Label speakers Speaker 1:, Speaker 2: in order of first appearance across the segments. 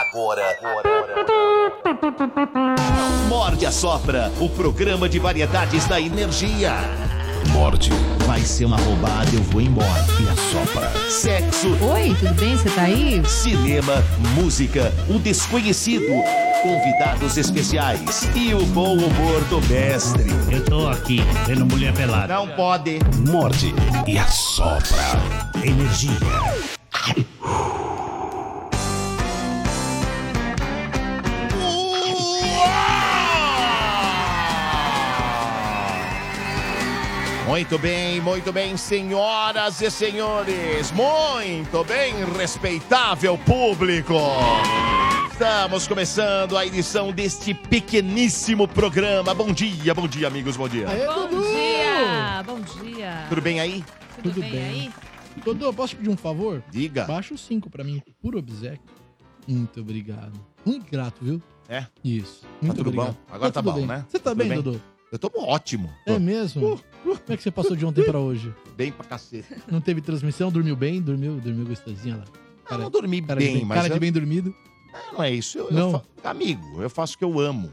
Speaker 1: agora. agora, agora, agora.
Speaker 2: Morde a Sopra, o programa de variedades da energia.
Speaker 3: Morde.
Speaker 2: Vai ser uma roubada, eu vou embora. E a Sopra. Sexo.
Speaker 4: Oi, tudo bem? Você tá aí?
Speaker 2: Cinema, música, o desconhecido. Convidados especiais e o bom humor do mestre.
Speaker 5: Eu tô aqui, vendo mulher pelada.
Speaker 2: Não pode.
Speaker 3: Morde e a Sopra. Energia.
Speaker 2: Muito bem, muito bem, senhoras e senhores. Muito bem, respeitável público. Estamos começando a edição deste pequeníssimo programa. Bom dia, bom dia, amigos, bom dia.
Speaker 4: Aê, bom dia, Ah, bom dia.
Speaker 2: Tudo bem aí?
Speaker 4: Tudo, Tudo bem, bem, aí?
Speaker 6: Dodô, posso pedir um favor?
Speaker 2: Diga.
Speaker 6: Baixa o 5 pra mim, por obsequio. Muito obrigado. Muito grato, viu?
Speaker 2: É?
Speaker 6: Isso.
Speaker 2: Tá
Speaker 6: Muito
Speaker 2: tudo
Speaker 6: obrigado.
Speaker 2: bom? Agora tá,
Speaker 6: tudo
Speaker 2: bom,
Speaker 6: bem.
Speaker 2: né?
Speaker 6: Você tá
Speaker 2: Tudo
Speaker 6: bem, Dodô?
Speaker 2: Eu tô ótimo.
Speaker 6: É
Speaker 2: Tô Uh,
Speaker 6: mesmo? Como é que você passou de ontem pra hoje?
Speaker 2: bem pra cacete.
Speaker 6: Não teve transmissão? Dormiu bem? Dormiu, dormiu gostosinha lá?
Speaker 2: eu não dormi
Speaker 6: cara de
Speaker 2: bem,
Speaker 6: bem,
Speaker 2: mas
Speaker 6: cara
Speaker 2: eu-
Speaker 6: de bem dormido?
Speaker 2: não é isso. Eu, eu
Speaker 6: Não.
Speaker 2: fa- Amigo, eu faço o que eu amo.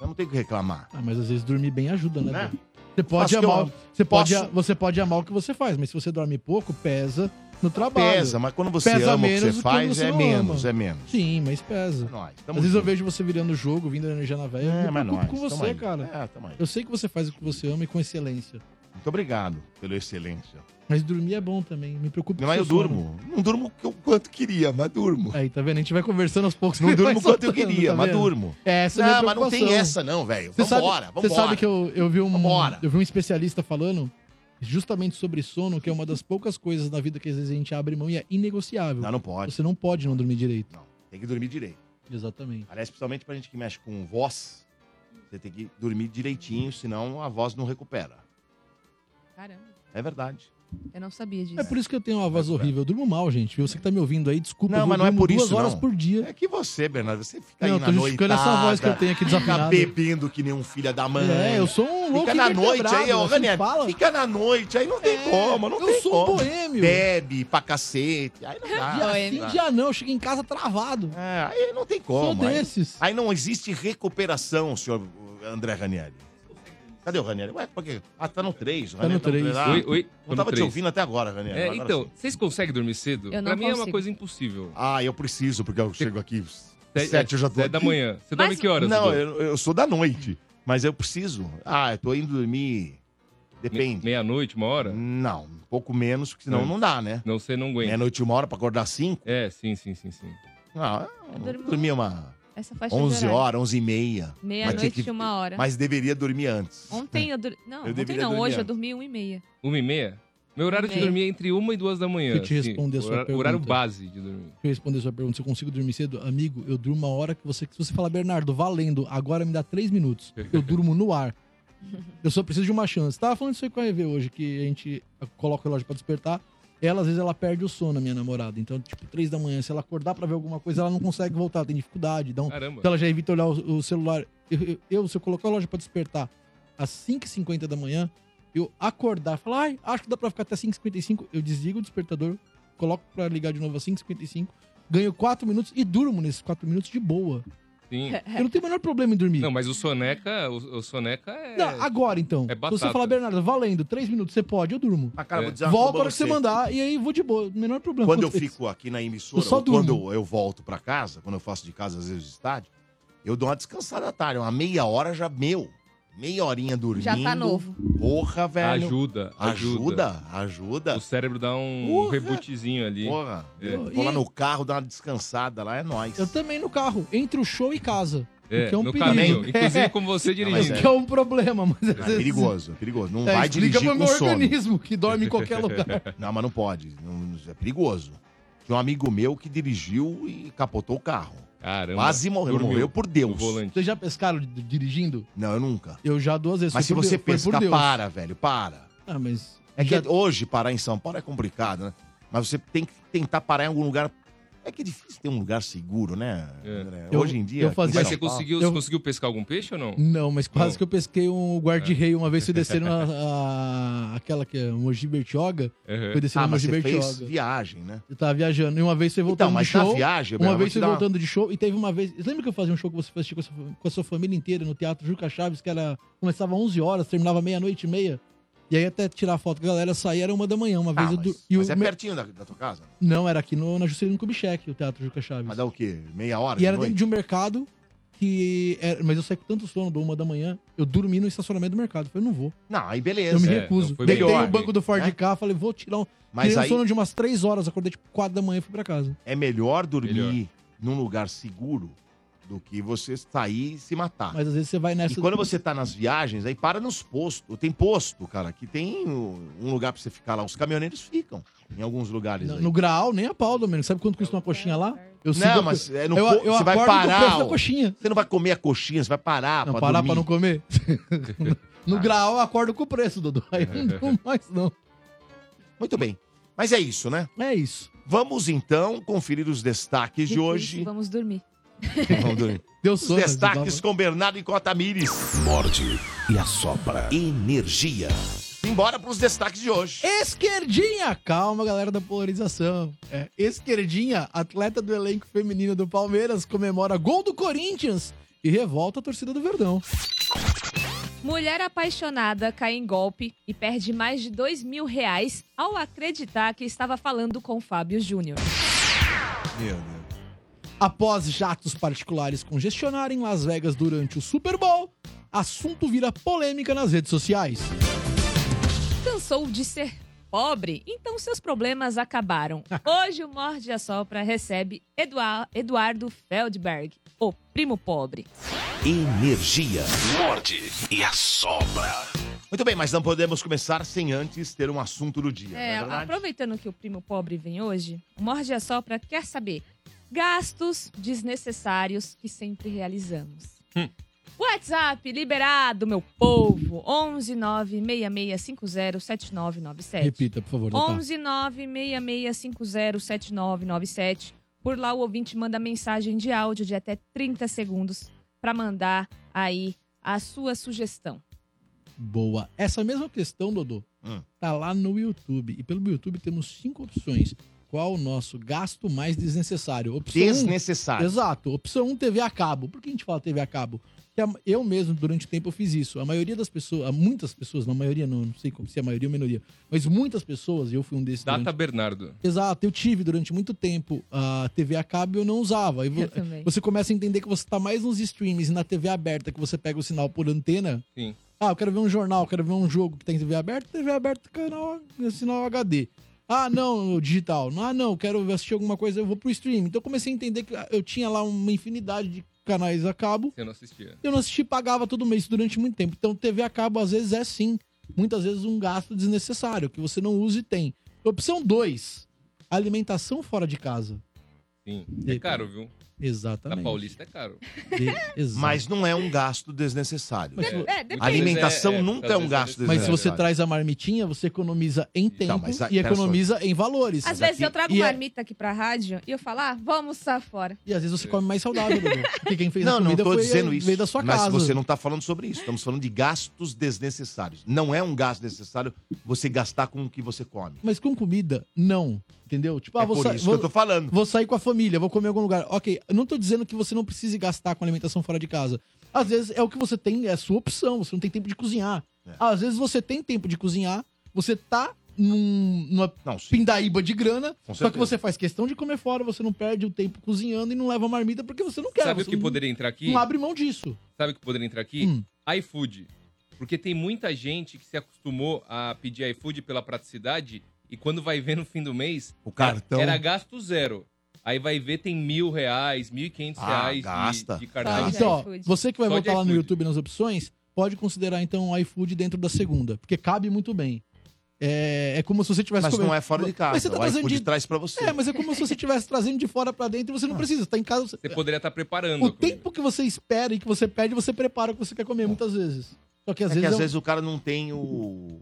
Speaker 2: Eu não tenho o que reclamar.
Speaker 6: Ah, mas às vezes dormir bem ajuda, né?
Speaker 2: Né?
Speaker 6: Dodô? Você pode
Speaker 2: Faço o que eu
Speaker 6: amar,
Speaker 2: amo.
Speaker 6: você pode,
Speaker 2: Posso-
Speaker 6: você pode amar o que você faz, mas se você dorme pouco, pesa no trabalho.
Speaker 2: Pesa, mas quando você
Speaker 6: Pesa
Speaker 2: ama o que
Speaker 6: menos
Speaker 2: você
Speaker 6: do que
Speaker 2: faz,
Speaker 6: você
Speaker 2: é
Speaker 6: não
Speaker 2: menos,
Speaker 6: ama.
Speaker 2: é menos.
Speaker 6: Sim, mas pesa.
Speaker 2: É nóis.
Speaker 6: Às
Speaker 2: Tamo
Speaker 6: vezes eu
Speaker 2: junto.
Speaker 6: vejo você virando o jogo, vindo energia na velha.
Speaker 2: É,
Speaker 6: eu me
Speaker 2: mas nós.
Speaker 6: preocupo com
Speaker 2: tamo
Speaker 6: você,
Speaker 2: aí.
Speaker 6: cara.
Speaker 2: É, tamo aí.
Speaker 6: Eu sei que você faz o que você ama e com excelência.
Speaker 2: Muito obrigado pela excelência.
Speaker 6: Mas dormir é bom também. Me preocupa
Speaker 2: Mas
Speaker 6: com
Speaker 2: eu
Speaker 6: seu sono.
Speaker 2: durmo. Não durmo o quanto queria, mas durmo.
Speaker 6: Aí, tá vendo? A gente vai conversando aos poucos.
Speaker 2: Não
Speaker 6: vai
Speaker 2: durmo o quanto eu
Speaker 6: soltando,
Speaker 2: queria,
Speaker 6: tá
Speaker 2: mas
Speaker 6: vendo?
Speaker 2: durmo.
Speaker 6: Essa é a
Speaker 2: não,
Speaker 6: minha
Speaker 2: mas não tem
Speaker 6: preocupação.
Speaker 2: essa não, velho.
Speaker 6: Você sabe,
Speaker 2: Vambora,
Speaker 6: você
Speaker 2: vambora.
Speaker 6: sabe que eu, eu vi um
Speaker 2: Vambora.
Speaker 6: eu vi um especialista falando justamente sobre sono, que é uma das poucas coisas na vida que às vezes a gente abre mão e é inegociável.
Speaker 2: Não, não pode.
Speaker 6: Você não pode não dormir direito.
Speaker 2: Não, tem que dormir direito.
Speaker 6: Exatamente.
Speaker 2: Aliás, principalmente pra gente que mexe com voz, você tem que dormir direitinho, senão a voz não recupera.
Speaker 4: Caramba,
Speaker 2: É verdade.
Speaker 4: eu não sabia disso.
Speaker 6: É por isso que eu tenho uma voz horrível. Eu durmo mal, gente. viu? Você que tá me ouvindo aí, desculpa.
Speaker 2: Não,
Speaker 6: eu
Speaker 2: mas não é
Speaker 6: durmo
Speaker 2: por
Speaker 6: duas
Speaker 2: isso,
Speaker 6: horas
Speaker 2: não.
Speaker 6: por dia.
Speaker 2: É que você, Bernardo, você fica
Speaker 6: não,
Speaker 2: aí
Speaker 6: eu
Speaker 2: na
Speaker 6: tô
Speaker 2: noite.
Speaker 6: justificando essa voz que eu tenho aqui
Speaker 2: Fica
Speaker 6: desafinada.
Speaker 2: bebendo que nem um filho da mãe.
Speaker 6: É, eu sou um louco
Speaker 2: Fica na noite aí,
Speaker 6: invertebrado,
Speaker 2: ô,
Speaker 6: assim
Speaker 2: Ranieri.
Speaker 6: fala.
Speaker 2: Fica na noite, aí não tem
Speaker 6: É,
Speaker 2: como, não
Speaker 6: eu
Speaker 2: tem
Speaker 6: sou um
Speaker 2: como. É.
Speaker 6: boêmio. assim,
Speaker 2: Bebe pra cacete, aí não
Speaker 6: Dia
Speaker 2: dá.
Speaker 6: sim,
Speaker 2: não dá.
Speaker 6: dia não. Eu chego em casa travado.
Speaker 2: É, aí não tem
Speaker 6: Sou
Speaker 2: como. Aí,
Speaker 6: desses.
Speaker 2: aí não existe recuperação, senhor André Ranieri. Cadê o Ranieri? Ué, por quê? Ah, tá no 3.
Speaker 6: Tá no três.
Speaker 2: Ah,
Speaker 7: Oi, oi.
Speaker 2: Não
Speaker 7: Vamos
Speaker 2: tava te
Speaker 7: três.
Speaker 2: ouvindo até agora, Ranieri.
Speaker 7: É,
Speaker 2: Agora
Speaker 7: então,
Speaker 2: sim.
Speaker 7: vocês conseguem dormir cedo?
Speaker 4: Eu não
Speaker 7: pra mim é uma
Speaker 4: consigo.
Speaker 7: coisa impossível.
Speaker 2: Ah, eu preciso, porque eu chego aqui às
Speaker 7: Dez-
Speaker 2: 7 eu já tô
Speaker 7: dez da
Speaker 2: aqui.
Speaker 7: manhã. Você dorme
Speaker 4: Mas-
Speaker 7: que horas?
Speaker 2: Não,
Speaker 7: Dudu?
Speaker 2: eu, eu sou da noite, mas eu preciso. Ah, eu tô indo dormir.
Speaker 7: Me-
Speaker 2: Depende.
Speaker 7: Meia-noite, uma hora?
Speaker 2: Não, um pouco menos, porque senão
Speaker 7: Hum.
Speaker 2: não dá, né?
Speaker 7: Não, você não aguenta.
Speaker 2: Meia-noite, uma hora pra acordar cinco?
Speaker 7: É, sim, sim, sim, sim.
Speaker 2: Não, eu
Speaker 4: Eu durmo-
Speaker 2: dormia uma
Speaker 4: Essa faixa
Speaker 2: 11
Speaker 4: de horário.
Speaker 2: horas, 11 e meia. Mas
Speaker 4: Meia-noite,
Speaker 2: tinha que-
Speaker 4: uma hora.
Speaker 2: Mas deveria dormir antes.
Speaker 4: Ontem eu dormi... Não,
Speaker 2: Eu
Speaker 4: ontem
Speaker 2: deveria
Speaker 4: não.
Speaker 2: dormir
Speaker 4: Hoje eu
Speaker 2: antes.
Speaker 4: dormi uma e meia.
Speaker 7: Uma e meia? Meu horário de
Speaker 4: Meia.
Speaker 7: dormir é entre uma e duas da manhã.
Speaker 6: Deixa eu te
Speaker 7: assim,
Speaker 6: responder a sua
Speaker 7: horário,
Speaker 6: pergunta.
Speaker 7: horário base de dormir.
Speaker 6: Deixa eu responder sua pergunta. Se eu consigo dormir cedo, amigo, eu durmo a hora que você. Se você falar, Bernardo, valendo, agora me dá três minutos. Eu durmo no ar. Eu só preciso de uma chance. Tava falando isso aí com a EV hoje, que a gente coloca o relógio pra despertar. Ela, às vezes, ela perde o sono, a minha namorada. Então, tipo, três da manhã, se ela acordar pra ver alguma coisa, ela não consegue voltar, tem dificuldade. Então,
Speaker 7: Caramba.
Speaker 6: então ela já evita olhar o, o celular. Eu, eu- eu, se eu colocar a loja pra despertar às 5h50 da manhã, eu acordar e falar, ai, acho que dá pra ficar até 5h55, eu desligo o despertador, coloco pra ligar de novo às 5h55, ganho 4 minutos e durmo nesses 4 minutos de boa.
Speaker 7: Sim.
Speaker 4: é.
Speaker 6: Eu não tenho o menor problema em dormir.
Speaker 7: Não, mas o soneca, o, o soneca é...
Speaker 6: Não, agora então.
Speaker 7: é
Speaker 6: se você
Speaker 7: batata.
Speaker 6: falar, Bernardo, valendo, 3 minutos, você pode, eu durmo.
Speaker 2: Ah, cara, eu vou dizer uma coisa
Speaker 6: Volto
Speaker 2: pra
Speaker 6: a hora que você mandar e aí vou de boa, menor problema.
Speaker 2: Quando eu
Speaker 6: Acontece.
Speaker 2: fico aqui na emissora,
Speaker 6: Eu só
Speaker 2: ou quando
Speaker 6: durmo.
Speaker 2: eu volto pra casa, quando eu faço de casa, às vezes, de estádio, eu dou uma descansada à tarde. Uma meia hora já, meu. Meia horinha dormindo.
Speaker 4: Já tá novo.
Speaker 2: Porra, velho.
Speaker 7: Ajuda, ajuda.
Speaker 2: Ajuda, ajuda.
Speaker 7: O cérebro dá um
Speaker 2: Porra.
Speaker 7: rebootzinho ali.
Speaker 2: Porra.
Speaker 7: É.
Speaker 2: Vou lá no carro, dar uma descansada lá, é nóis.
Speaker 6: Eu também no carro, entre o show e casa.
Speaker 7: É,
Speaker 6: que é um
Speaker 7: no
Speaker 6: perigo.
Speaker 7: caminho. Inclusive com você
Speaker 2: Não, mas
Speaker 7: dirigindo.
Speaker 6: Que é um problema, mas às
Speaker 2: Ah,
Speaker 6: vezes-
Speaker 2: perigoso, é perigoso. Não
Speaker 6: É,
Speaker 2: vai
Speaker 6: explica
Speaker 2: dirigir
Speaker 6: pro
Speaker 2: com
Speaker 6: meu
Speaker 2: sono.
Speaker 6: organismo que dorme em qualquer lugar.
Speaker 2: Não, mas não pode. Não- é perigoso. Tinha um amigo meu que dirigiu e capotou o carro.
Speaker 7: Caramba.
Speaker 2: Quase morreu.
Speaker 7: É Dormiu.
Speaker 2: Morreu por Deus.
Speaker 7: O volante.
Speaker 6: Vocês já pescaram d- dirigindo?
Speaker 2: Não, eu nunca.
Speaker 6: Eu já duas vezes.
Speaker 2: Mas se
Speaker 6: foi por
Speaker 2: você
Speaker 6: Deus, foi
Speaker 2: pescar, para, velho, para.
Speaker 6: Ah, mas.
Speaker 2: É que
Speaker 6: já-
Speaker 2: hoje parar em São Paulo é complicado, né? Mas você tem que tentar parar em algum lugar É que é difícil ter um lugar seguro, né? André?
Speaker 6: Eu-
Speaker 2: Hoje em dia.
Speaker 6: eu
Speaker 2: aqui em
Speaker 6: fazia-
Speaker 7: É. Mas
Speaker 2: São
Speaker 7: você
Speaker 6: Paulo.
Speaker 7: conseguiu,
Speaker 6: Eu-
Speaker 7: conseguiu pescar algum peixe ou não?
Speaker 6: Não, mas quase
Speaker 7: Não.
Speaker 6: que eu pesquei um
Speaker 2: É.
Speaker 6: guarda-rei uma vez, fui descendo a, a- aquela que é Mogi Bertioga.
Speaker 7: Uhum.
Speaker 6: Fui descendo
Speaker 2: Ah,
Speaker 6: a
Speaker 2: mas
Speaker 6: Mogi
Speaker 2: você
Speaker 6: Bertioga.
Speaker 2: fez viagem, né?
Speaker 6: Eu tava viajando. E uma vez você voltando
Speaker 2: Então, mas
Speaker 6: de
Speaker 2: na
Speaker 6: show.
Speaker 2: viagem,
Speaker 6: uma
Speaker 2: Bel,
Speaker 6: vez
Speaker 2: eu
Speaker 6: você
Speaker 2: vou te dar
Speaker 6: voltando de show. E teve uma vez. Lembra que eu fazia um show que você assistia com a sua, com a sua família inteira no Teatro Juca Chaves, que era. Começava 11 horas, terminava meia-noite e meia? E aí até tirar foto com a galera sair era uma da manhã. Uma vez
Speaker 2: Ah,
Speaker 6: eu.
Speaker 2: mas,
Speaker 6: du- e o
Speaker 2: mas é
Speaker 6: meu-
Speaker 2: pertinho da, da tua casa?
Speaker 6: Não, era aqui no, na Juscelino Kubitschek, o Teatro Juca Chaves.
Speaker 2: Mas dá o quê? Meia hora?
Speaker 6: E era
Speaker 2: de
Speaker 6: dentro
Speaker 2: noite?
Speaker 6: de um mercado que. era- mas eu saí com tanto sono, do uma da manhã, eu dormi no estacionamento do mercado. Eu Falei, não vou.
Speaker 2: Não, aí
Speaker 6: Eu me
Speaker 2: beleza.
Speaker 7: É,
Speaker 6: recuso.
Speaker 7: não foi
Speaker 6: Deitei
Speaker 2: melhor,
Speaker 6: no banco do Ford
Speaker 2: né?
Speaker 6: K, falei, vou tirar um.
Speaker 2: Mas
Speaker 6: Tirei um
Speaker 2: aí
Speaker 6: sono de umas três horas, acordei tipo 4 da manhã e fui pra casa.
Speaker 2: é melhor dormir
Speaker 7: Melhor.
Speaker 2: num lugar seguro do que você sair e se matar.
Speaker 6: Mas às vezes você vai nessa.
Speaker 2: E quando você tá nas viagens, aí para nos postos. Tem posto, cara, que tem um lugar pra você ficar lá. Os caminhoneiros ficam em alguns lugares
Speaker 6: No,
Speaker 2: aí.
Speaker 6: no graal, nem a pau, Domênico. Sabe quanto custa uma coxinha lá? Eu
Speaker 2: Não,
Speaker 6: sigo-
Speaker 2: mas é no
Speaker 6: eu,
Speaker 2: po-
Speaker 6: eu
Speaker 2: você vai
Speaker 6: acordo com o
Speaker 2: parar.
Speaker 6: preço da
Speaker 2: ó.
Speaker 6: coxinha.
Speaker 2: Você não vai comer a coxinha, você vai parar
Speaker 6: Não,
Speaker 2: pra
Speaker 6: parar
Speaker 2: dormir.
Speaker 6: pra não comer. no graal eu acordo com o preço, Dudu.
Speaker 2: É.
Speaker 6: Aí eu não dou mais, não.
Speaker 2: Muito bem. Mas é isso, né?
Speaker 6: É isso.
Speaker 2: Vamos então conferir os destaques de
Speaker 4: Difícil,
Speaker 2: hoje.
Speaker 4: Vamos dormir.
Speaker 2: Vamos dormir.
Speaker 6: Deu
Speaker 2: Os
Speaker 6: sono.
Speaker 2: destaques com Bernardo e Cota Mires.
Speaker 3: Morde e assopra. Energia.
Speaker 2: Embora pros destaques de hoje.
Speaker 6: Esquerdinha, calma galera da polarização. É, esquerdinha, atleta do elenco feminino do Palmeiras, comemora gol do Corinthians e revolta a torcida do Verdão.
Speaker 4: Mulher apaixonada cai em golpe e perde mais de 2 mil reais ao acreditar que estava falando com Fábio Júnior.
Speaker 2: Meu Deus.
Speaker 6: Após jatos particulares congestionarem Las Vegas durante o Super Bowl, assunto vira polêmica nas redes sociais.
Speaker 4: Cansou de ser pobre, então seus problemas acabaram. Hoje o Morde a Sopra recebe Eduar- Eduardo Feldberg, o primo pobre.
Speaker 3: Energia. Morde e assopra.
Speaker 2: Muito bem, mas não podemos começar sem antes ter um assunto do dia. não
Speaker 4: É,
Speaker 2: é verdade?
Speaker 4: aproveitando que o primo pobre vem hoje, o Morde a Sopra quer saber gastos desnecessários que sempre realizamos. WhatsApp liberado, meu povo! 11 966507997.
Speaker 6: Repita, tá. por favor, Natal.
Speaker 4: 11 966507997. Por lá o ouvinte manda mensagem de áudio de até 30 segundos para mandar aí a sua sugestão.
Speaker 6: Boa. Essa mesma questão, Dodô,
Speaker 2: Hum.
Speaker 6: tá lá no YouTube. E pelo YouTube temos cinco opções. Qual o nosso gasto mais desnecessário? Opção um,
Speaker 2: Desnecessário.
Speaker 6: Exato. Opção 1, TV a cabo. Por que a gente fala TV a cabo? Porque a- eu mesmo, durante o tempo, eu fiz isso. A maioria das pessoas, a muitas pessoas, não a maioria, não, não sei como- se é a maioria ou minoria, mas muitas pessoas, e eu fui um desses.
Speaker 7: Data
Speaker 6: durante-
Speaker 7: Bernardo.
Speaker 6: Exato, eu tive durante muito tempo a TV a cabo e eu não usava. Aí vo-
Speaker 4: Eu também.
Speaker 6: você começa a entender que você tá mais nos streams e na TV aberta, que você pega o sinal por antena.
Speaker 7: Sim.
Speaker 6: Ah, eu quero ver um jornal, eu quero ver um jogo que tem TV aberta, TV aberta, canal, sinal HD. Ah, não, digital. Ah, não, quero assistir alguma coisa, eu vou pro stream. Então eu comecei a entender que eu tinha lá uma infinidade de canais a cabo.
Speaker 7: Você não assistia.
Speaker 6: Eu não assisti e pagava todo mês durante muito tempo. Então TV a cabo às vezes é sim, muitas vezes um gasto desnecessário que você não usa e tem. Opção 2, alimentação fora de casa.
Speaker 7: Sim.
Speaker 6: E-
Speaker 7: É caro, viu? Na
Speaker 6: Exatamente.
Speaker 7: Paulista é caro.
Speaker 6: E- exato.
Speaker 2: Mas não é um gasto desnecessário.
Speaker 6: Mas
Speaker 7: É,
Speaker 6: o-
Speaker 7: muitas
Speaker 4: depende.
Speaker 7: vezes
Speaker 2: Alimentação nunca é um
Speaker 7: muitas
Speaker 2: gasto
Speaker 6: Mas
Speaker 7: vezes
Speaker 6: se
Speaker 2: desnecessário.
Speaker 6: você traz a marmitinha, você economiza em tempo
Speaker 2: Então, mas a-
Speaker 6: e
Speaker 2: pera só.
Speaker 6: economiza em valores.
Speaker 4: Às vezes eu trago
Speaker 6: E
Speaker 4: uma
Speaker 6: é-
Speaker 4: marmita aqui pra rádio e eu falo, ah, vamos sair fora.
Speaker 6: E às vezes você come mais saudável, Dudu. Porque quem fez a
Speaker 2: Não, não
Speaker 6: comida
Speaker 2: estou
Speaker 6: foi
Speaker 2: dizendo
Speaker 6: veio
Speaker 2: isso.
Speaker 6: da sua
Speaker 2: mas
Speaker 6: casa.
Speaker 2: você não está falando sobre isso. Estamos falando de gastos desnecessários. Não é um gasto necessário você gastar com o que você come.
Speaker 6: Mas com comida, não. Entendeu? Tipo, ah,
Speaker 2: é
Speaker 6: vou,
Speaker 2: por
Speaker 6: sa-
Speaker 2: isso
Speaker 6: vou-
Speaker 2: que eu tô falando.
Speaker 6: vou sair com a família, vou comer em algum lugar. Ok, eu não tô dizendo que você não precise gastar com alimentação fora de casa. Às vezes é o que você tem, é a sua opção, você não tem tempo de cozinhar.
Speaker 2: É.
Speaker 6: Às vezes você tem tempo de cozinhar, você tá num- numa
Speaker 2: Não, sim.
Speaker 6: pindaíba de grana,
Speaker 2: Com
Speaker 6: só que
Speaker 2: certeza.
Speaker 6: você faz questão de comer fora, você não perde o tempo cozinhando e não leva marmita porque você não quer.
Speaker 7: Sabe o
Speaker 6: você
Speaker 7: que
Speaker 6: não-
Speaker 7: poderia entrar aqui?
Speaker 6: Não abre mão disso.
Speaker 7: Sabe o que poderia entrar aqui?
Speaker 6: Hum.
Speaker 7: iFood. Porque tem muita gente que se acostumou a pedir iFood pela praticidade e quando vai ver no fim do mês,
Speaker 2: O cartão.
Speaker 7: era gasto zero. Aí vai ver tem mil reais, mil e quinhentos
Speaker 2: Ah,
Speaker 7: reais
Speaker 2: gasta.
Speaker 7: De, de cartão.
Speaker 4: Ah,
Speaker 6: então, ó,
Speaker 4: iFood.
Speaker 6: você que vai
Speaker 7: Só de
Speaker 6: voltar lá no
Speaker 7: iFood.
Speaker 6: YouTube nas opções, pode considerar então o iFood dentro da segunda, porque cabe muito bem. É, é como se você tivesse
Speaker 2: Mas
Speaker 6: comendo-
Speaker 2: não é fora de casa.
Speaker 6: Mas você tá
Speaker 2: o
Speaker 6: trazendo
Speaker 2: iFood
Speaker 6: de-
Speaker 2: traz pra você.
Speaker 6: É, mas é como se você estivesse trazendo de fora pra dentro e
Speaker 2: Ah.
Speaker 6: você não precisa. Você tá em casa. você-
Speaker 7: Você poderia estar preparando.
Speaker 6: O
Speaker 7: a
Speaker 2: né?
Speaker 7: comida.
Speaker 6: tempo que você espera e que você pede, você prepara o que você quer comer muitas vezes. Só que às
Speaker 2: Ah. É que
Speaker 6: vezes um
Speaker 2: às
Speaker 6: é um-
Speaker 2: vezes o cara não tem o... o-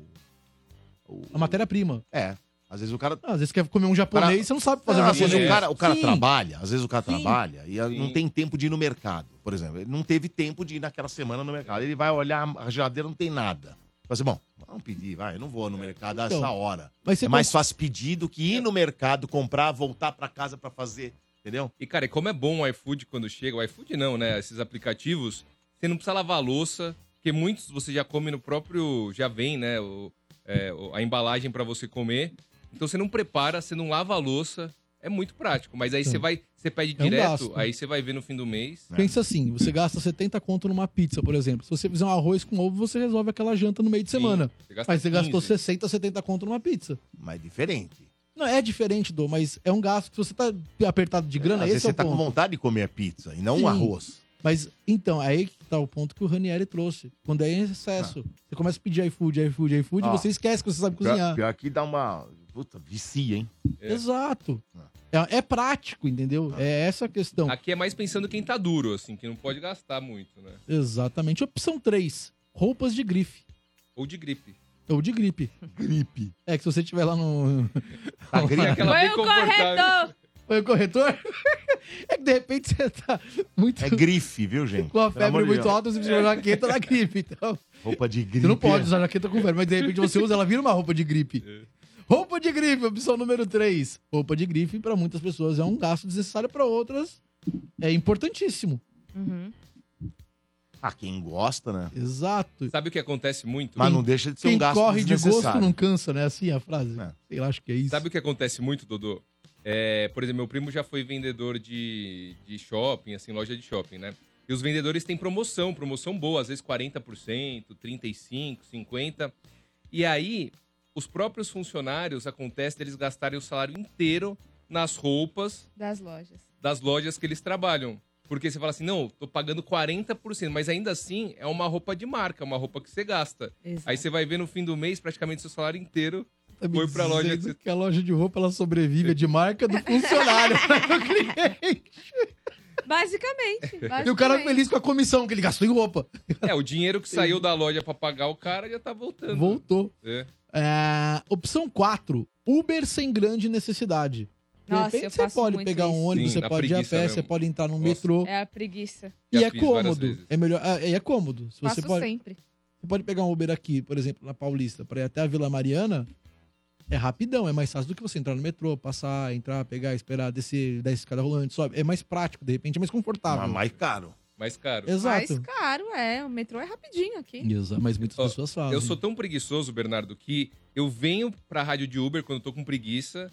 Speaker 6: a é matéria-prima.
Speaker 2: É. Às vezes o cara.
Speaker 6: Ah, às vezes quer comer um japonês,
Speaker 2: Cara- é,
Speaker 6: você não sabe fazer
Speaker 2: Não, às vezes
Speaker 6: japonês.
Speaker 2: o cara, o cara
Speaker 6: Sim.
Speaker 2: trabalha, às vezes o cara
Speaker 6: Sim.
Speaker 2: trabalha e ah, não
Speaker 7: Sim.
Speaker 2: tem tempo de ir no mercado, por exemplo. Ele não teve tempo de ir naquela semana no mercado. Ele vai olhar a geladeira, não tem nada. Fala assim, bom, vamos pedir, vai, eu não vou no mercado a
Speaker 6: Então,
Speaker 2: essa hora.
Speaker 6: Mas você É.
Speaker 2: É mais fácil pedir do que ir no mercado, comprar, voltar pra casa pra fazer, entendeu?
Speaker 7: E, cara, e como é bom o iFood quando chega, o iFood não, né? Esses aplicativos, você não precisa lavar a louça, porque muitos você já come no próprio. Já vem, né? o- é, o- a embalagem pra você comer. Então você não prepara, você não lava a louça. É muito prático. Mas aí
Speaker 6: Então,
Speaker 7: você vai, você pede
Speaker 6: é um
Speaker 7: direto,
Speaker 6: gasto.
Speaker 7: aí você vai ver no fim do mês.
Speaker 2: É.
Speaker 6: Pensa assim, você gasta 70 conto numa pizza, por exemplo. Se você fizer um arroz com ovo, você resolve aquela janta no meio de semana.
Speaker 7: Sim, você gasta
Speaker 6: Mas você gastou
Speaker 7: 15.
Speaker 6: 60, 70 conto numa pizza.
Speaker 2: Mas é diferente.
Speaker 6: Não, é diferente, Dô, mas é um gasto que se você tá apertado de grana,
Speaker 2: Às vezes
Speaker 6: esse é
Speaker 2: você
Speaker 6: o
Speaker 2: tá com
Speaker 6: ponto.
Speaker 2: vontade de comer a pizza e não
Speaker 6: Sim.
Speaker 2: um arroz.
Speaker 6: Mas, então, aí que tá o ponto que o Ranieri trouxe. Quando é em excesso, você começa a pedir iFood, iFood, iFood,
Speaker 2: Ah.
Speaker 6: você esquece que você sabe
Speaker 2: Pior,
Speaker 6: cozinhar.
Speaker 2: pior que dá uma. Puta, vicia, hein?
Speaker 7: é.
Speaker 6: Exato.
Speaker 2: Ah.
Speaker 6: É, é prático, entendeu? É essa a questão.
Speaker 7: Aqui é mais pensando quem tá duro, assim, que não pode gastar muito, né?
Speaker 6: Exatamente. Opção 3, roupas de grife.
Speaker 7: Ou de gripe.
Speaker 6: Ou de gripe. Gripe. É que se você tiver lá no...
Speaker 2: Tá gringa.
Speaker 7: Aquela
Speaker 4: Foi
Speaker 7: bem
Speaker 4: o
Speaker 7: confortável.
Speaker 4: corretor!
Speaker 6: Foi o corretor? É que de repente você tá muito.
Speaker 2: É grife, viu, gente?
Speaker 6: com a
Speaker 2: Pelo amor
Speaker 6: febre
Speaker 2: de
Speaker 6: muito
Speaker 2: Deus.
Speaker 6: alta, você
Speaker 7: É.
Speaker 6: precisa usar jaqueta da gripe. Então,
Speaker 2: Roupa de né? gripe.
Speaker 6: você não pode usar jaqueta com febre, mas de repente você usa, ela vira uma roupa de
Speaker 7: É.
Speaker 6: gripe. Roupa de gripe, opção número 3. Roupa de gripe, pra muitas pessoas, é um gasto desnecessário, pra outras, é importantíssimo.
Speaker 4: Uhum.
Speaker 2: Ah, quem gosta, né?
Speaker 6: Exato.
Speaker 7: Sabe o que acontece muito?
Speaker 2: Mas não deixa de ser
Speaker 6: Quem
Speaker 2: um gasto
Speaker 6: corre de gosto
Speaker 2: desnecessário.
Speaker 6: não cansa, né? Assim a frase.
Speaker 2: É.
Speaker 6: Sei lá, acho que é isso.
Speaker 7: Sabe o que acontece muito, Dodô? É, por exemplo, meu primo já foi vendedor de, de shopping, assim, loja de shopping, né? E os vendedores têm promoção, promoção boa, às vezes 40%, 35%, 50%. E aí, os próprios funcionários, acontece deles gastarem o salário inteiro nas roupas
Speaker 4: Das lojas.
Speaker 7: das lojas que eles trabalham. Porque você fala assim, não, tô pagando 40%, mas ainda assim é uma roupa de marca, uma roupa que você gasta.
Speaker 4: Exato.
Speaker 7: Aí você vai ver no fim do mês, praticamente seu salário inteiro
Speaker 6: Tá me
Speaker 7: Foi pra loja
Speaker 6: dizendo
Speaker 7: que você-
Speaker 6: que a loja de roupa ela sobrevive é de marca do funcionário, né, do cliente.
Speaker 4: Basicamente,
Speaker 6: E o cara é
Speaker 4: basicamente.
Speaker 6: feliz com a comissão que ele gastou em roupa.
Speaker 7: É, o dinheiro que saiu da loja pra pagar o cara já tá voltando.
Speaker 6: Voltou.
Speaker 7: É.
Speaker 6: Ah, opção 4. Uber sem grande necessidade. De
Speaker 4: Nossa, eu
Speaker 6: repente você
Speaker 4: faço
Speaker 6: pode
Speaker 4: muito
Speaker 6: pegar um
Speaker 4: isso.
Speaker 6: ônibus,
Speaker 7: Sim,
Speaker 6: você
Speaker 7: na
Speaker 6: pode ir a
Speaker 7: preguiça
Speaker 6: pé,
Speaker 7: mesmo.
Speaker 6: você pode entrar no
Speaker 7: Nossa.
Speaker 6: metrô.
Speaker 4: É a preguiça.
Speaker 6: E
Speaker 7: Já
Speaker 6: é
Speaker 7: fiz várias
Speaker 6: cômodo.
Speaker 7: vezes.
Speaker 6: É melhor. ah, É cômodo. Se você
Speaker 4: Faço
Speaker 6: pode,
Speaker 4: sempre.
Speaker 6: você pode pegar um Uber aqui, por exemplo, na Paulista, pra ir até a Vila Mariana, é rapidão, é mais fácil do que você entrar no metrô, passar, entrar, pegar, esperar, descer, dar escada rolante, sobe. É mais prático, de repente é mais confortável.
Speaker 2: Mas mais caro.
Speaker 7: Mais caro.
Speaker 6: Exato.
Speaker 4: Mas caro, é. O metrô é rapidinho aqui.
Speaker 6: Exa- mas muitas
Speaker 7: Ó,
Speaker 6: pessoas fazem.
Speaker 7: Eu sou tão preguiçoso, Bernardo, que eu venho pra rádio de Uber quando eu tô com preguiça.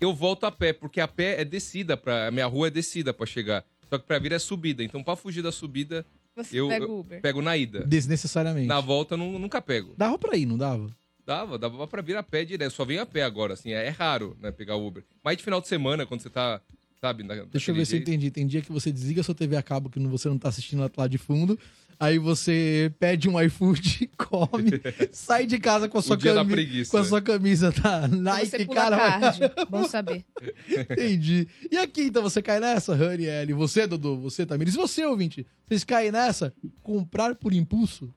Speaker 7: eu volto a pé, porque a pé é descida. Pra, a minha rua é descida pra chegar. Só que pra vir é subida. Então, pra fugir da subida,
Speaker 4: Você
Speaker 7: Eu-
Speaker 4: pega o Uber.
Speaker 7: pego na ida.
Speaker 6: Desnecessariamente.
Speaker 7: Na volta, eu nu- nunca pego.
Speaker 6: Dava pra ir, não dava?
Speaker 7: Dava, dava pra vir a pé direto. Só venho a pé agora, assim. É, é raro, né, pegar Uber. Mas de final de semana, quando você tá, sabe, na,
Speaker 6: Deixa eu
Speaker 7: daquele
Speaker 6: ver se eu
Speaker 7: jeito.
Speaker 6: entendi. Tem dia que você desliga sua TV a cabo que não- você não tá assistindo lá- lá de fundo. Aí você pede um iFood, come, sai de casa com a sua
Speaker 7: O dia da
Speaker 6: camisa.
Speaker 7: preguiça. né?
Speaker 6: Com a sua camisa da
Speaker 4: Então você
Speaker 6: Nike,
Speaker 4: pula
Speaker 6: cara.
Speaker 4: tarde. Bom saber.
Speaker 6: Entendi. E aqui, então, você cai nessa, Raniel? Você, Dudu? Você, Tamires? E você, ouvinte? Vocês caem nessa? Comprar por impulso?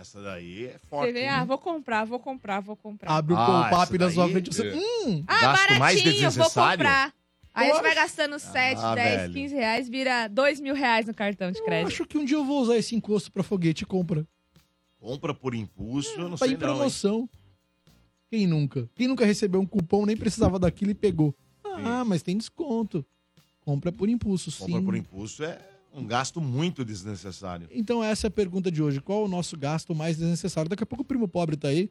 Speaker 2: Essa daí é
Speaker 4: Você
Speaker 2: forte.
Speaker 4: vê,
Speaker 2: hein?
Speaker 4: ah, vou comprar, vou comprar, vou comprar.
Speaker 6: Abre o
Speaker 2: Ah,
Speaker 6: pop-up
Speaker 2: essa
Speaker 6: da sua
Speaker 2: daí-
Speaker 6: frente e você...
Speaker 7: É.
Speaker 6: Hum!
Speaker 4: Ah,
Speaker 2: Gasto
Speaker 4: baratinho,
Speaker 2: mais
Speaker 4: vou
Speaker 2: desnecessário?
Speaker 4: comprar. Aí você vai
Speaker 6: Poxa.
Speaker 4: gastando 7,
Speaker 2: Ah,
Speaker 4: 10,
Speaker 2: velho.
Speaker 4: 15 reais, vira 2 mil reais no cartão de
Speaker 6: Eu
Speaker 4: crédito.
Speaker 6: acho que um dia eu vou usar esse encosto pra foguete e compra.
Speaker 2: Compra por impulso, eu não
Speaker 6: Tá
Speaker 2: sei
Speaker 6: em
Speaker 2: não, hein?
Speaker 6: promoção. Quem nunca? Quem nunca recebeu um cupom, nem precisava daquilo e pegou. Ah, mas tem desconto. Compra por impulso, sim.
Speaker 2: Compra por impulso é um gasto muito desnecessário.
Speaker 6: Então essa é a pergunta de hoje. Qual é o nosso gasto mais desnecessário? Daqui a pouco o Primo Pobre tá aí.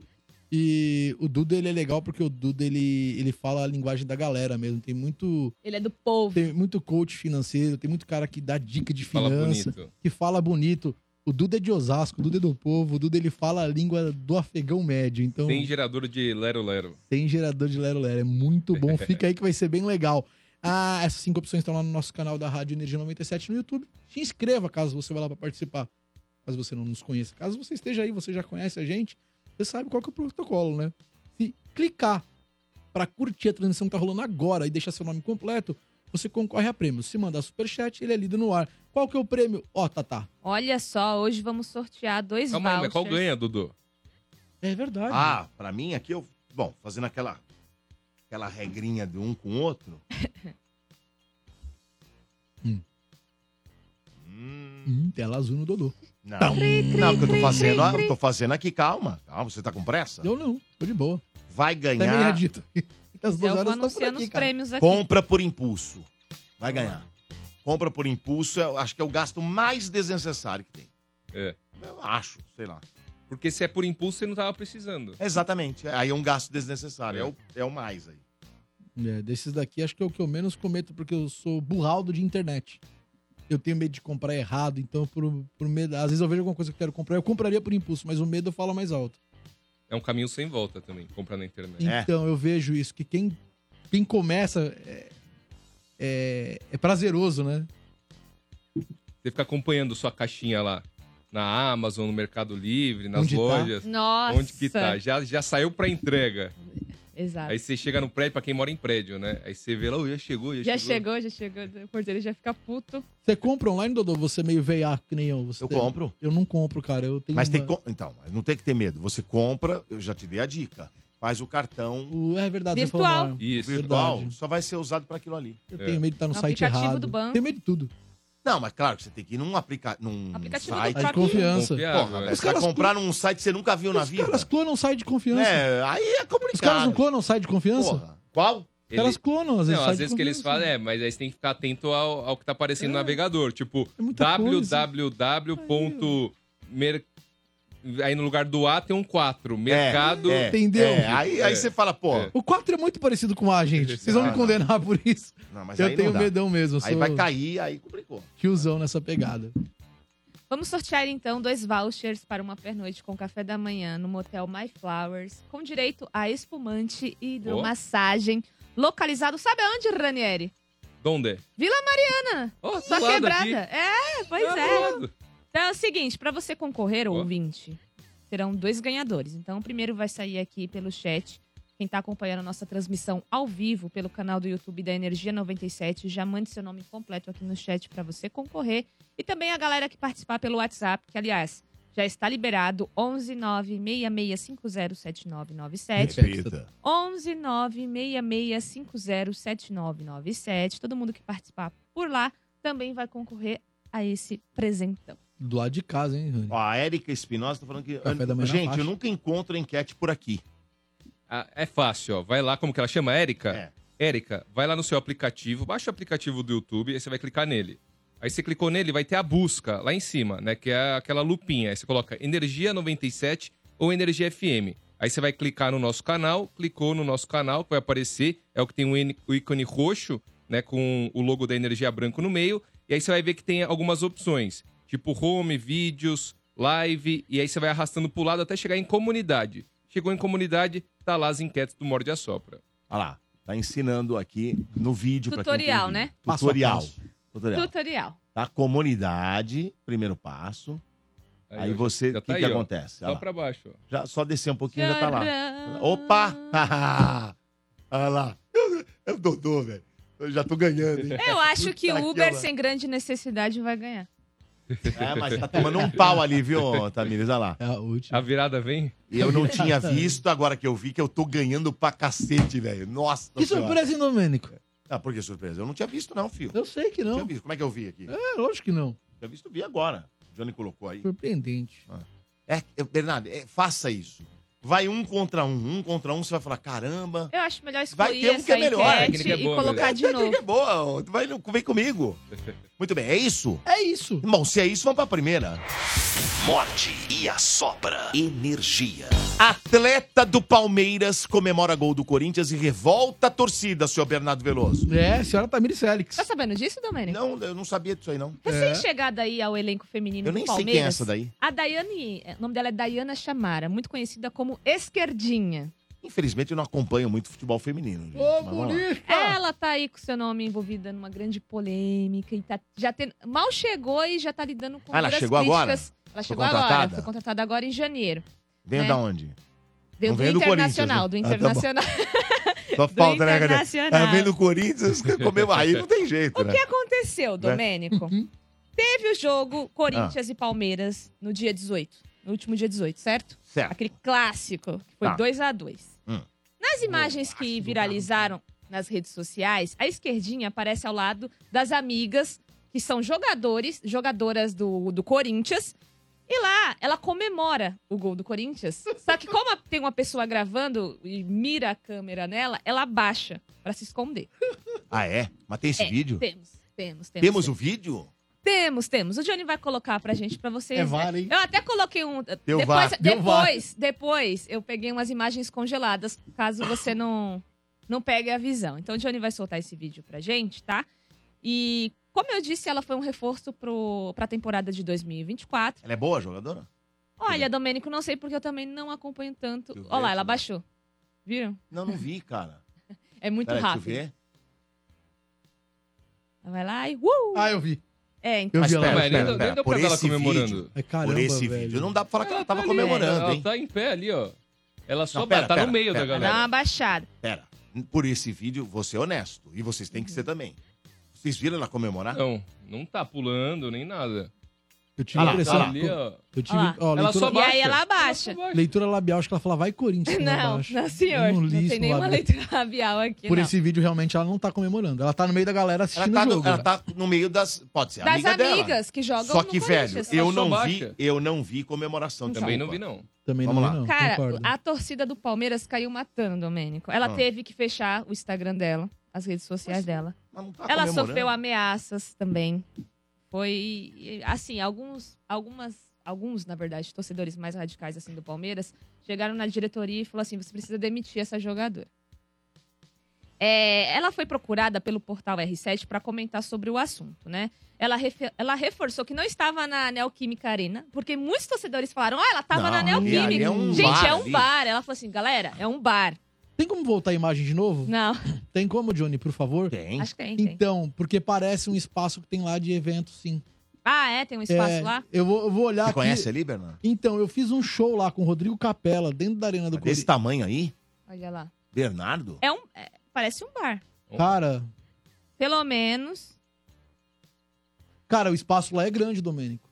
Speaker 6: E o Duda, ele é legal porque o Duda, ele, ele fala a linguagem da galera mesmo. Tem muito,
Speaker 4: Ele é do povo.
Speaker 6: tem muito coach financeiro, tem muito cara que dá dica de
Speaker 7: Fala
Speaker 6: finança,
Speaker 7: bonito.
Speaker 6: que fala bonito. O Duda é de Osasco, o Duda é do povo, o Duda, ele fala a língua do afegão médio. Então...
Speaker 7: Tem gerador de Lero Lero.
Speaker 6: Tem gerador de Lero Lero. É muito bom. Fica aí que vai ser bem legal. Ah, essas cinco opções estão lá no nosso canal da Rádio Energia 97 no YouTube. Se inscreva caso você vá lá para participar. Caso você não nos conheça. Caso você esteja aí, você já conhece a gente, você sabe qual que é o protocolo, né? Se clicar para curtir a transmissão que tá rolando agora e deixar seu nome completo, você concorre a prêmio. Se mandar superchat, ele é lido no ar. Qual que é o prêmio? Ó, Tatá.
Speaker 4: Olha só, hoje vamos sortear dois
Speaker 7: Calma aí, mas
Speaker 4: vouchers.
Speaker 7: qual ganha, Dudu?
Speaker 6: É verdade.
Speaker 2: Ah, pra mim aqui eu Bom, fazendo aquela, aquela regrinha de um com o outro.
Speaker 6: Hum, tela azul no Dodô.
Speaker 2: Não,
Speaker 6: Cri, cri,
Speaker 2: não, o que eu tô
Speaker 6: cri,
Speaker 2: fazendo,
Speaker 6: cri,
Speaker 2: ó,
Speaker 6: cri.
Speaker 2: tô fazendo aqui, calma. Calma, você tá com pressa?
Speaker 6: Eu não, tô de boa.
Speaker 2: Vai
Speaker 6: Também é
Speaker 2: ganhar,
Speaker 6: dito.
Speaker 4: Então,
Speaker 6: As duas
Speaker 4: Eu vou
Speaker 6: horas estão tá por
Speaker 4: anunciando
Speaker 6: aqui,
Speaker 4: os
Speaker 6: cara.
Speaker 4: prêmios aqui.
Speaker 2: compra por impulso. Vai ganhar. Compra por impulso, eu acho que é o gasto mais desnecessário que tem.
Speaker 7: É.
Speaker 2: Eu acho, sei lá.
Speaker 7: Porque se é por impulso, você não tava precisando.
Speaker 2: Exatamente, aí é um gasto desnecessário, é, o, é o mais aí.
Speaker 6: É, desses daqui, acho que é o que eu menos cometo, porque eu sou burraldo de internet. Eu tenho medo de comprar errado, então por, por medo. Às vezes eu vejo alguma coisa que eu quero comprar, eu compraria por impulso, mas o medo fala mais alto.
Speaker 7: É um caminho sem volta também, comprar na internet.
Speaker 2: É.
Speaker 6: Então eu vejo isso, que quem, quem começa é, é, é prazeroso, né?
Speaker 7: Você fica acompanhando sua caixinha lá na Amazon, no Mercado Livre, nas
Speaker 6: Onde tá?
Speaker 7: lojas.
Speaker 4: Nossa.
Speaker 7: Onde que tá? Já, já saiu pra entrega.
Speaker 4: Exato.
Speaker 7: Aí você chega no prédio, pra quem mora em prédio, né? Aí você vê lá, "Ô, já chegou, já,
Speaker 4: já chegou, já chegou. O porteiro já fica puto.
Speaker 6: Você compra online, Dodô? Você é meio veiaco que nem eu. Você
Speaker 2: Eu
Speaker 6: tem-
Speaker 2: compro.
Speaker 6: Eu não compro, cara. Eu tenho
Speaker 2: Mas tem
Speaker 6: uma-
Speaker 2: co- Então, mas não tem que ter medo. Você compra, eu já te dei a dica. Faz o cartão
Speaker 6: O- É verdade,
Speaker 4: Virtual.
Speaker 6: você falou. Mário.
Speaker 7: Isso.
Speaker 2: virtual,
Speaker 6: verdade.
Speaker 2: só vai ser usado para aquilo ali.
Speaker 6: Eu
Speaker 7: É.
Speaker 6: tenho medo de estar no
Speaker 4: No
Speaker 6: site
Speaker 4: aplicativo
Speaker 6: errado.
Speaker 4: do banco.
Speaker 6: Tenho medo de tudo.
Speaker 2: Não, mas claro que você tem que ir num, aplica... num
Speaker 4: Aplicativo do
Speaker 2: site.
Speaker 6: Aí de
Speaker 4: Choquinho.
Speaker 6: confiança.
Speaker 7: Confiável,
Speaker 2: Porra,
Speaker 7: é.
Speaker 2: velho,
Speaker 6: Os
Speaker 2: você vai
Speaker 6: caras-
Speaker 2: comprar num site que você nunca viu na
Speaker 6: Os
Speaker 2: vida.
Speaker 6: caras clonam o site de confiança.
Speaker 2: É, aí é complicado.
Speaker 6: Os caras não clonam o site de confiança?
Speaker 2: Porra. Qual?
Speaker 6: Os caras
Speaker 7: Ele-
Speaker 6: clonam, às vezes.
Speaker 7: Não,
Speaker 6: site
Speaker 7: às
Speaker 6: de
Speaker 7: vezes que eles
Speaker 6: confiança.
Speaker 7: falam, é, mas aí você tem que ficar atento ao, ao que tá aparecendo no
Speaker 6: É.
Speaker 7: navegador. Tipo,
Speaker 6: É muita coisa.
Speaker 7: www. Mer... Aí no lugar do A tem um 4. Mercado.
Speaker 2: É,
Speaker 6: Entendeu?
Speaker 2: é, aí, aí
Speaker 7: É.
Speaker 2: você fala, pô.
Speaker 7: É.
Speaker 6: O 4 é muito parecido com A, gente. Vocês vão
Speaker 2: Ah,
Speaker 6: me
Speaker 2: não.
Speaker 6: condenar por isso.
Speaker 2: Não, mas aí
Speaker 6: eu
Speaker 2: não
Speaker 6: tenho
Speaker 2: dá.
Speaker 6: medão mesmo. Eu
Speaker 2: Aí
Speaker 6: sou
Speaker 2: vai cair, aí complicou.
Speaker 6: tiozão nessa pegada.
Speaker 4: Vamos sortear então dois vouchers para uma pernoite com café da manhã no motel My Flowers, com direito a espumante e hidromassagem. Localizado, sabe aonde, Ranieri?
Speaker 7: Donde?
Speaker 4: Vila
Speaker 7: Mariana! Oh,
Speaker 4: Sua quebrada. É, pois é.
Speaker 7: é.
Speaker 4: Então é o seguinte, para você concorrer,
Speaker 7: Ó.
Speaker 4: ouvinte, terão dois ganhadores. Então o primeiro vai sair aqui pelo chat. Quem tá acompanhando a nossa transmissão ao vivo pelo canal do YouTube da Energia 97, já mande seu nome completo aqui no chat para você concorrer. E também a galera que participar pelo WhatsApp, que aliás, já está liberado 11966507997.
Speaker 2: Respeita.
Speaker 4: 11966507997. Todo mundo que participar por lá também vai concorrer a esse presentão.
Speaker 6: Do lado de casa, hein, Rani?
Speaker 2: Ó, a Érica Espinosa tá falando que.
Speaker 6: Café da manhã é na
Speaker 2: Gente,
Speaker 6: faixa.
Speaker 2: eu nunca encontro enquete por aqui.
Speaker 7: Ah, é fácil, ó. Vai lá, como que ela chama? Érica?
Speaker 2: É.
Speaker 7: Érica, vai lá no seu aplicativo, baixa o aplicativo do YouTube, aí você vai clicar nele. Aí você clicou nele, vai ter a busca lá em cima, né? Que é aquela lupinha. Aí você coloca Energia 97 ou Energia FM. Aí você vai clicar no nosso canal, clicou no nosso canal, que vai aparecer, é o que tem o N- o ícone roxo, né? Com o logo da Energia Branco no meio. E aí você vai ver que tem algumas opções, tipo home, vídeos, live, e aí você vai arrastando pro lado até chegar em comunidade. Chegou em comunidade, tá lá as enquetes do Morde a Sopra.
Speaker 2: Olha lá, tá ensinando aqui no vídeo. pra quem
Speaker 4: Tutorial,
Speaker 2: tem vídeo.
Speaker 4: né?
Speaker 6: Passo a
Speaker 2: Tutorial.
Speaker 6: passo.
Speaker 2: Tutorial.
Speaker 4: Tutorial.
Speaker 2: Tá? Comunidade, primeiro passo. Aí,
Speaker 7: ó,
Speaker 2: você, o
Speaker 7: já
Speaker 2: que,
Speaker 7: tá
Speaker 2: que
Speaker 7: aí, ó.
Speaker 2: acontece? Olha
Speaker 7: Só
Speaker 2: lá.
Speaker 7: pra baixo, ó.
Speaker 2: Já, só descer um pouquinho já tá lá.
Speaker 4: Tcharam!
Speaker 2: Opa! Olha lá. É o Dodô, velho. Eu já tô ganhando, hein?
Speaker 4: Eu acho que
Speaker 2: Puta
Speaker 4: o
Speaker 2: que
Speaker 4: Uber,
Speaker 2: ela-
Speaker 4: sem grande necessidade, vai ganhar.
Speaker 2: É, mas tá tomando um pau ali, viu, Tamires? Olha lá.
Speaker 6: É a última.
Speaker 7: A virada vem?
Speaker 2: Eu não tinha visto, agora que eu vi que eu tô ganhando pra cacete, velho. Nossa
Speaker 6: Que
Speaker 2: Senhora.
Speaker 6: surpresa, hein, Domênico?
Speaker 2: Ah, por que surpresa? Eu não tinha visto, não, filho.
Speaker 6: Eu sei que
Speaker 2: Não
Speaker 6: não.
Speaker 2: tinha visto. Como é que eu vi aqui?
Speaker 6: É, lógico que não.
Speaker 2: Tinha visto, vi agora. O Johnny colocou aí.
Speaker 6: Surpreendente.
Speaker 2: É, eu- Bernardo, é, faça isso. Vai um contra um, um contra um, você vai falar, caramba.
Speaker 4: Eu acho melhor
Speaker 2: Vai
Speaker 4: excluir
Speaker 2: ter um que
Speaker 4: essa
Speaker 2: é melhor.
Speaker 4: enquete
Speaker 7: Técnica é
Speaker 4: e
Speaker 7: boa,
Speaker 4: colocar
Speaker 7: melhor.
Speaker 4: de novo.
Speaker 2: É boa, ó. Tu vai, vem comigo. Muito bem, é isso?
Speaker 6: É isso.
Speaker 2: Bom, se é isso, vamos pra primeira.
Speaker 3: Morde e assopra. Energia.
Speaker 2: Atleta do Palmeiras comemora gol do Corinthians e revolta a torcida, senhor Bernardo Veloso.
Speaker 6: É, senhora Tamiri Félix.
Speaker 4: Tá sabendo disso, Domênico?
Speaker 2: Não, eu não sabia disso aí, não.
Speaker 4: Recém-chegada aí ao elenco feminino
Speaker 2: É. Eu
Speaker 4: do
Speaker 2: nem sei
Speaker 4: Palmeiras.
Speaker 2: quem é essa daí.
Speaker 4: A Daiane, o nome dela é Daiana Chamara, muito conhecida como Esquerdinha.
Speaker 2: Infelizmente, eu não acompanho muito futebol feminino. gente.
Speaker 6: Ô,
Speaker 2: Mas vamos lá.
Speaker 6: bonita!
Speaker 2: Ah.
Speaker 4: Ela tá aí com seu nome envolvida numa grande polêmica e tá já tendo, mal chegou e já tá lidando com
Speaker 2: Ah, ela
Speaker 4: duras
Speaker 2: chegou agora?
Speaker 4: críticas. Ela chegou agora,
Speaker 2: contratada?
Speaker 4: foi contratada agora em janeiro.
Speaker 2: Veio
Speaker 4: né?
Speaker 2: da onde?
Speaker 4: Veio
Speaker 2: Não
Speaker 4: do
Speaker 2: veio do Corinthians,
Speaker 4: Internacional,
Speaker 2: né?
Speaker 4: do
Speaker 2: Ah, tá bom.
Speaker 4: Internacional.
Speaker 2: Só falta, né, galera?
Speaker 4: Internacional.
Speaker 2: Ah, vem do Corinthians, comeu aí, não tem jeito,
Speaker 4: O
Speaker 2: né? Ah.
Speaker 4: que aconteceu, Domênico? Teve o jogo Corinthians e Palmeiras no dia 18. No último dia 18, certo?
Speaker 2: Certo.
Speaker 4: Aquele clássico, que foi
Speaker 2: Tá.
Speaker 4: 2 a 2
Speaker 2: Hum.
Speaker 4: Nas imagens que viralizaram nas redes sociais, a esquerdinha aparece ao lado das amigas que são jogadores, jogadoras do, do Corinthians. E lá, ela comemora o gol do Corinthians. Só que como a- tem uma pessoa gravando e mira a câmera nela, ela abaixa pra se esconder.
Speaker 2: Ah, é? Mas tem esse
Speaker 4: É,
Speaker 2: vídeo?
Speaker 4: Temos, temos, temos.
Speaker 2: Temos um. o vídeo?
Speaker 4: Temos, temos. O Johnny vai colocar pra gente, pra vocês.
Speaker 6: É VAR, hein?
Speaker 4: Eu até coloquei um. depois,
Speaker 2: VAR,
Speaker 6: deu VAR.
Speaker 4: depois, depois, eu peguei umas imagens congeladas, caso você não não pegue a visão. Então o Johnny vai soltar esse vídeo pra gente, tá? E como eu disse, ela foi um reforço pro, pra temporada de 2024.
Speaker 2: Ela é boa, jogadora?
Speaker 4: Olha, Domênico, não sei porque eu também não acompanho tanto.
Speaker 2: Deixa eu ver
Speaker 4: Olha lá,
Speaker 2: aqui.
Speaker 4: ela baixou. Viram?
Speaker 2: Não, não vi, cara.
Speaker 4: É muito
Speaker 2: Peraí, deixa eu
Speaker 4: rápido.
Speaker 2: ver.
Speaker 4: Ela Vai lá e. Uh!
Speaker 6: Ah, eu vi.
Speaker 4: É, então.
Speaker 6: Eu
Speaker 2: Mas
Speaker 6: vi
Speaker 2: pera,
Speaker 6: ela.
Speaker 7: Mas nem
Speaker 2: pera,
Speaker 7: deu-
Speaker 2: pera,
Speaker 7: nem deu
Speaker 2: por
Speaker 7: pra ver ela
Speaker 2: esse
Speaker 7: comemorando.
Speaker 2: vídeo,
Speaker 6: É caramba,
Speaker 2: por esse
Speaker 6: velho.
Speaker 2: vídeo não dá pra falar que ela tava
Speaker 7: tá ali,
Speaker 2: comemorando,
Speaker 7: ela
Speaker 2: hein?
Speaker 7: tá em pé ali, ó. Ela só
Speaker 2: Não, pera,
Speaker 7: tá
Speaker 2: pera,
Speaker 7: no meio
Speaker 2: pera.
Speaker 7: da
Speaker 4: Dá
Speaker 7: galera.
Speaker 4: uma baixada.
Speaker 2: Pera, por esse vídeo, você é honesto. E vocês têm que ser também. Vocês viram ela comemorar?
Speaker 7: Não, não tá pulando nem nada.
Speaker 6: Eu tive
Speaker 2: Ah lá,
Speaker 6: a impressão.
Speaker 2: ah
Speaker 7: Tá
Speaker 2: lá.
Speaker 7: ali, ó.
Speaker 6: Eu tive.
Speaker 4: Ah lá.
Speaker 6: ó,
Speaker 7: Ela
Speaker 6: leitura,
Speaker 7: só
Speaker 4: ba-
Speaker 7: baixa.
Speaker 4: E aí ela abaixa.
Speaker 7: Ela só baixa.
Speaker 6: leitura labial, acho que ela fala, vai Corinthians. né, lá
Speaker 4: Não,
Speaker 6: embaixo.
Speaker 4: não, senhor.
Speaker 6: Eu
Speaker 4: Não,
Speaker 6: li isso
Speaker 4: tem
Speaker 6: no
Speaker 4: nenhuma
Speaker 6: labial.
Speaker 4: leitura labial aqui,
Speaker 6: Por
Speaker 4: não.
Speaker 6: esse vídeo, realmente, ela não tá comemorando. Ela tá no meio da galera
Speaker 2: Ela
Speaker 6: assistindo
Speaker 2: tá,
Speaker 6: o
Speaker 2: no,
Speaker 6: jogo.
Speaker 2: ela tá no meio das. Pode ser,
Speaker 4: Das
Speaker 2: amiga
Speaker 4: amigas
Speaker 2: dela.
Speaker 4: que jogam
Speaker 2: Só
Speaker 4: no
Speaker 2: que, velho,
Speaker 4: Corinthians.
Speaker 2: eu
Speaker 7: Ela só
Speaker 2: não vi,
Speaker 7: baixa.
Speaker 2: eu não vi comemoração.
Speaker 7: Também
Speaker 2: desculpa.
Speaker 7: não vi, não.
Speaker 6: Também não,
Speaker 2: Vamos
Speaker 6: vi,
Speaker 2: lá.
Speaker 6: não.
Speaker 4: Cara,
Speaker 6: concordo.
Speaker 4: a torcida do Palmeiras caiu matando, Domênico. Ela
Speaker 2: Ah.
Speaker 4: teve que fechar o Instagram dela, as redes sociais dela.
Speaker 2: Mas não tá
Speaker 4: ela
Speaker 2: comemorando.
Speaker 4: sofreu ameaças também. Foi, assim, alguns, algumas, alguns, na verdade, torcedores mais radicais assim do Palmeiras chegaram na diretoria e falaram assim: você precisa demitir essa jogadora. É, ela foi procurada pelo portal R7 para comentar sobre o assunto, né? Ela, refe- ela reforçou que não estava na Neoquímica Arena, porque muitos torcedores falaram: ah, ela estava
Speaker 2: Não,
Speaker 4: na
Speaker 2: ali- ali
Speaker 4: Neoquímica.
Speaker 2: é um
Speaker 4: Gente,
Speaker 2: bar
Speaker 4: é um
Speaker 2: ali.
Speaker 4: bar. Ela falou assim: galera, é um bar.
Speaker 6: Tem como voltar a imagem de novo?
Speaker 4: Não,
Speaker 6: Tem como, Johnny, por favor?
Speaker 2: Tem.
Speaker 4: acho que é, tem, tem.
Speaker 6: Então, porque parece um espaço que tem lá de evento, sim.
Speaker 4: Ah, é? Tem um espaço
Speaker 6: É,
Speaker 4: lá?
Speaker 6: Eu vou, eu vou olhar
Speaker 2: Você
Speaker 6: aqui.
Speaker 2: conhece ali, Bernardo?
Speaker 6: Então, eu fiz um show lá com o Rodrigo Capella, dentro da Arena do
Speaker 2: É Desse
Speaker 6: Corinthians.
Speaker 2: tamanho aí?
Speaker 4: Olha lá.
Speaker 2: Bernardo?
Speaker 4: É um. é- parece um bar.
Speaker 6: Cara,
Speaker 4: Pelo menos.
Speaker 6: cara, o espaço lá é grande, Domênico.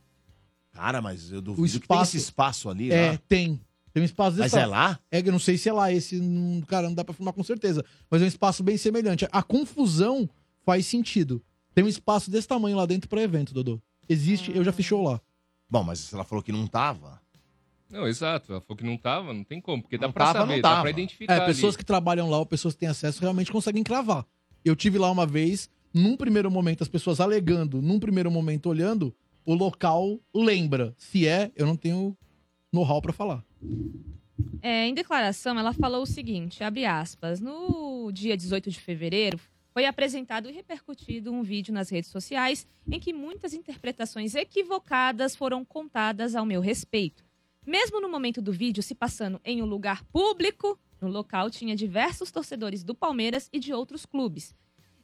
Speaker 2: Cara, mas eu duvido que tem
Speaker 6: espaço-
Speaker 2: esse espaço ali.
Speaker 6: É,
Speaker 2: lá.
Speaker 6: tem. Tem um espaço desse
Speaker 2: Mas é lá?
Speaker 6: É, eu não sei se é lá esse, não- cara, não dá pra afirmar com certeza. Mas é um espaço bem semelhante. A confusão faz sentido. Tem um espaço desse tamanho lá dentro pra evento, Dodô. Existe, eu já fiz show lá.
Speaker 2: Bom, mas ela falou que não tava.
Speaker 7: Não, exato. Ela falou que não tava, não tem como. Porque dá
Speaker 2: Não
Speaker 7: pra
Speaker 2: tava, não
Speaker 7: saber, dá
Speaker 2: tava.
Speaker 7: pra identificar
Speaker 6: é, pessoas
Speaker 7: ali.
Speaker 6: que trabalham lá ou pessoas que têm acesso realmente conseguem cravar. Eu tive lá uma vez, num primeiro momento, as pessoas alegando, num primeiro momento olhando, o local lembra. Se é, eu não tenho know-how pra falar.
Speaker 4: É, em declaração, ela falou o seguinte, abre aspas, no dia 18 de fevereiro, foi apresentado e repercutido um vídeo nas redes sociais em que muitas interpretações equivocadas foram contadas ao meu respeito. Mesmo no momento do vídeo se passando em um lugar público, no local tinha diversos torcedores do Palmeiras e de outros clubes.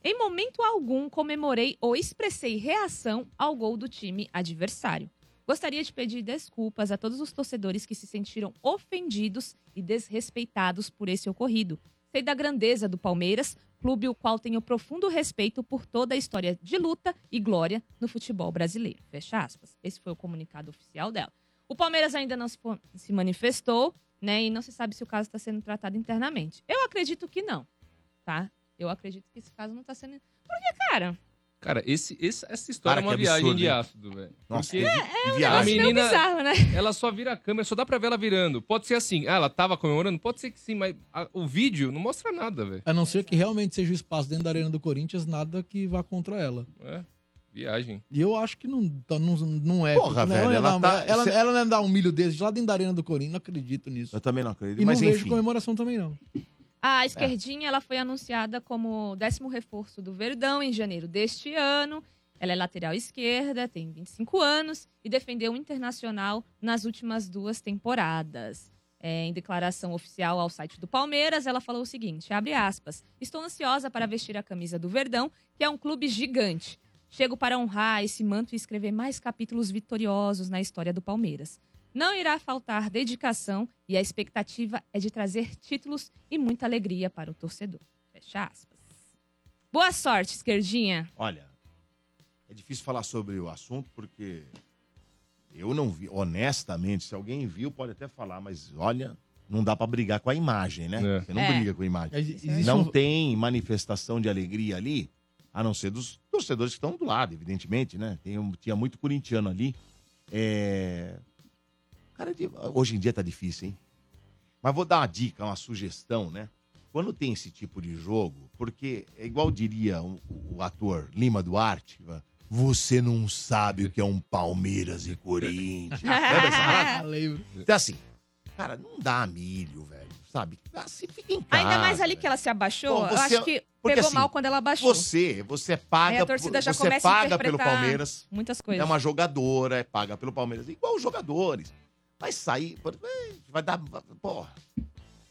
Speaker 4: Em momento algum comemorei ou expressei reação ao gol do time adversário. Gostaria de pedir desculpas a todos os torcedores que se sentiram ofendidos e desrespeitados por esse ocorrido. Sei da grandeza do Palmeiras, clube o qual tenho profundo respeito por toda a história de luta e glória no futebol brasileiro. Fecha aspas. Esse foi o comunicado oficial dela. O Palmeiras ainda não se po- se manifestou, né? E não se sabe se o caso está sendo tratado internamente. Eu acredito que não, tá? Eu acredito que esse caso não está sendo. Porque, cara,
Speaker 7: Cara, esse, esse- essa história
Speaker 2: Cara,
Speaker 7: é uma
Speaker 2: que
Speaker 7: viagem
Speaker 2: absurdo,
Speaker 7: de
Speaker 2: hein?
Speaker 7: ácido, velho.
Speaker 2: Nossa,
Speaker 7: Porque é,
Speaker 2: que
Speaker 4: acho
Speaker 2: viagem.
Speaker 7: menina-
Speaker 4: meio bizarro, né?
Speaker 7: ela só vira a câmera, só dá pra ver ela virando. Pode ser assim, ah, ela tava comemorando? Pode ser que sim, mas a- o vídeo não mostra nada, velho.
Speaker 6: A não ser que realmente seja o espaço dentro da Arena do Corinthians, nada que vá contra ela.
Speaker 7: É, viagem.
Speaker 6: E eu acho que não, tá- não, não é.
Speaker 2: Porra,
Speaker 6: porque não,
Speaker 2: velho,
Speaker 6: ia
Speaker 2: ela
Speaker 6: dar-
Speaker 2: tá-
Speaker 6: ela,
Speaker 2: cê-
Speaker 6: ela não ia dar um milho desse lá dentro da Arena do Corinthians, não acredito nisso.
Speaker 2: Eu também não acredito.
Speaker 6: E
Speaker 2: mas
Speaker 6: não
Speaker 2: enfim.
Speaker 6: vejo comemoração também, não.
Speaker 4: A esquerdinha ela foi anunciada como décimo reforço do Verdão em janeiro deste ano. Ela é lateral esquerda, tem 25 anos e defendeu o Internacional nas últimas duas temporadas. É, em declaração oficial ao site do Palmeiras, ela falou o seguinte: abre aspas. Estou ansiosa para vestir a camisa do Verdão, que é um clube gigante. Chego para honrar esse manto e escrever mais capítulos vitoriosos na história do Palmeiras. Não irá faltar dedicação e a expectativa é de trazer títulos e muita alegria para o torcedor. Fecha aspas. Boa sorte, esquerdinha.
Speaker 2: Olha, é difícil falar sobre o assunto porque eu não vi, honestamente, se alguém viu pode até falar, mas olha, não dá pra brigar com a imagem, né?
Speaker 7: É.
Speaker 2: Você não
Speaker 4: É.
Speaker 2: briga com a imagem.
Speaker 6: Mas existe
Speaker 2: não
Speaker 6: um-
Speaker 2: tem manifestação de alegria ali, a não ser dos torcedores que estão do lado, evidentemente, né? Tem um- tinha muito corintiano ali. É... Cara, de- hoje em dia tá difícil, hein? Mas vou dar uma dica, uma sugestão, né? Quando tem esse tipo de jogo, porque é igual diria o, o ator Lima Duarte, você não sabe o que é um Palmeiras e Corinthians. Lembra essa frase?
Speaker 6: Ah, lembro.
Speaker 2: Então, assim, cara, não dá milho, velho, sabe? Assim, fica em casa.
Speaker 4: Ainda mais ali que ela se abaixou.
Speaker 2: Bom,
Speaker 4: eu
Speaker 2: você-
Speaker 4: acho que
Speaker 2: porque
Speaker 4: pegou
Speaker 2: assim,
Speaker 4: mal quando ela abaixou.
Speaker 2: Você, você é
Speaker 4: Aí
Speaker 2: paga,
Speaker 4: a torcida já
Speaker 2: você é
Speaker 4: começa a
Speaker 2: paga pelo
Speaker 4: interpretar
Speaker 2: Palmeiras,
Speaker 4: Muitas coisas.
Speaker 2: é uma jogadora, é paga pelo Palmeiras, igual os jogadores. Vai sair, por- eh, vai dar, porra.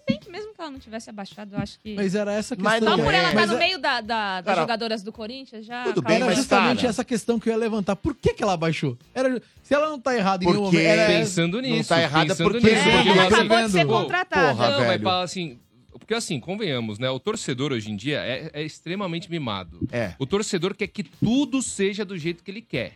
Speaker 4: Tem que mesmo que ela não tivesse abaixado, eu acho que.
Speaker 6: Mas era essa
Speaker 2: Mas
Speaker 6: questão.
Speaker 4: Só
Speaker 2: não
Speaker 4: por
Speaker 2: é.
Speaker 4: ela estar
Speaker 2: Mas
Speaker 4: tá no
Speaker 2: é-
Speaker 4: meio da, da- das
Speaker 2: Cara,
Speaker 4: jogadoras do Corinthians já.
Speaker 2: tudo bem,
Speaker 4: acabou.
Speaker 6: Era
Speaker 2: mas tá
Speaker 6: justamente
Speaker 2: cara-
Speaker 6: essa questão que eu ia levantar. Por que, que ela abaixou? Era... Se ela não tá errada em nenhum
Speaker 2: Porque
Speaker 6: momento. Era...
Speaker 7: Pensando nisso.
Speaker 2: tá errada
Speaker 7: pensando
Speaker 2: porque-
Speaker 7: nisso,
Speaker 4: É,
Speaker 7: porque
Speaker 4: ela
Speaker 7: eu acho-
Speaker 4: acabou de ser
Speaker 7: Pô,
Speaker 4: contratada.
Speaker 2: porra,
Speaker 4: Eu-
Speaker 7: Não,
Speaker 2: velho.
Speaker 7: mas fala assim. Porque assim, convenhamos, né? O torcedor hoje em dia é, é extremamente mimado.
Speaker 2: É.
Speaker 7: O torcedor quer que tudo seja do jeito que ele quer.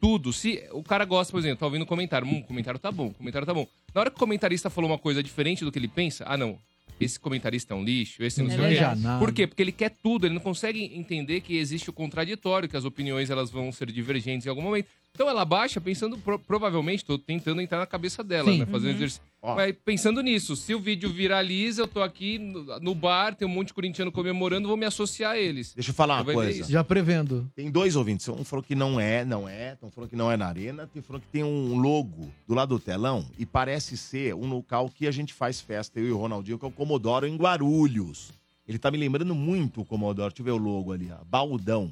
Speaker 7: Tudo. Se o cara gosta, por exemplo, tá ouvindo um comentário. Hum, o comentário tá bom, o comentário tá bom. Na hora que o comentarista falou uma coisa diferente do que ele pensa, ah, não. Esse comentarista é um lixo, esse não
Speaker 4: É
Speaker 7: sei o quê.
Speaker 4: verdade.
Speaker 7: Por quê? Porque ele quer tudo, ele não consegue entender que existe o contraditório, que as opiniões elas vão ser divergentes em algum momento. Então ela baixa pensando, pro- provavelamente, tô tentando entrar na cabeça dela,
Speaker 6: Sim.
Speaker 7: né? Fazendo
Speaker 2: Uhum.
Speaker 7: exercício.
Speaker 2: Ó.
Speaker 7: Mas pensando nisso, se o vídeo viraliza, eu tô aqui no, no bar, tem um monte de corintiano comemorando, vou me associar a eles.
Speaker 2: Deixa eu falar
Speaker 7: Eu
Speaker 2: uma
Speaker 7: vou ver
Speaker 2: coisa.
Speaker 7: isso.
Speaker 6: Já prevendo.
Speaker 2: Tem dois ouvintes, um falou que não é, não é, um falou que não é na arena, tem falou que tem um logo do lado do telão e parece ser um local que a gente faz festa, eu e o Ronaldinho, que é o Comodoro em Guarulhos. Ele tá me lembrando muito o Comodoro, deixa eu ver o logo ali, ó, Baldão.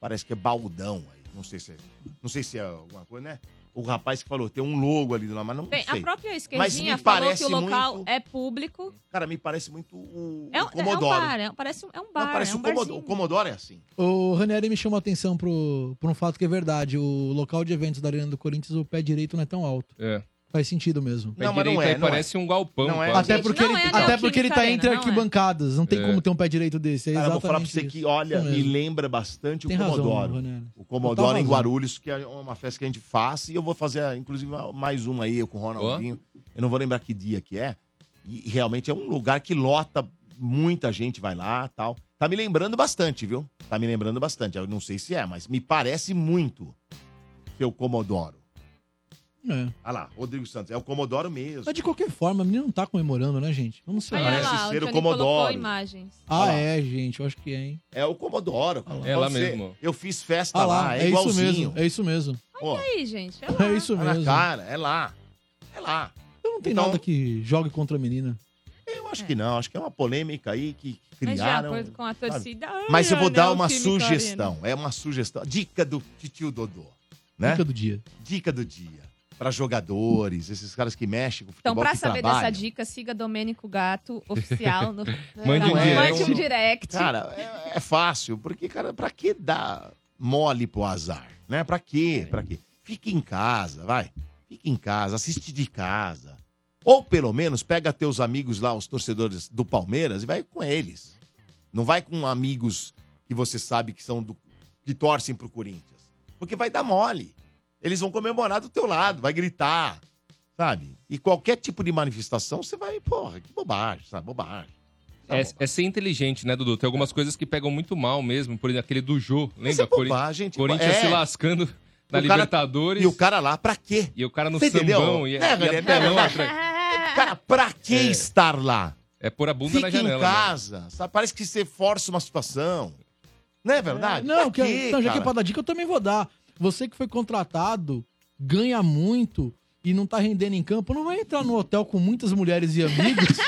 Speaker 2: Parece que é Baldão aí, não sei se é, não sei se é alguma coisa, né? O rapaz que falou, tem um logo ali do lado, mas não
Speaker 4: Bem, a
Speaker 2: sei.
Speaker 4: própria esquerdinha
Speaker 2: me
Speaker 4: falou que
Speaker 2: parece
Speaker 4: o local
Speaker 2: muito-
Speaker 4: é público.
Speaker 2: Cara, me parece muito o,
Speaker 4: É,
Speaker 2: o
Speaker 4: um- é um
Speaker 2: Comodoro.
Speaker 4: bar, é, um- parece um, é um
Speaker 2: Não,
Speaker 4: bar.
Speaker 2: parece
Speaker 4: é um
Speaker 2: o, Comodoro.
Speaker 4: barzinho.
Speaker 2: o Comodoro é assim.
Speaker 6: O Ranieri me chamou a atenção pro, por um fato que é verdade. O local de eventos da Arena do Corinthians, o pé direito não é tão alto.
Speaker 7: É.
Speaker 6: Faz sentido mesmo.
Speaker 7: Pé
Speaker 2: Não, mas não
Speaker 7: direito
Speaker 2: é,
Speaker 7: aí
Speaker 2: não
Speaker 7: parece um galpão.
Speaker 2: Não é.
Speaker 7: quase.
Speaker 6: Até
Speaker 4: Gente,
Speaker 6: porque,
Speaker 4: não
Speaker 6: ele,
Speaker 4: é a
Speaker 6: até porque ele tá
Speaker 4: Neoquímica
Speaker 6: entre
Speaker 4: Arena, não é.
Speaker 6: arquibancadas. Não tem
Speaker 7: É.
Speaker 6: como ter um pé direito desse. É
Speaker 2: Cara, eu vou falar pra
Speaker 6: exatamente
Speaker 2: você
Speaker 6: isso.
Speaker 2: que, olha,
Speaker 6: Isso
Speaker 2: me
Speaker 6: mesmo.
Speaker 2: lembra bastante
Speaker 6: Tem
Speaker 2: o
Speaker 6: razão,
Speaker 2: Comodoro.
Speaker 6: Ranieri.
Speaker 2: O Comodoro
Speaker 6: Total
Speaker 2: em
Speaker 6: razão.
Speaker 2: Guarulhos, que é uma festa que a gente faz. E eu vou fazer, inclusive, mais uma aí eu com o Ronaldinho. Eu não vou lembrar que dia que é. E e realmente é um lugar que lota, muita gente vai lá tal. Tá me lembrando bastante, viu? Tá me lembrando bastante. Eu não sei se é, mas me parece muito ser o Comodoro.
Speaker 6: É.
Speaker 2: Olha lá, Rodrigo Santos. É o Comodoro mesmo.
Speaker 6: Mas de qualquer forma, a menina não tá comemorando, né, gente? Vamos ser
Speaker 4: Aí,
Speaker 2: Parece
Speaker 4: olha
Speaker 6: honestos.
Speaker 4: lá, o
Speaker 2: ser o
Speaker 4: Johnny colocou
Speaker 2: Comodoro.
Speaker 4: imagens.
Speaker 6: Ah,
Speaker 2: lá.
Speaker 6: é, gente. Eu acho que é, hein?
Speaker 2: É o Comodoro. cara.
Speaker 7: É lá
Speaker 2: Pode ser.
Speaker 7: mesmo.
Speaker 2: Eu fiz festa lá,
Speaker 6: Ah lá,
Speaker 2: é,
Speaker 6: é isso
Speaker 2: igualzinho.
Speaker 6: mesmo. É isso mesmo.
Speaker 2: Pô,
Speaker 4: Aí, gente. É,
Speaker 6: É
Speaker 4: lá.
Speaker 6: isso
Speaker 2: tá na
Speaker 6: mesmo.
Speaker 2: cara, é lá. É lá.
Speaker 6: Então não tem
Speaker 2: Então-
Speaker 6: nada que jogue contra a menina.
Speaker 2: Eu acho que não, acho que é uma polêmica aí que
Speaker 4: Mas de
Speaker 2: criaram.
Speaker 4: acordo com a torcida. ai,
Speaker 2: Mas eu vou
Speaker 4: olha, né,
Speaker 2: dar
Speaker 4: o
Speaker 2: uma
Speaker 4: time
Speaker 2: sugestão, é uma sugestão, dica do titio Dodô, né?
Speaker 6: Dica do dia.
Speaker 2: Dica do dia para jogadores, esses caras que mexem com futebol
Speaker 4: Então, pra
Speaker 2: que
Speaker 4: saber
Speaker 2: trabalham.
Speaker 4: dessa dica, siga Domênico Gato, oficial. No...
Speaker 7: Mande um
Speaker 4: Não,
Speaker 7: direct.
Speaker 4: Mande um direct.
Speaker 2: Cara, é, é fácil, porque cara, para que dar mole pro azar, né? Para quê? Para quê? Fique em casa, vai. Fique em casa, assiste de casa. Ou pelo menos pega teus amigos lá, os torcedores do Palmeiras e vai com eles. Não vai com amigos que você sabe que são do, que torcem pro Corinthians, porque vai dar mole. Eles vão comemorar do teu lado, vai gritar, sabe? E qualquer tipo de manifestação, você vai, porra, que bobagem, sabe? Bobagem. Tá
Speaker 7: É,
Speaker 2: Sabe?
Speaker 7: é ser inteligente, né, Dudu? Tem algumas coisas que pegam muito mal mesmo. Por exemplo, aquele do Jô.
Speaker 2: Mas
Speaker 7: Lembra?
Speaker 2: é
Speaker 7: Corin-
Speaker 2: bobagem, tipo,
Speaker 7: Corinthians
Speaker 2: é.
Speaker 7: se lascando na
Speaker 2: O cara-
Speaker 7: Libertadores.
Speaker 2: E o cara lá, pra quê?
Speaker 7: e o cara no
Speaker 2: Você entendeu?
Speaker 7: sambão. E,
Speaker 2: É,
Speaker 7: e né? a
Speaker 2: galera, é
Speaker 7: telão
Speaker 2: verdade.
Speaker 7: atrás.
Speaker 2: Cara, pra que
Speaker 7: É.
Speaker 2: estar lá?
Speaker 7: É pôr a bunda
Speaker 2: Fica
Speaker 7: na janela.
Speaker 2: em
Speaker 7: né?
Speaker 2: casa, sabe? Parece que você força uma situação. Não é verdade?
Speaker 6: Não, que,
Speaker 2: Pra quê,
Speaker 6: não já que é
Speaker 2: cara?
Speaker 6: pra dar dica, eu também vou dar. Você que foi contratado, ganha muito e não tá rendendo em campo, não vai entrar no hotel com muitas mulheres e amigos.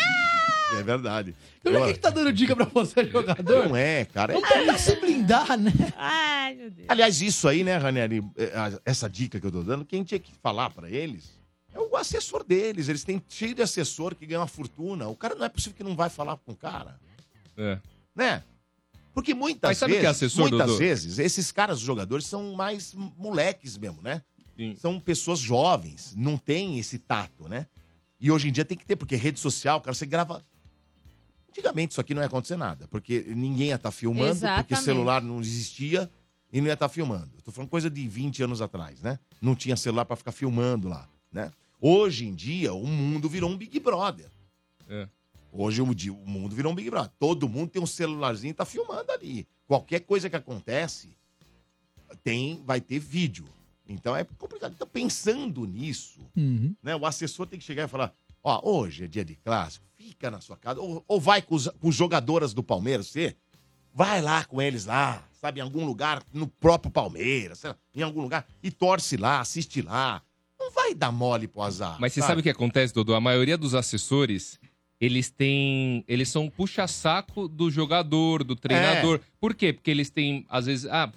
Speaker 2: É verdade.
Speaker 6: Então já
Speaker 2: Eu-
Speaker 6: que que tá dando dica pra você, jogador?
Speaker 2: Não é, cara. É-
Speaker 6: Vamos tentar se blindar, né?
Speaker 4: Ai, meu Deus.
Speaker 2: Aliás, isso aí, né, Ranieri? é, a- Essa dica que eu tô dando, quem tinha que falar pra eles é o assessor deles. Eles têm cheio de assessor que ganha uma fortuna. O cara não é possível que não vai falar com o cara.
Speaker 7: É.
Speaker 2: né? Porque muitas
Speaker 7: Mas sabe
Speaker 2: vezes,
Speaker 7: que é assessor,
Speaker 2: muitas
Speaker 7: Dodô?
Speaker 2: vezes, esses caras, os jogadores, são mais moleques mesmo, né?
Speaker 7: Sim.
Speaker 2: São pessoas jovens, não tem esse tato, né? E hoje em dia tem que ter, porque rede social, cara, você grava. Antigamente isso aqui não ia acontecer nada, porque ninguém ia estar filmando, porque
Speaker 4: Exatamente.
Speaker 2: celular não existia e não tá ia estar filmando. Eu tô falando coisa de 20 anos atrás, né? Não tinha celular pra ficar filmando lá, né? Hoje em dia, o mundo virou um Big Brother.
Speaker 7: É.
Speaker 2: Hoje o di- o mundo virou um Big Brother. Todo mundo tem um celularzinho e tá filmando ali. Qualquer coisa que acontece, tem, vai ter vídeo. Então é complicado. Então, pensando nisso,
Speaker 6: Uhum.
Speaker 2: né? O assessor tem que chegar e falar: ó, hoje é dia de clássico, fica na sua casa, ou, ou vai com, os- com os jogadoras do Palmeiras, você vai lá com eles lá, sabe, em algum lugar, no próprio Palmeiras, sei lá, em algum lugar, e torce lá, assiste lá. Não vai dar mole pro azar.
Speaker 7: Mas você sabe o que acontece, Dodô? A maioria dos assessores, eles têm. Eles são um puxa-saco do jogador, do
Speaker 2: É.
Speaker 7: treinador. Por quê? Porque eles têm, às vezes, ah,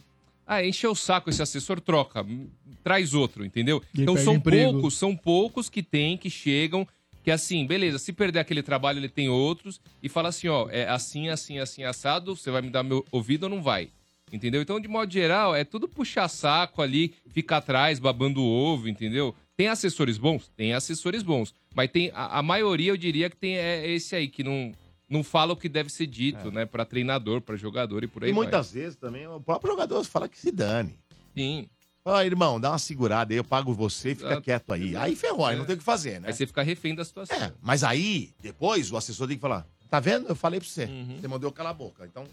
Speaker 7: ah, encheu o saco esse assessor, troca, m- traz outro, entendeu?
Speaker 6: E aí
Speaker 7: então
Speaker 6: perde
Speaker 7: são
Speaker 6: emprego.
Speaker 7: poucos, são poucos que tem, que chegam, que assim, beleza, se perder aquele trabalho, ele tem outros, e fala assim, ó, é assim, assim, assim, assado, você vai me dar meu ouvido ou não vai? Entendeu? Então, de modo geral, é tudo puxar saco ali, ficar atrás, babando o ovo, entendeu? Tem assessores bons? Tem assessores bons. Mas tem a, a maioria, eu diria que tem é, esse aí, que não, não fala o que deve ser dito, né? Pra treinador, pra jogador e por aí
Speaker 2: É. E
Speaker 7: vai.
Speaker 2: muitas vezes também o próprio jogador fala que se dane.
Speaker 7: Sim.
Speaker 2: Ó, irmão, dá uma segurada aí, eu pago você e fica
Speaker 7: Exato.
Speaker 2: quieto aí. Aí ferrou,
Speaker 7: é.
Speaker 2: aí não tem o que fazer, né?
Speaker 7: Aí você fica refém da situação.
Speaker 2: É, mas aí, depois, o assessor tem que falar: tá vendo? Eu falei pra você.
Speaker 7: Uhum.
Speaker 2: Você mandou eu calar a boca. Então,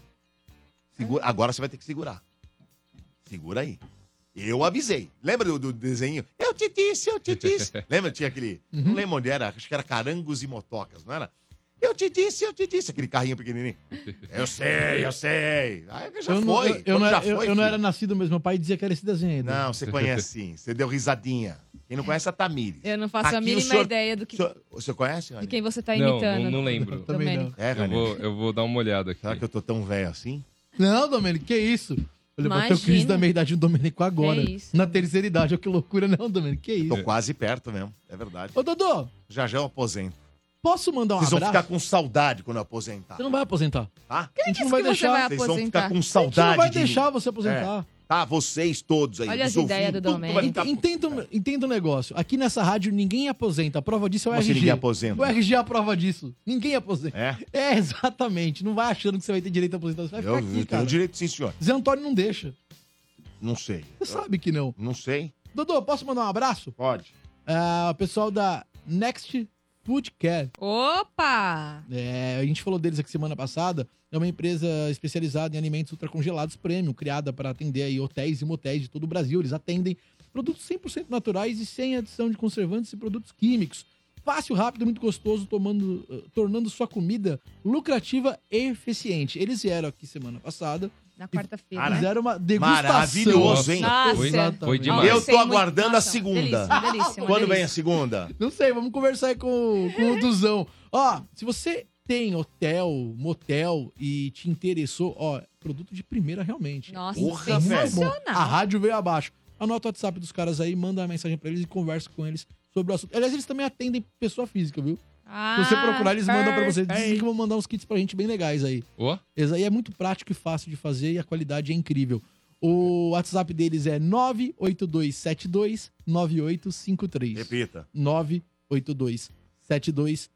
Speaker 2: segura- agora você vai ter que segurar. Segura aí. Eu avisei. Lembra do, do desenho? Eu te disse, eu te disse. Lembra? Tinha aquele.
Speaker 6: Uhum.
Speaker 2: Não lembro onde era. Acho que era Carangos e Motocas, não era? Eu te disse, eu te disse. Aquele carrinho pequenininho. É, Eu sei, eu sei. Aí já
Speaker 6: eu, não,
Speaker 2: foi.
Speaker 6: eu, eu não
Speaker 2: Quando
Speaker 6: era,
Speaker 2: já
Speaker 6: eu-
Speaker 2: foi,
Speaker 6: eu não
Speaker 2: filho.
Speaker 6: era nascido, mas meu pai dizia que era esse desenho. aí, né?
Speaker 2: Não, você conhece sim. Você deu risadinha. Quem não conhece é a Tamires.
Speaker 4: Eu não faço
Speaker 2: Aqui
Speaker 4: a
Speaker 2: o
Speaker 4: mínima
Speaker 2: senhor-
Speaker 4: ideia do que,
Speaker 2: O senhor- O senhor conhece,
Speaker 4: de
Speaker 2: Rani?
Speaker 4: quem você tá
Speaker 7: Não,
Speaker 4: imitando.
Speaker 7: não, não lembro.
Speaker 6: Também
Speaker 4: Domênico.
Speaker 2: É,
Speaker 7: Eu
Speaker 2: Rani?
Speaker 7: vou, eu vou dar uma olhada aqui.
Speaker 2: Será que eu tô tão velho assim?
Speaker 6: Não, Domênico, que isso? Eu levantei o
Speaker 4: Imagina.
Speaker 6: Cris da meia-idade do Domênico agora.
Speaker 4: Que isso.
Speaker 6: Na terceira idade, olha que loucura, não, Domênico, que isso?
Speaker 2: Tô quase perto mesmo, é verdade.
Speaker 6: Ô, Dodô,
Speaker 2: Já já eu aposento.
Speaker 6: posso mandar um
Speaker 2: Vocês vão
Speaker 6: abraço?
Speaker 2: ficar com saudade quando eu aposentar,
Speaker 6: Você não vai aposentar.
Speaker 2: tá?
Speaker 6: a gente
Speaker 4: Disse
Speaker 6: não vai
Speaker 4: que você
Speaker 6: deixar.
Speaker 4: vai
Speaker 6: A
Speaker 2: Vocês vão
Speaker 4: aposentar.
Speaker 2: ficar com
Speaker 6: gente não
Speaker 2: saudade
Speaker 6: vai
Speaker 2: de mim,
Speaker 6: deixar você aposentar.
Speaker 2: tá? Vocês todos aí.
Speaker 4: Olha
Speaker 2: os
Speaker 4: as ideias
Speaker 2: ouvintes,
Speaker 4: do
Speaker 2: tudo vai
Speaker 4: Domênico.
Speaker 2: ficar-
Speaker 6: Entenda, um- entenda um negócio. Aqui nessa rádio ninguém aposenta. A prova disso é o
Speaker 2: Como assim
Speaker 6: RG.
Speaker 2: ninguém aposenta?
Speaker 6: O RG é a prova disso. Ninguém aposenta.
Speaker 2: É,
Speaker 6: É, exatamente. Não vai achando que você vai ter direito a aposentar. Você vai
Speaker 2: eu,
Speaker 6: ficar
Speaker 2: eu
Speaker 6: aqui,
Speaker 2: tenho
Speaker 6: cara.
Speaker 2: direito sim, senhor.
Speaker 6: Zé Antônio não deixa.
Speaker 2: Não sei.
Speaker 6: Você
Speaker 7: Tá.
Speaker 6: sabe que não.
Speaker 2: Não sei.
Speaker 6: Dodô, posso mandar um abraço?
Speaker 2: Pode.
Speaker 6: Ah, o pessoal da Next Food Care.
Speaker 4: Opa!
Speaker 6: É, a gente falou deles aqui semana passada. É uma empresa especializada em alimentos ultracongelados premium, criada para atender aí hotéis e motéis de todo o Brasil. Eles atendem produtos 100% naturais e sem adição de conservantes e produtos químicos. Fácil, rápido, muito gostoso, tomando, eh, tornando sua comida lucrativa e eficiente. Eles vieram aqui semana passada,
Speaker 4: Na quarta-feira. né?
Speaker 2: Cara,
Speaker 6: fizeram uma degustação.
Speaker 2: Maravilhoso, hein?
Speaker 4: Nossa, é
Speaker 7: Foi,
Speaker 6: Exatamente.
Speaker 7: foi demais.
Speaker 2: Eu
Speaker 4: Sei
Speaker 2: tô
Speaker 4: muito-
Speaker 2: aguardando a
Speaker 4: Nossa,
Speaker 2: segunda.
Speaker 4: Delícia, delícia, uma
Speaker 2: Quando vem
Speaker 4: delícia.
Speaker 2: a segunda?
Speaker 6: Não sei, vamos conversar aí com, com o Duzão. Ó, se você tem hotel, motel e te interessou, ó, produto de primeira realmente.
Speaker 4: Nossa,
Speaker 2: Porra, velho.
Speaker 6: A
Speaker 4: sensacional.
Speaker 6: rádio veio abaixo. Anota o WhatsApp dos caras aí, manda uma mensagem pra eles e conversa com eles sobre o assunto. Aliás, eles também atendem pessoa física, viu?
Speaker 4: Ah,
Speaker 6: Se você procurar, eles mandam pra você. Dizem
Speaker 4: perfeito.
Speaker 6: que vão mandar uns kits pra gente bem legais aí.
Speaker 7: Ó,
Speaker 6: Esse aí é muito prático e fácil de fazer e a qualidade é incrível. O WhatsApp deles é 98272 9853.
Speaker 2: Repita.
Speaker 6: 982 72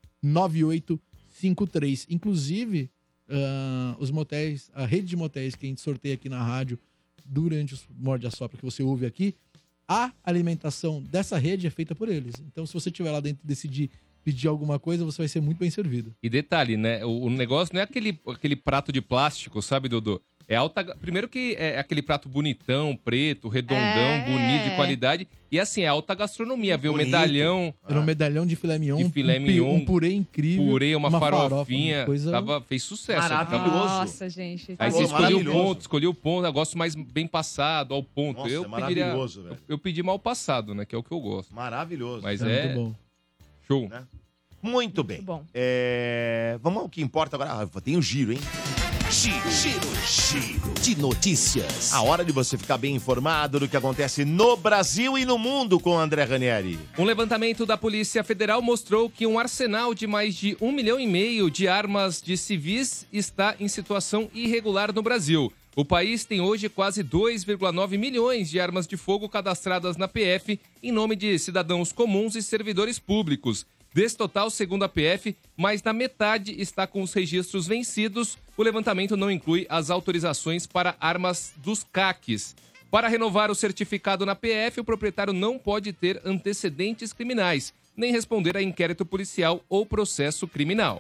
Speaker 6: 9853. Inclusive, ah, os motéis, a rede de motéis que a gente sorteia aqui na rádio durante os Morde a Sopra que você ouve aqui, a alimentação dessa rede é feita por eles. Então, se você estiver lá dentro e decidir pedir alguma coisa, você vai ser muito bem servido.
Speaker 7: E detalhe, né? O, o negócio não é aquele, aquele prato de plástico, sabe, Dodô? É alta. Primeiro que é aquele prato bonitão, preto, redondão,
Speaker 4: É.
Speaker 7: bonito, de qualidade. E assim, é alta gastronomia. Vê o
Speaker 2: Bonito.
Speaker 7: medalhão,
Speaker 6: Era um medalhão de filé mignon,
Speaker 7: De Ah. filé
Speaker 6: um, pi-
Speaker 7: mignon,
Speaker 6: um purê incrível,
Speaker 7: purê, uma,
Speaker 6: farofa,
Speaker 7: farofinha.
Speaker 6: uma coisa...
Speaker 7: Tava, fez sucesso.
Speaker 2: Maravilha.
Speaker 7: Tava-
Speaker 4: Nossa, gente. tá
Speaker 7: Aí
Speaker 2: Pô,
Speaker 7: você
Speaker 4: é
Speaker 7: escolheu o
Speaker 2: maravilhoso.
Speaker 7: ponto, escolheu o ponto, negócio mais bem passado, ao ponto.
Speaker 2: Nossa,
Speaker 7: eu,
Speaker 2: é
Speaker 7: pediria,
Speaker 2: maravilhoso, velho.
Speaker 7: eu pedi mal passado, né? Que é o que eu gosto.
Speaker 2: Maravilhoso.
Speaker 7: Mas
Speaker 6: Era
Speaker 7: é,
Speaker 6: muito bom.
Speaker 7: show.
Speaker 2: Muito bem.
Speaker 4: Muito bom.
Speaker 2: É, Vamos ao que importa agora. Ah, tem o giro, hein?
Speaker 3: Giro, giro, giro de notícias.
Speaker 2: A hora de você ficar bem informado do que acontece no Brasil e no mundo com o André Ranieri.
Speaker 7: Um levantamento da Polícia Federal mostrou que um arsenal de mais de um milhão e meio de armas de civis está em situação irregular no Brasil. O país tem hoje quase 2,9 milhões de armas de fogo cadastradas na PF em nome de cidadãos comuns e servidores públicos. Desse total, segundo a PF, mais da metade está com os registros vencidos. O levantamento não inclui as autorizações para armas dos CACs. Para renovar o certificado na PF, o proprietário não pode ter antecedentes criminais. nem responder a inquérito policial ou processo criminal.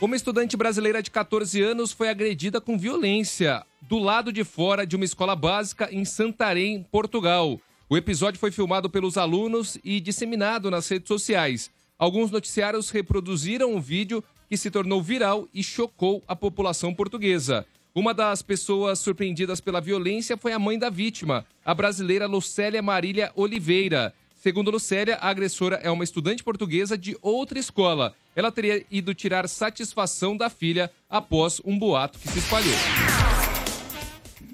Speaker 7: Uma estudante brasileira de 14 anos foi agredida com violência do lado de fora de uma escola básica em Santarém, Portugal. O episódio foi filmado pelos alunos e disseminado nas redes sociais. Alguns noticiários reproduziram o vídeo que se tornou viral e chocou a população portuguesa. Uma das pessoas surpreendidas pela violência foi a mãe da vítima, a brasileira Lucélia Marília Oliveira. Segundo Lucélia, a agressora é uma estudante portuguesa de outra escola. Ela teria ido tirar satisfação da filha após um boato que se espalhou.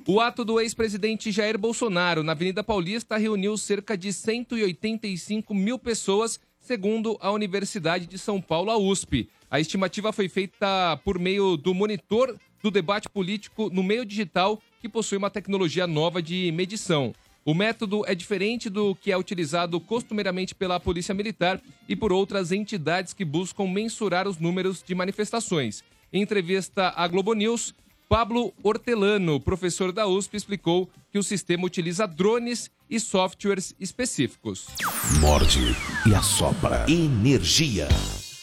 Speaker 7: O ato do ex-presidente Jair Bolsonaro na Avenida Paulista reuniu cerca de 185 mil pessoas, segundo a Universidade de São Paulo, a USP. A estimativa foi feita por meio do monitor do debate político no meio digital, que possui uma tecnologia nova de medição. O método é diferente do que é utilizado costumeiramente pela Polícia Militar e por outras entidades que buscam mensurar os números de manifestações. Em entrevista à Globo News, Pablo Hortelano, professor da USP, explicou que o sistema utiliza drones e softwares específicos.
Speaker 3: Morde e assopra. Energia.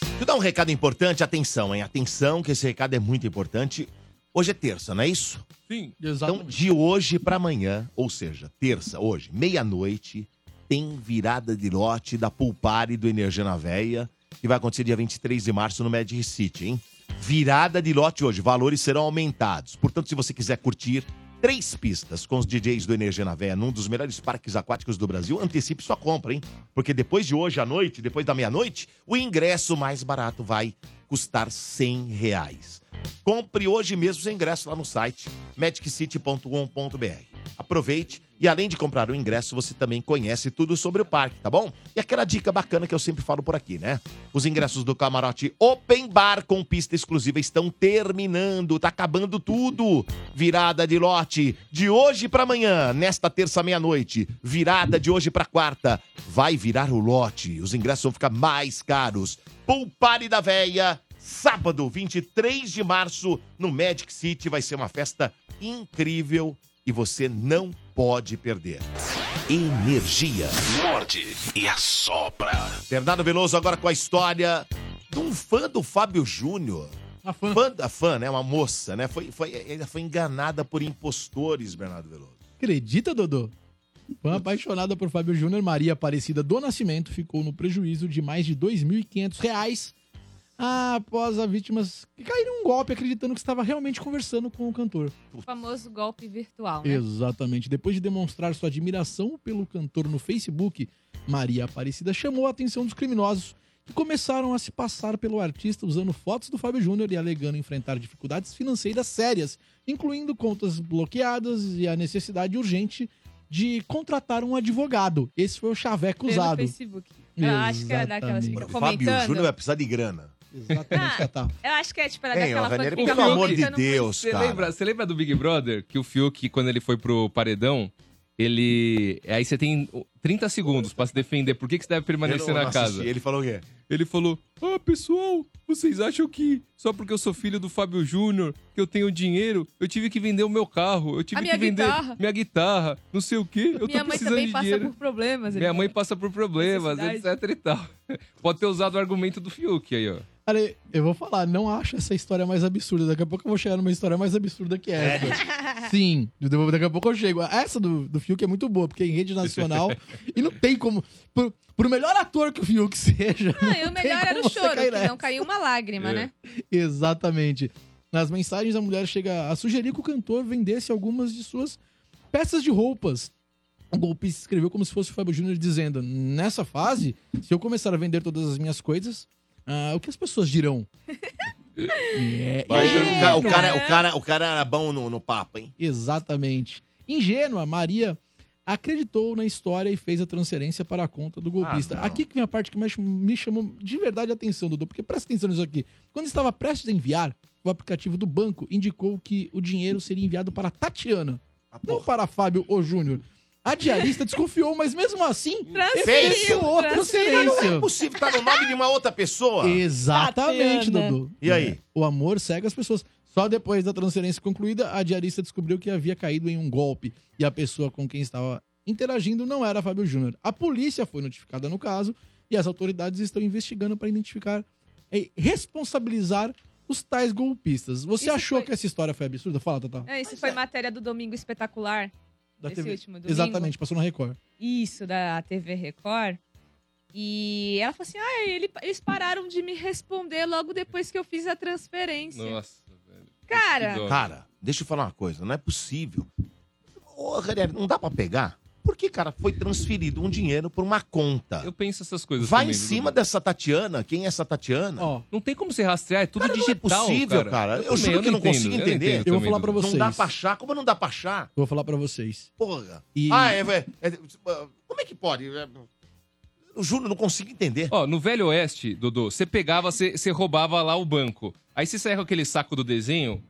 Speaker 2: Deixa eu dar um recado importante, atenção, hein? Atenção, que esse recado é muito importante. Hoje é terça, não é isso?
Speaker 7: Sim.
Speaker 2: Então, de hoje pra amanhã, ou seja, terça, hoje, meia-noite, tem virada de lote da Pulpare do Energia na Véia, que vai acontecer dia 23 de março no Magic City, hein? Virada de lote hoje, valores serão aumentados. Portanto, se você quiser curtir três pistas com os DJs do Energia na Véia num dos melhores parques aquáticos do Brasil, antecipe sua compra, hein? Porque depois de hoje à noite, depois da meia-noite, o ingresso mais barato vai custar 100 reais. Compre hoje mesmo seu ingresso lá no site magiccity.com.br. Aproveite e além de comprar o ingresso, você também conhece tudo sobre o parque, tá bom? E aquela dica bacana que eu sempre falo por aqui, né? Os ingressos do camarote Open Bar com pista exclusiva estão terminando, tá acabando tudo. Virada de lote de hoje pra amanhã, nesta terça meia-noite. Virada de hoje pra quarta, vai virar o lote. Os ingressos vão ficar mais caros. Poupare da Véia, sábado, 23 de março, no Magic City. Vai ser uma festa incrível e você não pode perder.
Speaker 3: Energia. Morde e assopra.
Speaker 2: Bernardo Veloso agora com a história de um fã do Fábio Júnior.
Speaker 6: A Então, fã.
Speaker 2: Fã da fã, né? Uma moça, né? Foi, foi, ela foi enganada por impostores, Bernardo Veloso.
Speaker 7: Tá
Speaker 6: Acredita, Dodô? Fã apaixonada por Fábio Júnior, Maria Aparecida do Nascimento ficou no prejuízo de mais de R$ 2.500 após a vítima cair em um golpe acreditando que estava realmente conversando com o cantor.
Speaker 4: O famoso golpe virtual, né?
Speaker 6: Exatamente. Depois de demonstrar sua admiração pelo cantor no Facebook, Maria Aparecida chamou a atenção dos criminosos que começaram a se passar pelo artista usando fotos do Fábio Júnior e alegando enfrentar dificuldades financeiras sérias, incluindo contas bloqueadas e a necessidade urgente de contratar um advogado. Esse foi o chaveco
Speaker 4: Pelo
Speaker 6: usado.
Speaker 4: Facebook. Eu acho que era daquelas que
Speaker 6: Exatamente.
Speaker 4: ficam
Speaker 2: O Fábio Júnior
Speaker 4: comentando.
Speaker 2: vai precisar de grana.
Speaker 6: Exatamente, Catar.
Speaker 4: Eu acho que é
Speaker 7: Tá
Speaker 4: tipo, era
Speaker 2: Hein,
Speaker 4: daquela
Speaker 2: ô,
Speaker 4: fã
Speaker 2: Ranieri,
Speaker 4: que fica
Speaker 2: pelo amor de
Speaker 4: comentando muito.
Speaker 2: Deus,
Speaker 7: Você
Speaker 2: cara.
Speaker 7: lembra, você lembra do Big Brother? Que o Fiuk, quando ele foi pro paredão, ele. Aí você tem 30 segundos pra se defender. Por que, que você deve permanecer
Speaker 2: Eu não
Speaker 7: na
Speaker 2: assisti.
Speaker 7: casa?
Speaker 2: Ele falou o quê?
Speaker 7: Ele falou: Ah, pessoal, vocês acham que só porque eu sou filho do Fábio Júnior, que eu tenho dinheiro, eu tive que vender o meu carro, eu tive
Speaker 4: A
Speaker 7: que
Speaker 4: minha
Speaker 7: vender
Speaker 4: guitarra.
Speaker 7: minha guitarra, não sei o quê, eu
Speaker 4: Minha mãe
Speaker 7: tô precisando
Speaker 4: também
Speaker 7: de
Speaker 4: passa
Speaker 7: dinheiro.
Speaker 4: por problemas. ele
Speaker 7: Minha
Speaker 4: fala.
Speaker 7: mãe passa por problemas,
Speaker 4: Necessidade.
Speaker 7: etc e tal. Pode ter usado o argumento do Fiuk aí, ó.
Speaker 6: Cara, eu vou falar, não acho essa história mais absurda. Daqui a pouco eu vou chegar numa história mais absurda que essa. Sim, eu- daqui a pouco eu chego. Essa do, do Fiuk é muito boa, porque é em rede nacional. e não tem como. Por, por melhor ator que o Fiuk seja.
Speaker 4: Não, e o Ah, melhor
Speaker 6: como
Speaker 4: era o
Speaker 6: você
Speaker 4: choro,
Speaker 6: cair
Speaker 4: que não caiu uma lágrima,
Speaker 7: É.
Speaker 4: né?
Speaker 6: Exatamente. Nas mensagens, a mulher chega a sugerir que o cantor vendesse algumas de suas peças de roupas. O golpista escreveu como se fosse o Fábio Júnior dizendo: Nessa fase, se eu começar a vender todas as minhas coisas, ah, o que as pessoas dirão? E é-
Speaker 2: Mas
Speaker 6: e é
Speaker 2: o, ca- o
Speaker 6: ingênua.
Speaker 2: cara, o, cara, o cara era bom no, no papo, hein?
Speaker 6: Exatamente. Ingênua, Maria acreditou na história e fez a transferência para a conta do golpista.
Speaker 2: Ah, não.
Speaker 6: aqui que vem a parte que mais me chamou de verdade a atenção, Dudu, porque presta atenção nisso aqui. Quando estava prestes a enviar, o aplicativo do banco indicou que o dinheiro seria enviado para Tatiana,
Speaker 2: Ah,
Speaker 6: não
Speaker 2: porra.
Speaker 6: para Fábio ou Júnior. A diarista desconfiou, mas mesmo assim,
Speaker 4: Transferiu,
Speaker 6: efetuou
Speaker 4: assim.
Speaker 6: a
Speaker 4: transferiu.
Speaker 2: Não é
Speaker 6: transferência.
Speaker 2: possível, tá no nome de uma outra pessoa.
Speaker 6: Exatamente,
Speaker 4: Tatiana.
Speaker 6: Dudu. É,
Speaker 2: E aí?
Speaker 6: O amor cega as pessoas. Só depois da transferência concluída, a diarista descobriu que havia caído em um golpe e a pessoa com quem estava interagindo não era Fábio Júnior. A polícia foi notificada no caso e as autoridades estão investigando para identificar e responsabilizar os tais golpistas. Você
Speaker 4: Isso
Speaker 6: achou
Speaker 4: foi-
Speaker 6: que essa história foi absurda? Fala, Tatá.
Speaker 4: É, isso foi matéria do Domingo Espetacular.
Speaker 6: Da
Speaker 4: Esse
Speaker 6: TV.
Speaker 4: último domingo.
Speaker 6: Exatamente, passou na Record.
Speaker 4: Isso, da TV Record. E ela falou assim: ah, ele- eles pararam de me responder logo depois que eu fiz a transferência.
Speaker 7: Nossa, velho.
Speaker 4: Cara,
Speaker 7: Que dó.
Speaker 2: Cara, deixa eu falar uma coisa, não é possível. Ô, Ranieri, não dá pra pegar? Por que, cara, foi transferido um dinheiro pra uma conta?
Speaker 7: Eu penso essas coisas
Speaker 2: Vai
Speaker 7: também,
Speaker 2: em
Speaker 7: viu,
Speaker 2: cima
Speaker 7: Dudu?
Speaker 2: dessa Tatiana, quem é essa Tatiana?
Speaker 6: Ó,
Speaker 7: Não tem como você rastrear, é tudo
Speaker 2: Cara, não é
Speaker 7: digital,
Speaker 2: possível, cara. Eu
Speaker 7: também,
Speaker 2: juro que eu não consigo
Speaker 7: entendo,
Speaker 2: entender.
Speaker 7: entendo
Speaker 6: Eu vou
Speaker 7: também,
Speaker 6: falar pra
Speaker 7: Dudu.
Speaker 6: você.
Speaker 2: Não dá
Speaker 6: vocês.
Speaker 2: pra achar? Como não dá pra achar?
Speaker 6: vou falar pra vocês.
Speaker 2: Porra.
Speaker 6: E-
Speaker 2: Ah, é, é, é, Como é que pode? É, Eu juro, não consigo entender.
Speaker 7: Ó, no Velho Oeste, Dodô, você pegava, você você roubava lá o banco. Aí você saía com aquele saco do desenho,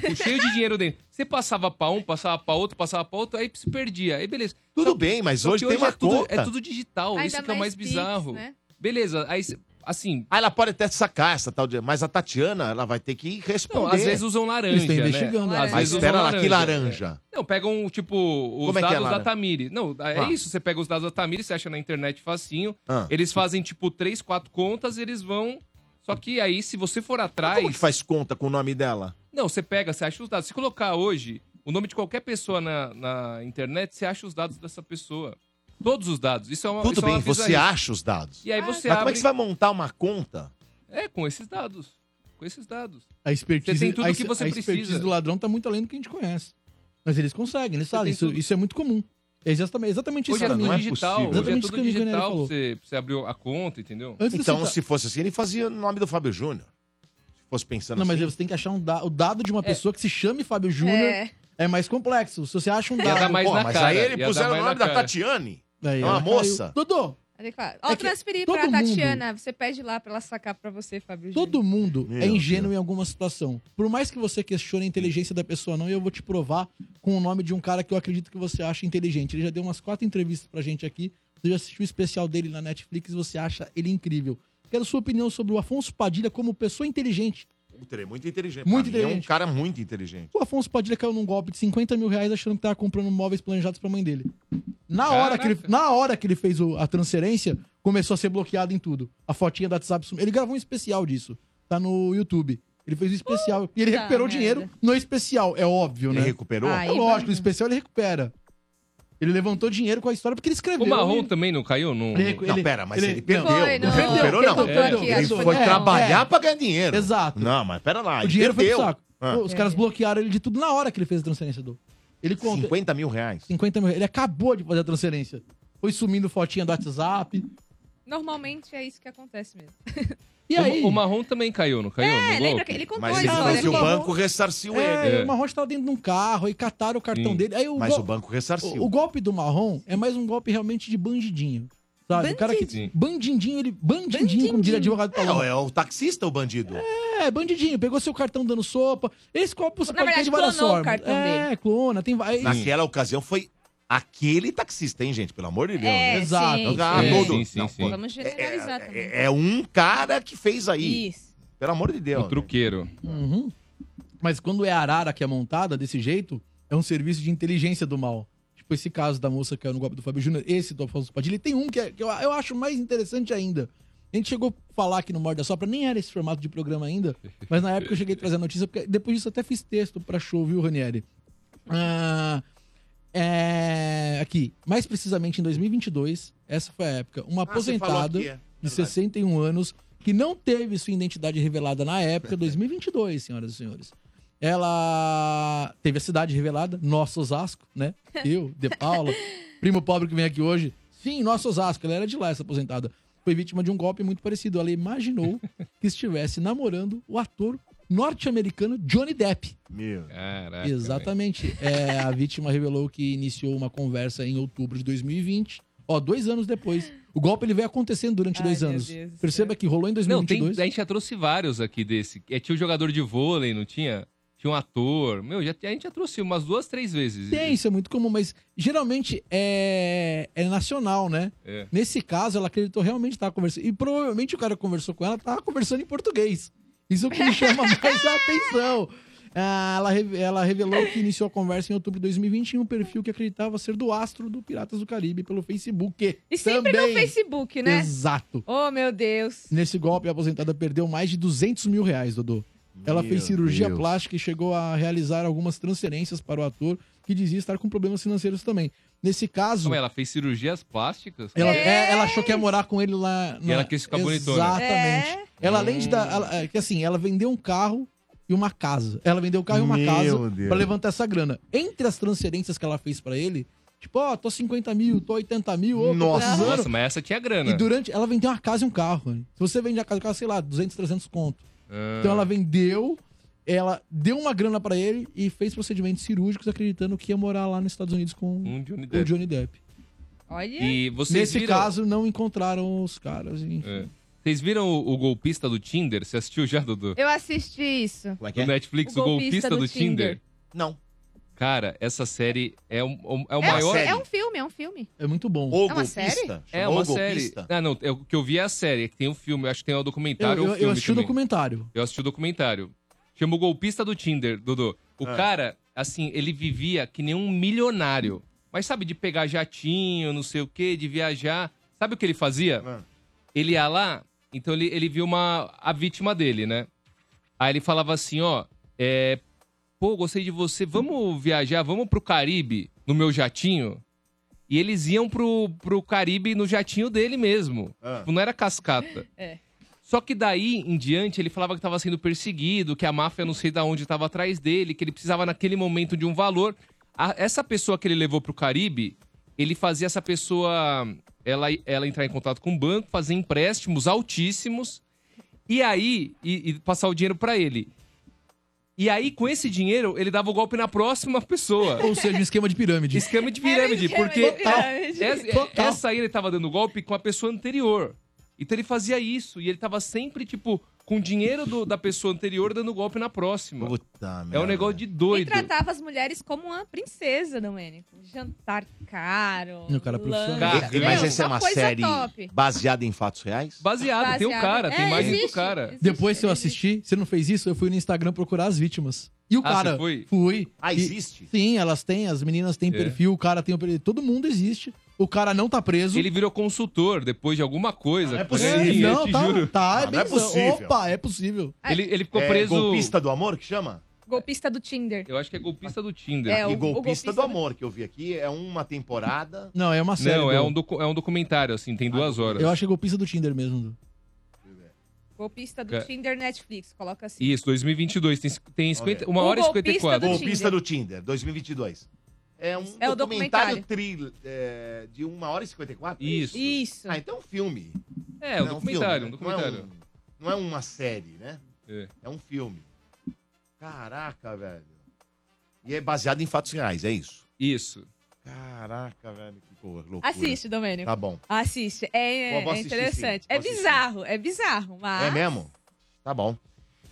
Speaker 7: com cheio de dinheiro dentro. Você passava pra um, passava pra outro, passava pra outro, aí se perdia. Aí beleza.
Speaker 2: Tudo bem, mas
Speaker 7: Só que
Speaker 2: hoje, tem uma
Speaker 7: é tudo,
Speaker 2: conta.
Speaker 7: é tudo digital,
Speaker 4: ainda
Speaker 7: isso que é o mais
Speaker 4: Pix,
Speaker 7: bizarro.
Speaker 4: né?
Speaker 7: Beleza, aí cê- assim...
Speaker 2: Ah, ela pode até sacar essa tal de... Mas a Tatiana, ela vai ter que
Speaker 7: Não,
Speaker 2: responder.
Speaker 7: às vezes usam laranja,
Speaker 6: Eles estão
Speaker 7: né?
Speaker 6: investigando.
Speaker 4: Olha,
Speaker 7: Às
Speaker 2: Mas
Speaker 7: vezes
Speaker 2: espera
Speaker 7: usam
Speaker 2: lá, que
Speaker 7: é.
Speaker 2: laranja.
Speaker 7: Não, pegam, tipo, os
Speaker 2: Como é que é
Speaker 7: dados da
Speaker 2: laranja?
Speaker 7: Tamiri. Não, é
Speaker 2: Ah.
Speaker 7: isso. Você pega os dados da Tamiri, você acha na internet facinho.
Speaker 2: Ah.
Speaker 7: Eles fazem, tipo, três, quatro contas e eles vão... Só que aí, se você for atrás...
Speaker 2: Como que faz conta com o nome dela?
Speaker 7: Não, você pega, você acha os dados. Se colocar hoje o nome de qualquer pessoa na, na internet, você acha os dados dessa pessoa. Todos os dados. Isso é uma
Speaker 2: Tudo
Speaker 7: isso é
Speaker 2: bem,
Speaker 7: uma
Speaker 2: você
Speaker 7: bizarrice.
Speaker 2: acha os dados.
Speaker 7: E aí
Speaker 4: Ah,
Speaker 7: você
Speaker 2: Mas
Speaker 7: abre...
Speaker 2: como é que você vai montar uma conta?
Speaker 7: É, com esses dados. Com esses dados.
Speaker 6: A expertise,
Speaker 7: Você tem tudo
Speaker 6: a,
Speaker 7: que você
Speaker 6: a expertise
Speaker 7: precisa.
Speaker 6: do ladrão tá muito além do que a gente conhece. Mas eles conseguem, eles
Speaker 7: Você
Speaker 6: sabem.
Speaker 7: tem
Speaker 6: Isso,
Speaker 7: tudo.
Speaker 6: isso é muito comum. É exatamente, exatamente
Speaker 7: Hoje
Speaker 6: isso
Speaker 7: é
Speaker 2: cara,
Speaker 6: também.
Speaker 7: tudo
Speaker 2: não é
Speaker 7: digital.
Speaker 2: possível.
Speaker 7: Hoje é
Speaker 6: Exatamente isso que
Speaker 7: tudo
Speaker 6: o Miganelli
Speaker 7: digital.
Speaker 6: falou.
Speaker 7: Você, você abriu a conta, entendeu?
Speaker 6: Antes de
Speaker 2: Então,
Speaker 6: citar-
Speaker 2: se fosse assim, ele fazia o nome do Fábio Júnior. Se fosse pensando
Speaker 6: Não, mas
Speaker 2: assim.
Speaker 6: você tem que achar um da- o dado
Speaker 7: É.
Speaker 6: de uma pessoa que se chame Fábio Júnior. É.
Speaker 4: É.
Speaker 6: mais complexo. Se você acha um
Speaker 7: Ia dar
Speaker 6: dado.
Speaker 7: mais
Speaker 2: Pô,
Speaker 7: na
Speaker 2: mas
Speaker 7: cara.
Speaker 2: aí
Speaker 7: ia
Speaker 2: ele
Speaker 7: dar
Speaker 2: puseram o
Speaker 7: mais
Speaker 2: nome
Speaker 7: na
Speaker 2: da
Speaker 7: cara.
Speaker 2: Tatiane.
Speaker 6: Aí,
Speaker 2: É uma
Speaker 6: ela
Speaker 2: moça.
Speaker 6: caiu. Dodô,
Speaker 4: adequado. Ó,
Speaker 6: É que
Speaker 4: transferir
Speaker 6: todo
Speaker 4: pra
Speaker 6: mundo-
Speaker 4: Tatiana. Você pede lá pra ela sacar pra você, Fábio Júnior.
Speaker 6: todo mundo
Speaker 2: Meu
Speaker 6: é ingênuo
Speaker 2: Deus.
Speaker 6: em alguma situação. Por mais que você questione a inteligência da pessoa, não, eu vou te provar com o nome de um cara que eu acredito que você acha inteligente. Ele já deu umas quatro entrevistas pra gente aqui. Você já assistiu o especial dele na Netflix e você acha ele incrível. Quero sua opinião sobre o Afonso Padilha como pessoa inteligente.
Speaker 2: Puta, ele é muito inteligente.
Speaker 6: Muito
Speaker 2: Pra mim, É um
Speaker 6: inteligente.
Speaker 2: cara muito inteligente.
Speaker 6: O Afonso Padilha caiu num golpe de 50 mil reais achando que tava comprando móveis planejados pra mãe dele. Na hora, que ele,
Speaker 7: Caraca.
Speaker 6: na hora que ele fez o- a transferência, começou a ser bloqueado em tudo. A fotinha do WhatsApp sumiu. Ele gravou um especial disso. Tá no YouTube. Ele fez um especial. e ele
Speaker 4: Puta
Speaker 6: recuperou o
Speaker 4: merda.
Speaker 6: dinheiro no especial. É óbvio,
Speaker 2: Ele
Speaker 6: né?
Speaker 2: recuperou?
Speaker 4: Ai.
Speaker 6: É lógico, no especial ele recupera. Ele levantou dinheiro com a história porque ele escreveu.
Speaker 7: O Marrom
Speaker 6: ele-
Speaker 7: também não caiu? Não.
Speaker 6: ele recu-
Speaker 2: não,
Speaker 6: ele-
Speaker 2: pera, mas ele,
Speaker 6: ele-
Speaker 2: perdeu.
Speaker 4: Foi,
Speaker 2: não,
Speaker 4: não.
Speaker 2: recuperou, não.
Speaker 4: Perdeu,
Speaker 7: perdeu,
Speaker 2: Ele
Speaker 4: perdeu.
Speaker 2: foi
Speaker 4: É,
Speaker 2: trabalhar pra ganhar dinheiro.
Speaker 6: Exato.
Speaker 2: tá Não, mas pera lá.
Speaker 6: o
Speaker 2: ele
Speaker 6: dinheiro
Speaker 2: perdeu.
Speaker 6: foi pro saco.
Speaker 2: Ah.
Speaker 6: Os
Speaker 4: É.
Speaker 6: caras bloquearam ele de tudo na hora que ele fez a transferência do. Ele conta.
Speaker 2: 50 mil reais.
Speaker 6: 50 mil reais. Ele acabou de fazer a transferência. Foi sumindo fotinha do WhatsApp.
Speaker 4: Normalmente é isso que acontece mesmo.
Speaker 6: E
Speaker 7: O-
Speaker 6: aí?
Speaker 7: O Marrom também caiu, não caiu?
Speaker 4: é,
Speaker 7: no
Speaker 4: lembra
Speaker 7: golpe?
Speaker 4: que ele contou
Speaker 2: Mas,
Speaker 4: a
Speaker 2: ele,
Speaker 6: Ah,
Speaker 4: história.
Speaker 2: mas
Speaker 6: ele
Speaker 2: o
Speaker 4: do Marrom.
Speaker 2: banco ressarciu ele.
Speaker 6: é,
Speaker 7: É.
Speaker 6: o Marrom estava dentro de um carro e cataram o cartão
Speaker 7: Sim.
Speaker 6: dele. Aí o,
Speaker 2: Mas
Speaker 6: gol-
Speaker 2: o banco
Speaker 6: o, o
Speaker 2: ressarciu.
Speaker 6: golpe do Marrom é mais um golpe realmente de bandidinho. Sabe? O cara que.
Speaker 7: Bandidinho.
Speaker 6: Bandidinho, ele. Bandidinho, como diria advogado falou.
Speaker 2: É, é o taxista, o bandido.
Speaker 6: É, bandidinho. Pegou seu cartão dando sopa. Esse golpe você
Speaker 4: Na
Speaker 6: pode
Speaker 4: verdade,
Speaker 6: ter de várias
Speaker 4: clonou o
Speaker 6: formas.
Speaker 4: cartão
Speaker 6: é, clona. Tem vai-
Speaker 2: Naquela ocasião foi aquele taxista, hein, gente? Pelo amor de Deus.
Speaker 4: É,
Speaker 2: né?
Speaker 6: Exato.
Speaker 4: sim,
Speaker 2: Não,
Speaker 4: sim.
Speaker 2: ah,
Speaker 7: sim,
Speaker 2: todo.
Speaker 7: sim, sim,
Speaker 2: não,
Speaker 7: sim.
Speaker 2: pô,
Speaker 4: Vamos generalizar
Speaker 2: É,
Speaker 4: também.
Speaker 2: é- é um cara que fez aí.
Speaker 4: Isso.
Speaker 2: Pelo amor de Deus.
Speaker 7: O truqueiro.
Speaker 6: Uhum. Mas quando é a arara que é montada desse jeito, é um serviço de inteligência do mal. Tipo, esse caso da moça que é no golpe do Fábio Júnior, esse do Afonso Padilha, e tem um que, é- que eu, eu acho mais interessante ainda. A gente chegou a falar aqui no Morda Sopra, nem era esse formato de programa ainda, mas na época eu cheguei a trazer a notícia, porque depois disso eu até fiz texto pra show, viu, Ranieri? Ah, é, aqui, mais precisamente em 2022, essa foi a época, um uma
Speaker 2: Ah, você falou
Speaker 6: aposentada
Speaker 2: aqui, é.
Speaker 6: de
Speaker 2: Verdade.
Speaker 6: 61 anos, que não teve sua identidade revelada na época, 2022, senhoras e senhores. Ela teve a cidade revelada, nosso Osasco, né? Eu, De Paula, primo pobre que vem aqui hoje. Sim, nosso Osasco, ela era de lá, essa aposentada. Foi vítima de um golpe muito parecido. Ela imaginou que estivesse namorando o ator norte-americano Johnny Depp.
Speaker 2: Meu.
Speaker 7: Caraca. velho.
Speaker 6: Exatamente. É, a vítima revelou que iniciou uma conversa em outubro de 2020. Ó, dois anos depois. O golpe ele veio acontecendo durante
Speaker 4: Ai,
Speaker 6: dois
Speaker 4: meu
Speaker 6: anos.
Speaker 4: Deus do
Speaker 6: Perceba
Speaker 4: céu.
Speaker 6: que rolou em
Speaker 7: Não, tem,
Speaker 6: 2022.
Speaker 7: a gente já trouxe vários aqui desse. É, tinha um jogador de vôlei, não tinha? Tinha um ator. Meu, já, a gente já trouxe umas duas, três vezes.
Speaker 6: Tem, isso é muito comum, mas geralmente é, é nacional, né?
Speaker 7: É.
Speaker 6: Nesse caso, ela acreditou realmente estar conversando. E provavelmente o cara que conversou com ela tava conversando em português. Isso é o que me chama mais a atenção. Ah, ela, re- ela revelou que iniciou a conversa em outubro de 2020 em um perfil que acreditava ser do astro do Piratas do Caribe pelo Facebook.
Speaker 4: E sempre
Speaker 6: também.
Speaker 4: no Facebook, né?
Speaker 6: Exato.
Speaker 4: Oh, meu Deus.
Speaker 6: Nesse golpe, a aposentada perdeu mais de 200 mil reais, Dodô. Ela
Speaker 2: Meu
Speaker 6: fez cirurgia
Speaker 2: Deus. é
Speaker 6: plástica e chegou a realizar algumas transferências para o ator, que dizia estar com problemas financeiros também. Nesse caso,
Speaker 7: Calma,
Speaker 6: ela,
Speaker 7: é? ela fez cirurgias plásticas?
Speaker 6: é, ela achou que ia morar com ele lá.
Speaker 7: E ela quis ficar bonitona.
Speaker 6: Exatamente.
Speaker 4: É.
Speaker 6: Ela, além de dar. ela- é, que assim, ela vendeu um carro e uma casa. Ela vendeu o carro e uma casa
Speaker 2: Deus.
Speaker 6: para levantar essa grana. Entre as transferências que ela fez para ele, tipo, ó, tô 50 mil, tô 80 mil, ô, tô
Speaker 2: Nossa.
Speaker 6: precisando.
Speaker 7: Nossa, mas essa tinha grana.
Speaker 6: E durante. Ela vendeu uma casa e um carro. né? Se você vende a casa e o carro, sei lá, 200, 300 conto.
Speaker 7: Ah,
Speaker 6: Então ela vendeu, ela deu uma grana para ele e fez procedimentos cirúrgicos acreditando que ia morar lá nos Estados Unidos com
Speaker 7: Um Johnny
Speaker 6: o
Speaker 7: Depp.
Speaker 6: Johnny Depp.
Speaker 4: Olha.
Speaker 7: E vocês
Speaker 6: Nesse
Speaker 7: viram...
Speaker 6: caso, não encontraram os caras. enfim.
Speaker 7: É. Vocês viram o, o golpista do Tinder? Você assistiu já, Dudu?
Speaker 4: Eu assisti isso.
Speaker 2: Como é que
Speaker 7: Do
Speaker 2: é?
Speaker 7: Netflix, o golpista, do, Tinder.
Speaker 2: Não.
Speaker 7: Cara, essa série é, um- um- é o
Speaker 4: É,
Speaker 7: maior...
Speaker 2: série.
Speaker 4: é um filme, é um filme.
Speaker 6: É muito bom.
Speaker 2: O
Speaker 4: É uma série?
Speaker 2: golpista?
Speaker 7: É
Speaker 2: Chamou
Speaker 7: uma
Speaker 2: o
Speaker 7: série.
Speaker 2: golpista?
Speaker 7: Ah, não, é o que eu vi é a série, que tem o filme, eu acho que tem o
Speaker 6: Eu,
Speaker 7: documentário
Speaker 6: eu,
Speaker 7: ou
Speaker 6: eu
Speaker 7: o filme
Speaker 6: assisti o
Speaker 7: também.
Speaker 6: documentário.
Speaker 7: Eu assisti o documentário. Chama o golpista do Tinder, Dudu. O
Speaker 2: Ah.
Speaker 7: cara, assim, ele vivia que nem um milionário. Mas sabe, de pegar jatinho, não sei o quê, de viajar. Sabe o que ele fazia?
Speaker 2: Ah.
Speaker 7: Ele ia lá, então ele, ele viu uma, a vítima dele, né? Aí ele falava assim, ó, é, pô, gostei de você, vamos viajar, vamos pro Caribe no meu jatinho? E eles iam pro, pro Caribe no jatinho dele mesmo.
Speaker 2: Ah.
Speaker 7: Tipo, não era cascata.
Speaker 4: É.
Speaker 7: Só que daí em diante ele falava que estava sendo perseguido, que a máfia não sei da onde estava atrás dele, que ele precisava naquele momento de um valor. A- essa pessoa que ele levou pro Caribe, ele fazia essa pessoa ela, ela entrar em contato com o banco, fazer empréstimos altíssimos e aí e, e passar o dinheiro para ele. E aí com esse dinheiro ele dava o golpe na próxima pessoa.
Speaker 6: Ou seja, um esquema de pirâmide.
Speaker 7: Esquema de
Speaker 4: Era um
Speaker 7: pirâmide,
Speaker 4: esquema
Speaker 7: porque
Speaker 4: de pirâmide.
Speaker 7: essa, é,
Speaker 6: Total.
Speaker 7: essa aí ele tava dando golpe com a pessoa anterior. Então ele fazia isso. E ele tava sempre, tipo, com o dinheiro do- da pessoa anterior dando golpe na próxima.
Speaker 2: Puta
Speaker 7: É
Speaker 2: merda.
Speaker 7: um negócio de
Speaker 4: E
Speaker 7: doido.
Speaker 4: tratava as mulheres como uma princesa, Domênico. Jantar caro.
Speaker 6: Meu, cara, profissional.
Speaker 7: Cara,
Speaker 2: E- Mas
Speaker 7: Meu,
Speaker 2: essa é uma
Speaker 4: coisa
Speaker 2: série um
Speaker 4: top.
Speaker 2: baseada em fatos reais?
Speaker 7: Baseado, tem o
Speaker 4: Baseado-
Speaker 7: cara, tem
Speaker 4: É,
Speaker 7: imagem do
Speaker 4: existe,
Speaker 7: cara.
Speaker 4: existe,
Speaker 6: Depois
Speaker 2: é
Speaker 6: que eu
Speaker 4: existe.
Speaker 6: assisti, você não fez isso? Eu fui no Instagram procurar as vítimas. E o
Speaker 7: Ah,
Speaker 6: cara.
Speaker 7: você foi?
Speaker 6: Fui.
Speaker 2: Ah,
Speaker 6: E-
Speaker 2: existe?
Speaker 6: Sim, elas têm, as meninas têm
Speaker 7: É.
Speaker 6: perfil, o cara tem o perfil. Todo mundo existe. O cara não tá preso.
Speaker 7: Ele virou consultor depois de alguma coisa.
Speaker 2: Não é
Speaker 7: Por
Speaker 6: É,
Speaker 2: possível.
Speaker 7: aí, eu
Speaker 6: não,
Speaker 7: te
Speaker 6: tá,
Speaker 7: juro.
Speaker 6: tá, é
Speaker 2: Não,
Speaker 6: bem
Speaker 2: não é possível.
Speaker 6: Opa, é possível.
Speaker 7: Ele, ele ficou
Speaker 2: É
Speaker 7: preso.
Speaker 2: golpista do amor que chama?
Speaker 4: Golpista do Tinder.
Speaker 7: Eu acho que é golpista do Tinder.
Speaker 4: É,
Speaker 2: e
Speaker 4: o-
Speaker 2: golpista,
Speaker 4: o golpista
Speaker 2: do
Speaker 4: do-
Speaker 2: amor que eu vi aqui é uma temporada.
Speaker 6: Não, é uma série.
Speaker 7: Não, é
Speaker 6: Dô.
Speaker 7: um, docu- é um documentário, assim, tem duas
Speaker 2: Ah,
Speaker 7: horas.
Speaker 6: Eu acho que é golpista do Tinder mesmo. Dô.
Speaker 4: Golpista do
Speaker 7: Cara.
Speaker 4: Tinder Netflix, coloca assim.
Speaker 7: Isso, 2022. Tem, tem 50, uma
Speaker 4: O
Speaker 7: hora e
Speaker 4: golpista
Speaker 7: 54.
Speaker 4: do
Speaker 2: golpista do Tinder, 2022. É um
Speaker 4: É o
Speaker 2: documentário thriller, é, de 1 hora e 54.
Speaker 7: Isso.
Speaker 4: Isso.
Speaker 2: Ah, então é um filme.
Speaker 7: É, um
Speaker 2: Não,
Speaker 7: documentário,
Speaker 2: filme,
Speaker 7: um documentário.
Speaker 2: Não é, um- não é uma série, né?
Speaker 7: É.
Speaker 2: É um filme. Caraca, velho. E é baseado em fatos reais, é isso.
Speaker 7: Isso.
Speaker 2: Caraca, velho, que cor- loucura.
Speaker 4: Assiste, Domênico.
Speaker 2: Tá bom.
Speaker 4: Assiste. É,
Speaker 2: Vou- vou
Speaker 4: é
Speaker 2: assistir,
Speaker 4: interessante.
Speaker 2: sim.
Speaker 4: É
Speaker 2: Vou assistir.
Speaker 4: bizarro, é bizarro, mas.
Speaker 2: É mesmo? Tá bom.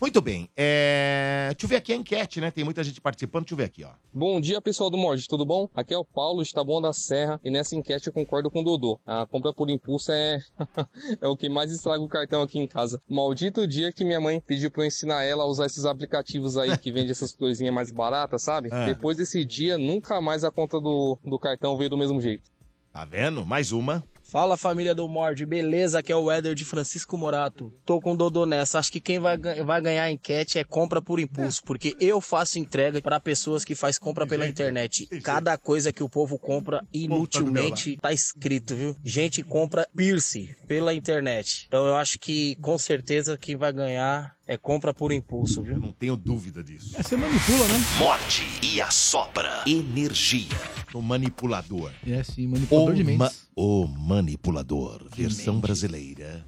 Speaker 2: Muito bem. É... Deixa eu ver aqui a enquete, né? Tem muita gente participando. Deixa eu ver aqui, ó.
Speaker 8: Bom dia, pessoal do Mord, tudo bom? Aqui é o Paulo Estabon da Serra e nessa enquete eu concordo com o Dodô. A compra por impulso é é o que mais estraga o cartão aqui em casa. Maldito dia que minha mãe pediu pra eu ensinar ela a usar esses aplicativos aí que vende essas coisinhas mais baratas, sabe?
Speaker 2: É.
Speaker 8: Depois desse dia, nunca mais a conta do, do cartão veio do mesmo jeito.
Speaker 2: Tá vendo? Mais uma.
Speaker 9: Fala família do Mord, beleza? Aqui é o Éder de Francisco Morato. Tô com o Dodô nessa. Acho que quem vai, gan- vai ganhar a enquete é compra por impulso, porque eu faço entrega pra pessoas que faz compra pela internet. Cada coisa que o povo compra inutilmente tá escrito, viu? Gente compra piercing pela internet. Então eu acho que com certeza quem vai ganhar é compra por impulso, viu?
Speaker 2: Eu não tenho dúvida disso.
Speaker 6: É, você manipula, né?
Speaker 3: Morde e assopra. Energia.
Speaker 2: Sou manipulador.
Speaker 6: É sim, manipulador de
Speaker 2: ma-
Speaker 6: mentes.
Speaker 2: o manipulador. versão brasileira.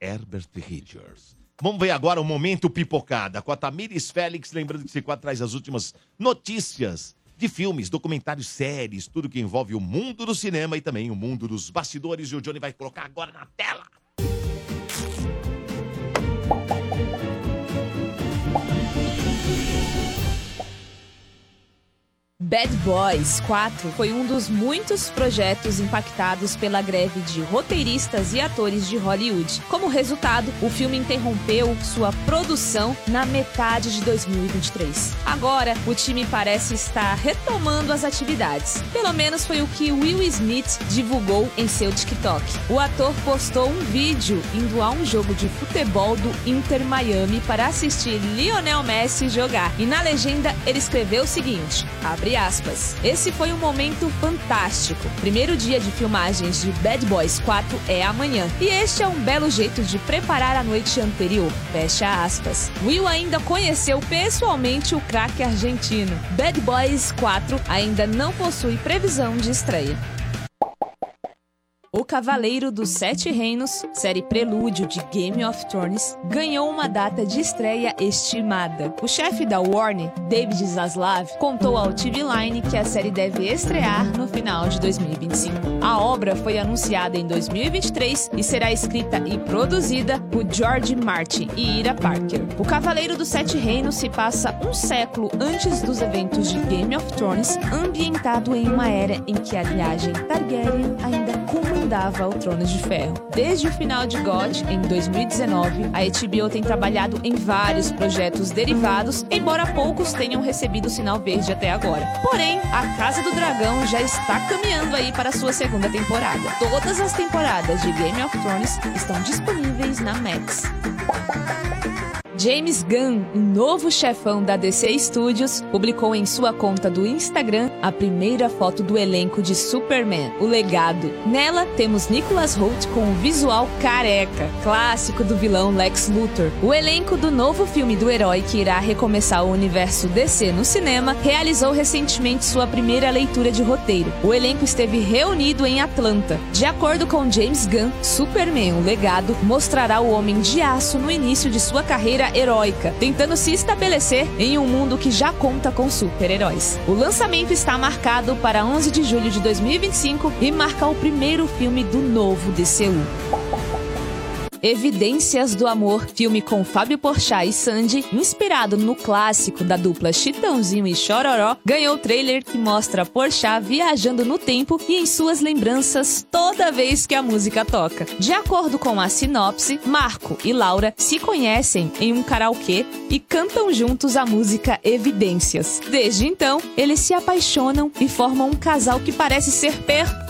Speaker 2: Herbert Richards. Vamos ver agora o momento pipocada com a Tamires Félix. Lembrando que esse quadro traz as últimas notícias de filmes, documentários, séries, tudo que envolve o mundo do cinema e também o mundo dos bastidores. E o Johnny vai colocar agora na tela.
Speaker 10: Bad Boys 4 foi um dos muitos projetos impactados pela greve de roteiristas e atores de Hollywood. Como resultado, o filme interrompeu sua produção na metade de 2023. Agora, o time parece estar retomando as atividades. Pelo menos foi o que Will Smith divulgou em seu TikTok. O ator postou um vídeo indo a um jogo de futebol do Inter Miami para assistir Lionel Messi jogar. E na legenda ele escreveu o seguinte: abre aspas. Esse foi um momento fantástico. Primeiro dia de filmagens de Bad Boys 4 é amanhã. E este é um belo jeito de preparar a noite anterior. Fecha aspas. Will ainda conheceu pessoalmente o craque argentino. Bad Boys 4 ainda não possui previsão de estreia. O Cavaleiro dos Sete Reinos, série prelúdio de Game of Thrones, ganhou uma data de estreia estimada. O chefe da Warner, David Zaslav, contou ao TV Line que a série deve estrear no final de 2025. A obra foi anunciada em 2023 e será escrita e produzida por George Martin e Ira Parker. O Cavaleiro dos Sete Reinos se passa um século antes dos eventos de Game of Thrones, ambientado em uma era em que a linhagem Targaryen ainda comanda comandava o Trono de Ferro. Desde o final de GOT, em 2019, a HBO tem trabalhado em vários projetos derivados, embora poucos tenham recebido sinal verde até agora. Porém, a Casa do Dragão já está caminhando aí para sua segunda temporada. Todas as temporadas de Game of Thrones estão disponíveis na Max. James Gunn, o novo chefão da DC Studios, publicou em sua conta do Instagram a primeira foto do elenco de Superman, O Legado. Nela temos Nicholas Hoult com o visual careca, clássico do vilão Lex Luthor. O elenco do novo filme do herói que irá recomeçar o universo DC no cinema realizou recentemente sua primeira leitura de roteiro. O elenco esteve reunido em Atlanta. De acordo com James Gunn, Superman, O Legado, mostrará o Homem de Aço no início de sua carreira heróica, tentando se estabelecer em um mundo que já conta com super-heróis. O lançamento está marcado para 11 de julho de 2025 e marca o primeiro filme do novo DCU. Evidências do Amor, filme com Fábio Porchat e Sandy, inspirado no clássico da dupla Chitãozinho e Chororó, ganhou trailer que mostra Porchat viajando no tempo e em suas lembranças toda vez que a música toca. De acordo com a sinopse, Marco e Laura se conhecem em um karaokê e cantam juntos a música Evidências. Desde então, eles se apaixonam e formam um casal que parece ser perfeito.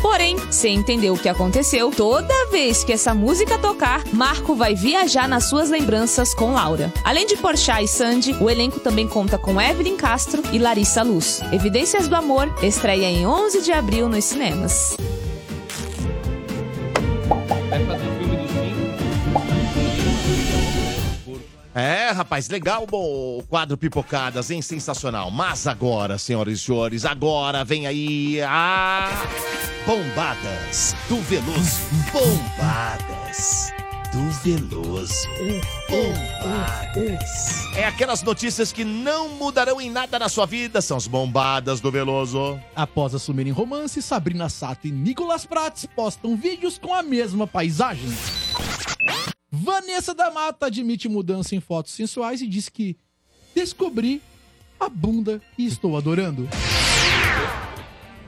Speaker 10: Porém, sem entender o que aconteceu, toda vez que essa música tocar, Marco vai viajar nas suas lembranças com Laura. Além de Porchat e Sandy, o elenco também conta com Evelyn Castro e Larissa Luz. Evidências do Amor estreia em 11 de abril nos cinemas.
Speaker 7: Vai fazer o filme do Sim?
Speaker 2: É, rapaz, legal bom, o quadro Pipocadas, hein? Sensacional. Mas agora, senhoras e senhores, agora vem aí a. Bombadas do Veloso. Bombadas do Veloso. Bombadas. É aquelas notícias que não mudarão em nada na sua vida, são as bombadas do Veloso.
Speaker 6: Após assumirem romance, Sabrina Sato e Nicolas Prates postam vídeos com a mesma paisagem. Vanessa da Mata admite mudança em fotos sensuais e diz que descobri a bunda e estou adorando.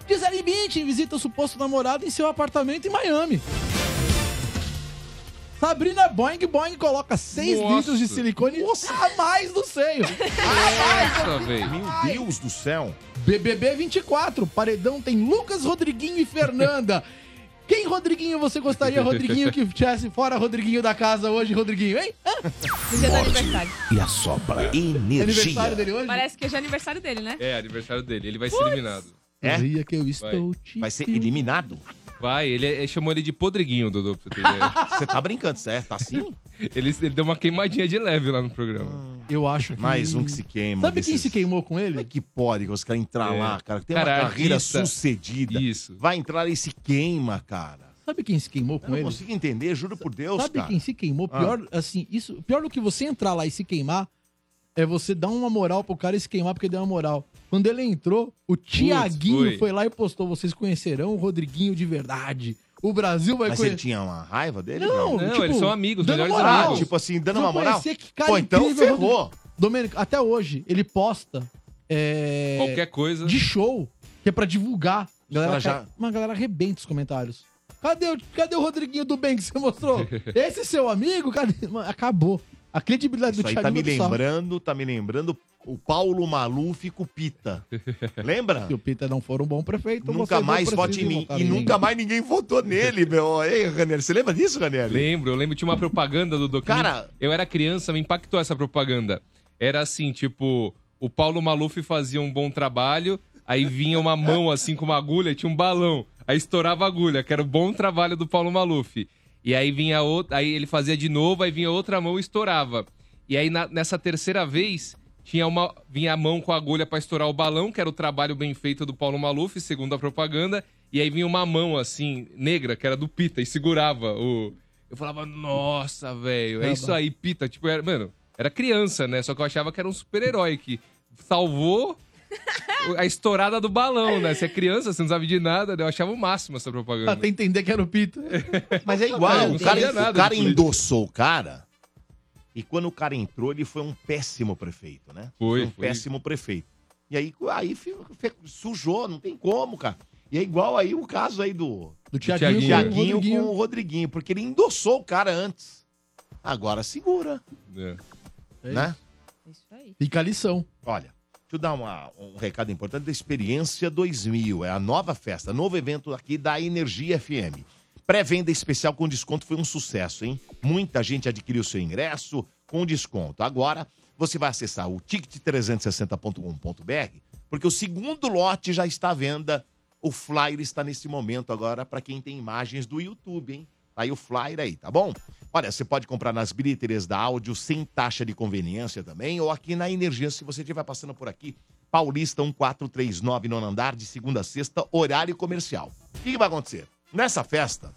Speaker 6: Gisele Bündchen visita o suposto namorado em seu apartamento em Miami. Sabrina Boing Boing coloca 6
Speaker 7: Nossa.
Speaker 6: litros de silicone a mais no seio.
Speaker 7: Nossa, velho.
Speaker 2: Meu Deus do céu.
Speaker 6: BBB 24, paredão tem Lucas, Rodriguinho e Fernanda. Quem Rodriguinho você gostaria, Rodriguinho, que tivesse fora Rodriguinho da casa hoje, Rodriguinho, hein?
Speaker 10: Hoje é do aniversário.
Speaker 11: E
Speaker 2: É.
Speaker 11: assopra.
Speaker 6: Aniversário
Speaker 11: Energia.
Speaker 6: dele hoje?
Speaker 10: Parece que hoje é aniversário dele, né?
Speaker 7: É, aniversário dele. Ele vai ser eliminado.
Speaker 2: É?
Speaker 6: O dia que eu estou te
Speaker 2: Vai ser eliminado?
Speaker 7: Vai, ele é- chamou ele de podreguinho, Dodô, pra você ter ideia.
Speaker 2: Você tá brincando, certo? Tá assim?
Speaker 7: ele, ele deu uma queimadinha de leve lá no programa.
Speaker 6: Eu acho que...
Speaker 2: Mais um que se queima.
Speaker 6: Sabe quem
Speaker 2: desses-
Speaker 6: se queimou com ele?
Speaker 2: Como é que pode os caras entrar
Speaker 7: É.
Speaker 2: lá, cara? Tem
Speaker 7: Cara,
Speaker 2: uma carreira
Speaker 7: artista.
Speaker 2: sucedida.
Speaker 7: Isso.
Speaker 2: Vai entrar e se queima, cara.
Speaker 6: Sabe quem se queimou
Speaker 2: Eu
Speaker 6: com
Speaker 2: não
Speaker 6: ele?
Speaker 2: consigo entender, juro por Deus,
Speaker 6: Sabe
Speaker 2: cara.
Speaker 6: quem se queimou?
Speaker 2: Ah.
Speaker 6: Pior, assim, isso, pior do que você entrar lá e se queimar é você dar uma moral pro cara e se queimar porque deu uma moral. Quando ele entrou, o Tiaguinho
Speaker 7: foi.
Speaker 6: foi lá e postou: vocês conhecerão o Rodriguinho de verdade. O Brasil vai
Speaker 2: Mas ele
Speaker 6: conhecer.
Speaker 2: tinha uma raiva dele?
Speaker 6: Não,
Speaker 7: Não,
Speaker 6: tipo,
Speaker 7: eles são amigos,
Speaker 6: dando
Speaker 7: melhores
Speaker 6: moral.
Speaker 2: Ah,
Speaker 7: amigos.
Speaker 2: tipo assim, dando
Speaker 6: Vocês
Speaker 2: uma
Speaker 6: vão
Speaker 2: moral?
Speaker 6: conhecer que cara
Speaker 2: Pô, então
Speaker 6: incrível,
Speaker 2: ferrou.
Speaker 6: Rodrigo. Domênico, até hoje, ele posta é,
Speaker 7: Qualquer coisa.
Speaker 6: de show, que é pra divulgar. Galera,
Speaker 2: caras
Speaker 6: já...
Speaker 2: já-
Speaker 6: Uma galera arrebenta os comentários. Cadê, o- cadê o Rodriguinho do bem que você mostrou? Esse seu amigo? Cadê? Mano, acabou. A credibilidade
Speaker 2: Isso
Speaker 6: do
Speaker 2: aí
Speaker 6: Thiago
Speaker 2: tá me
Speaker 6: Nunes só.
Speaker 2: lembrando, tá me lembrando o Paulo Maluf e Cupita. Lembra?
Speaker 6: Se o Peter não for um bom prefeito,
Speaker 2: Nunca
Speaker 6: vocês não
Speaker 2: mais vote em
Speaker 6: precisam
Speaker 2: mim.
Speaker 6: votar
Speaker 2: E nunca mais ninguém votou nele, meu. Ei, Ranieri, você lembra disso, Ranieri?
Speaker 7: Lembro, eu lembro, tinha uma propaganda do Doc.
Speaker 2: Cara-
Speaker 7: eu era criança, me impactou essa propaganda. Era assim, tipo, o Paulo Maluf fazia um bom trabalho, aí vinha uma mão assim com uma agulha, tinha um balão, aí estourava a agulha, que era o bom trabalho do Paulo Maluf. E aí vinha outra, aí ele fazia de novo, aí vinha outra mão e estourava. E aí na- nessa terceira vez tinha uma vinha a mão com a agulha pra estourar o balão, que era o trabalho bem feito do Paulo Maluf, segundo a propaganda, e aí vinha uma mão assim negra, que era do Pita e segurava o eu falava, nossa, velho, é isso aí, Pita. Tipo, era, mano, era criança, né? Só que eu achava que era um super-herói que salvou a estourada do balão, né? Você é criança, você não sabe de nada, né? Eu achava o máximo essa
Speaker 10: Ah,
Speaker 7: propaganda.
Speaker 6: Até entender que era o Peter.
Speaker 2: Mas é igual.
Speaker 7: É, não
Speaker 2: o cara,
Speaker 7: sabia
Speaker 2: o
Speaker 7: nada de
Speaker 2: cara
Speaker 7: política.
Speaker 2: endossou o cara. E quando o cara entrou, ele foi um péssimo prefeito, né?
Speaker 7: Foi,
Speaker 2: um
Speaker 7: foi.
Speaker 2: péssimo prefeito. E aí, aí fi- fe- sujou, não tem como, cara. E é igual aí o caso aí do
Speaker 6: Do
Speaker 7: Thiaguinho.
Speaker 6: Thiaguinho,
Speaker 2: Tiaguinho
Speaker 6: Thiaguinho, com o
Speaker 2: com
Speaker 6: Rodriguinho.
Speaker 2: o Rodriguinho, porque ele endossou o cara antes. Agora segura,
Speaker 7: É.
Speaker 6: É
Speaker 2: né?
Speaker 4: Isso aí.
Speaker 6: Fica a lição.
Speaker 2: Olha, deixa eu dar uma- um recado importante da Experiência 2000. É a nova festa, novo evento aqui da Energia FM. Pré-venda especial com desconto foi um sucesso, hein? Muita gente adquiriu seu ingresso com desconto. Agora, você vai acessar o ticket360.com.br, porque o segundo lote já está à venda. O flyer está nesse momento agora para quem tem imagens do YouTube, hein? Tá aí o flyer aí, tá bom? Olha, você pode comprar nas bilheterias da áudio sem taxa de conveniência também, ou aqui na Energia, se você estiver passando por aqui. Paulista 1439, nono andar, de segunda a sexta, horário comercial. O que que vai acontecer? Nessa festa,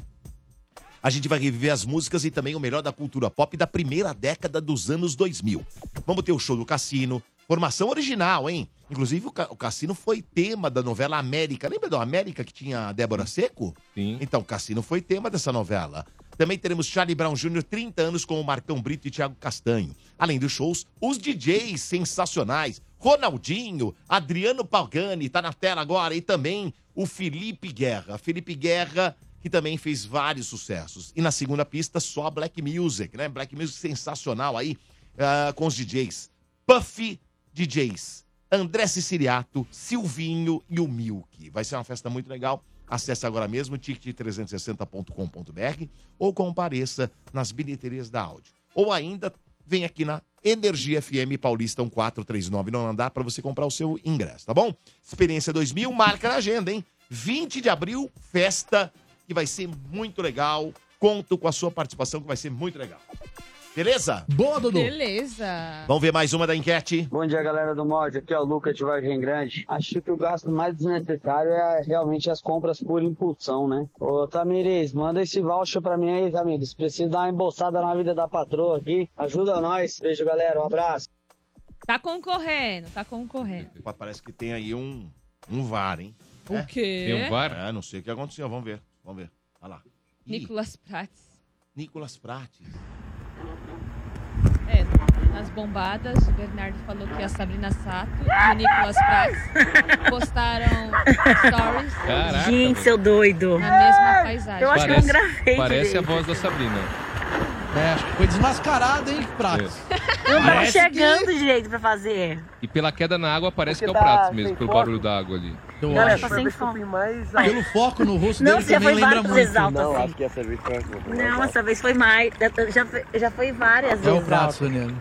Speaker 2: a gente vai reviver as músicas e também o melhor da cultura pop da primeira década dos anos 2000. Vamos ter o show do Cassino, formação original, hein? Inclusive, o, Ca- o Cassino foi tema da novela América. Lembra da América que tinha a Débora Seco?
Speaker 7: Sim.
Speaker 2: Então, Cassino foi tema dessa novela. Também teremos Charlie Brown Jr., 30 anos, com o Marcão Brito e Thiago Castanho. Além dos shows, os DJs sensacionais. Ronaldinho, Adriano Pagani, tá na tela agora. E também o Felipe Guerra. Felipe Guerra, que também fez vários sucessos. E na segunda pista, só a Black Music, né? Black Music sensacional aí, ah, com os DJs. Puff DJs. André Siciliato, Silvinho e o Milk. Vai ser uma festa muito legal. Acesse agora mesmo ticket360.com.br ou compareça nas bilheterias da áudio. Ou ainda vem aqui na Energia FM Paulista 1439 não andar para você comprar o seu ingresso, tá bom? Experiência 2000, marca na agenda, hein? 20 de abril, festa que vai ser muito legal. Conto com a sua participação que vai ser muito legal. Beleza?
Speaker 6: Boa, Dodô.
Speaker 4: Beleza.
Speaker 2: Vamos ver mais uma da enquete.
Speaker 12: Bom dia, galera do Mod. Aqui é o Lucas de Vargem Grande. Acho que o gasto mais desnecessário é realmente as compras por impulsão, né? Ô, Tamires, manda esse voucher pra mim aí, Tamires. Preciso dar uma embolsada na vida da patroa aqui. Ajuda nós. Beijo, galera. Um abraço.
Speaker 4: Tá concorrendo, tá concorrendo.
Speaker 2: Opa, Parece que tem aí um, um VAR, hein? É?
Speaker 4: O quê?
Speaker 7: Tem um VAR?
Speaker 2: É, não sei o que aconteceu. Vamos ver. Vamos ver. Olha lá. Ih,
Speaker 4: Nicolas Prates.
Speaker 2: Nicolas Prates.
Speaker 4: É, nas bombadas, o Bernardo falou que a Sabrina Sato e o Nicolas Prates postaram stories
Speaker 7: Caraca.
Speaker 10: Gente, seu doido.
Speaker 4: na mesma paisagem.
Speaker 10: Eu acho que eu não
Speaker 7: Parece-
Speaker 10: gravei
Speaker 7: Parece a
Speaker 10: direito.
Speaker 7: voz da Sabrina.
Speaker 6: É, acho que foi desmascarado, hein, Prates?
Speaker 10: Não tava
Speaker 6: Parece
Speaker 10: chegando direito pra fazer.
Speaker 7: E pela queda na água, parece que
Speaker 12: Porque
Speaker 7: é o
Speaker 12: tá
Speaker 7: prato mesmo,
Speaker 12: sem
Speaker 7: pelo
Speaker 12: foco.
Speaker 7: barulho da água ali.
Speaker 6: Eu
Speaker 10: Cara,
Speaker 6: acho.
Speaker 10: tá sem fome.
Speaker 6: Pelo foco no rosto
Speaker 10: Não,
Speaker 6: dele
Speaker 10: você já
Speaker 6: também
Speaker 10: foi
Speaker 6: lembra
Speaker 10: várias
Speaker 6: muito. É
Speaker 10: vezes alto assim.
Speaker 12: que essa vez foi
Speaker 10: Não, essa vez foi mais. Já, foi- já foi várias
Speaker 6: É o
Speaker 10: vezes
Speaker 6: Prates,
Speaker 10: alto.
Speaker 6: Daniel.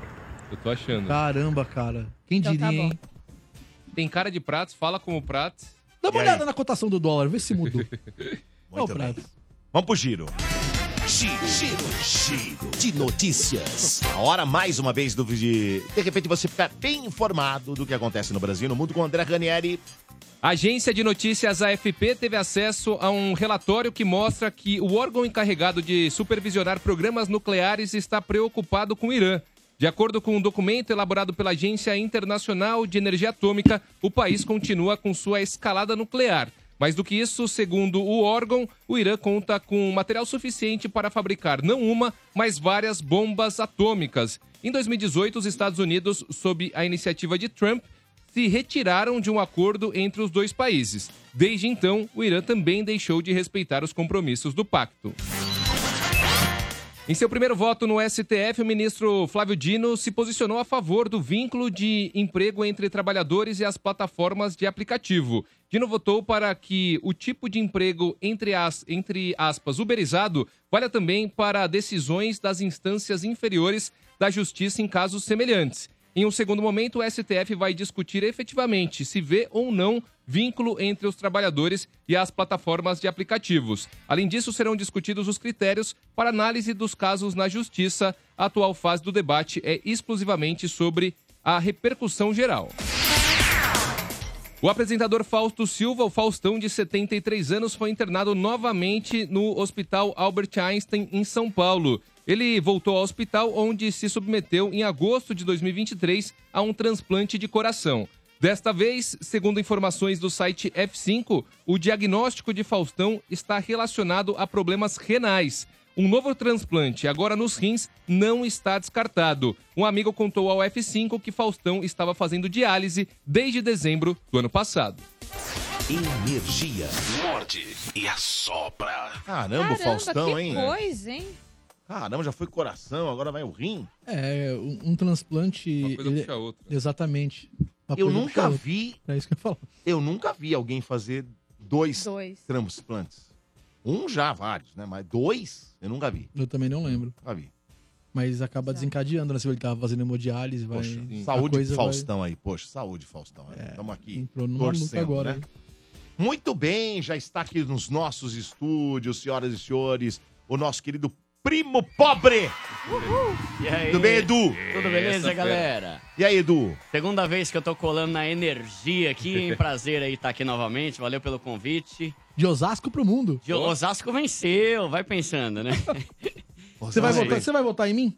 Speaker 7: Eu tô achando.
Speaker 10: Tá.
Speaker 6: Caramba, cara. Quem
Speaker 4: Então
Speaker 6: diria,
Speaker 4: tá bom.
Speaker 6: hein?
Speaker 7: Tem cara de pratos, fala como pratos.
Speaker 6: Dá uma
Speaker 2: E aí?
Speaker 6: olhada na cotação do dólar, vê se mudou. Olha o
Speaker 2: Muito bem.
Speaker 6: Prates.
Speaker 2: Vamos pro giro.
Speaker 3: Giro, giro, giro de notícias.
Speaker 2: A hora mais uma vez do de De repente você ficar bem informado do que acontece no Brasil e no mundo com André Ranieri.
Speaker 7: A agência de notícias AFP teve acesso a um relatório que mostra que o órgão encarregado de supervisionar programas nucleares está preocupado com o Irã. De acordo com um documento elaborado pela Agência Internacional de Energia Atômica, o país continua com sua escalada nuclear. Mais do que isso, segundo o órgão, o Irã conta com material suficiente para fabricar não uma, mas várias bombas atômicas. Em 2018, os Estados Unidos, sob a iniciativa de Trump, se retiraram de um acordo entre os dois países. Desde então, o Irã também deixou de respeitar os compromissos do pacto. Em seu primeiro voto no STF, o ministro Flávio Dino se posicionou a favor do vínculo de emprego entre trabalhadores e as plataformas de aplicativo. Dino votou para que o tipo de emprego, entre, as, entre aspas, uberizado, valha também para decisões das instâncias inferiores da justiça em casos semelhantes. Em um segundo momento, o STF vai discutir efetivamente se vê ou não vínculo entre os trabalhadores e as plataformas de aplicativos. Além disso, serão discutidos os critérios para análise dos casos na justiça. A atual fase do debate é exclusivamente sobre a repercussão geral. O apresentador Fausto Silva, o Faustão, de 73 anos, foi internado novamente no Hospital Albert Einstein, em São Paulo. Ele voltou ao hospital, onde se submeteu em agosto de 2023 a um transplante de coração. Desta vez, segundo informações do site F5, o diagnóstico de Faustão está relacionado a problemas renais. Um novo transplante, agora nos rins, não está descartado. Um amigo contou ao F5 que Faustão estava fazendo diálise desde dezembro do ano passado.
Speaker 3: Energia. Morde e assopra.
Speaker 2: Caramba, o Faustão,
Speaker 4: que
Speaker 2: hein?
Speaker 4: coisa, hein?
Speaker 2: Caramba, já foi coração, agora vai o rim.
Speaker 6: É, um, um transplante.
Speaker 2: Uma coisa puxa a
Speaker 7: outra.
Speaker 6: Exatamente. Uma
Speaker 2: eu
Speaker 6: coisa puxa a
Speaker 2: nunca
Speaker 6: outra.
Speaker 2: vi.
Speaker 6: É isso que eu falo.
Speaker 2: Eu nunca vi alguém fazer dois,
Speaker 4: Dois.
Speaker 2: transplantes. Um já, vários, né? Mas dois, eu nunca vi.
Speaker 6: Eu também não lembro.
Speaker 2: Nunca vi.
Speaker 6: Mas acaba desencadeando, né? Se ele tava fazendo hemodiálise, vai.
Speaker 2: Poxa,
Speaker 6: a
Speaker 2: saúde
Speaker 6: coisa vai- É,
Speaker 2: Faustão aí, poxa, saúde Faustão. Estamos aqui
Speaker 6: entrou numa luta
Speaker 2: torcendo,
Speaker 6: agora,
Speaker 2: né?
Speaker 6: hein?
Speaker 2: Muito bem, já está aqui nos nossos estúdios, senhoras e senhores, o nosso querido primo pobre.
Speaker 13: E aí?
Speaker 2: Tudo bem, Edu?
Speaker 13: Tudo beleza,
Speaker 2: Essa
Speaker 13: galera?
Speaker 2: E aí, Edu?
Speaker 13: Segunda vez que eu tô colando na energia aqui, hein? Prazer aí estar aqui novamente, valeu pelo convite.
Speaker 6: De Osasco pro mundo.
Speaker 13: De Osasco venceu, vai pensando, né?
Speaker 6: Você vai, votar, você vai votar em mim?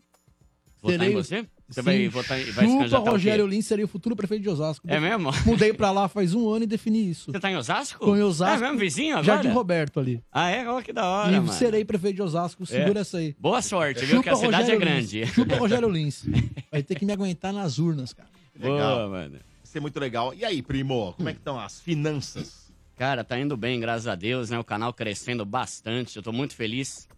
Speaker 13: Votar em
Speaker 6: Terei-
Speaker 13: você? Você vai
Speaker 6: Sim,
Speaker 13: votar em... Vai se
Speaker 6: chupa
Speaker 13: candidatar ao quê?
Speaker 6: Rogério Lins seria o futuro prefeito de Osasco.
Speaker 13: É mesmo?
Speaker 6: Mudei pra lá faz um ano e defini isso.
Speaker 13: Você tá em Osasco?
Speaker 6: Tô em Osasco.
Speaker 13: É mesmo, vizinho agora?
Speaker 6: Jardim Roberto ali.
Speaker 13: Ah, é? Olha que da hora,
Speaker 6: e
Speaker 13: mano. É.
Speaker 6: serei prefeito de Osasco, segura essa aí.
Speaker 13: Boa sorte, viu? que a cidade é
Speaker 6: Rogério Lins.
Speaker 13: grande.
Speaker 6: Chupa Rogério Lins. Vai ter que me aguentar nas urnas, cara.
Speaker 13: Boa, mano.
Speaker 2: Isso é muito legal. E aí, primo, como é que estão as finanças?
Speaker 13: Cara, tá indo bem, graças a Deus, né? O canal crescendo bastante. Eu tô muito feliz.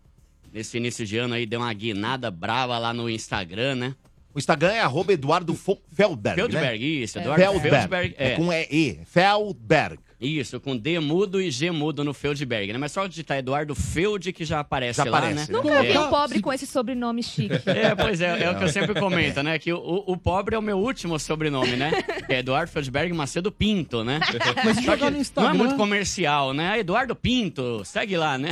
Speaker 13: Nesse início de ano aí, deu uma guinada brava lá no Instagram, né?
Speaker 2: O Instagram é arroba Eduardo Fo- Feldberg,
Speaker 13: Feldberg, isso,
Speaker 2: né?
Speaker 13: Eduardo
Speaker 2: Feldberg.
Speaker 13: Feldberg,
Speaker 2: É.
Speaker 13: é.
Speaker 2: com EE. Feldberg.
Speaker 13: Isso, com D mudo e G mudo no Feldberg, né? Mas só digitar Eduardo Feld que já aparece
Speaker 2: Já
Speaker 13: lá,
Speaker 2: aparece,
Speaker 13: né?
Speaker 2: né?
Speaker 4: Nunca vi
Speaker 13: É.
Speaker 4: um pobre com esse sobrenome chique.
Speaker 13: É, pois é, é o que eu sempre comento, né? Que o, o pobre é o meu último sobrenome, né? É Eduardo Feldberg Macedo Pinto, né?
Speaker 6: Mas se jogar
Speaker 13: Só que
Speaker 6: no
Speaker 13: não é
Speaker 6: Instagram-
Speaker 13: muito comercial, né? Eduardo Pinto, segue lá, né?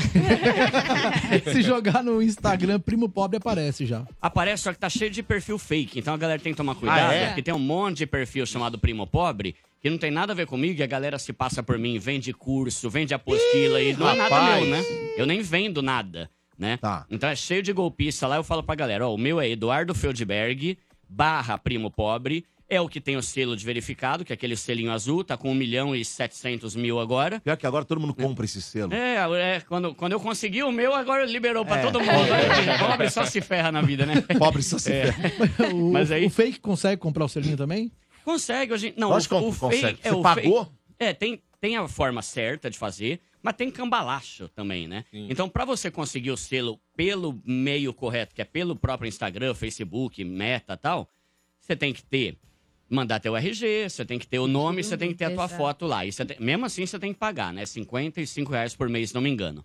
Speaker 6: Se jogar no Instagram, primo pobre aparece já.
Speaker 13: Aparece, só que tá cheio de perfil fake. Então a galera tem que tomar cuidado,
Speaker 6: Ah, é?
Speaker 13: porque tem um monte de perfil chamado Primo Pobre, que não tem nada a ver comigo, e a galera se passa por mim, vende curso, vende apostila, e não é nada
Speaker 14: rapaz.
Speaker 13: meu, né? Eu nem vendo nada, né?
Speaker 2: Tá.
Speaker 13: Então é cheio de golpista lá, eu falo pra galera, ó, o meu é Eduardo Feldberg, barra Primo Pobre, é o que tem o selo de verificado, que é aquele selinho azul, tá com 1 milhão e 700 mil agora.
Speaker 2: Pior que agora todo mundo compra esse selo.
Speaker 13: É, é, quando, quando eu consegui o meu, agora liberou pra
Speaker 2: É.
Speaker 13: todo mundo. né? Pobre só se ferra na vida, né?
Speaker 2: Pobre só se ferra.
Speaker 6: O,
Speaker 13: Mas aí-
Speaker 6: o fake consegue comprar o selinho também?
Speaker 13: Consegue hoje. Não,
Speaker 6: Lógico que
Speaker 13: fei-
Speaker 6: consegue. Você
Speaker 13: É o
Speaker 6: pagou?
Speaker 13: fei- é, tem, tem a forma certa de fazer, mas tem cambalacho também, né? Então, pra você conseguir o selo pelo meio correto, que é pelo próprio Instagram, Facebook, Meta e tal, você tem que ter. Mandar teu RG, você tem que ter o nome, você tem que ter a tua
Speaker 14: Exato.
Speaker 13: foto lá. E você tem- mesmo assim, você tem que pagar, né? R$ 55 reais por mês, se não me engano.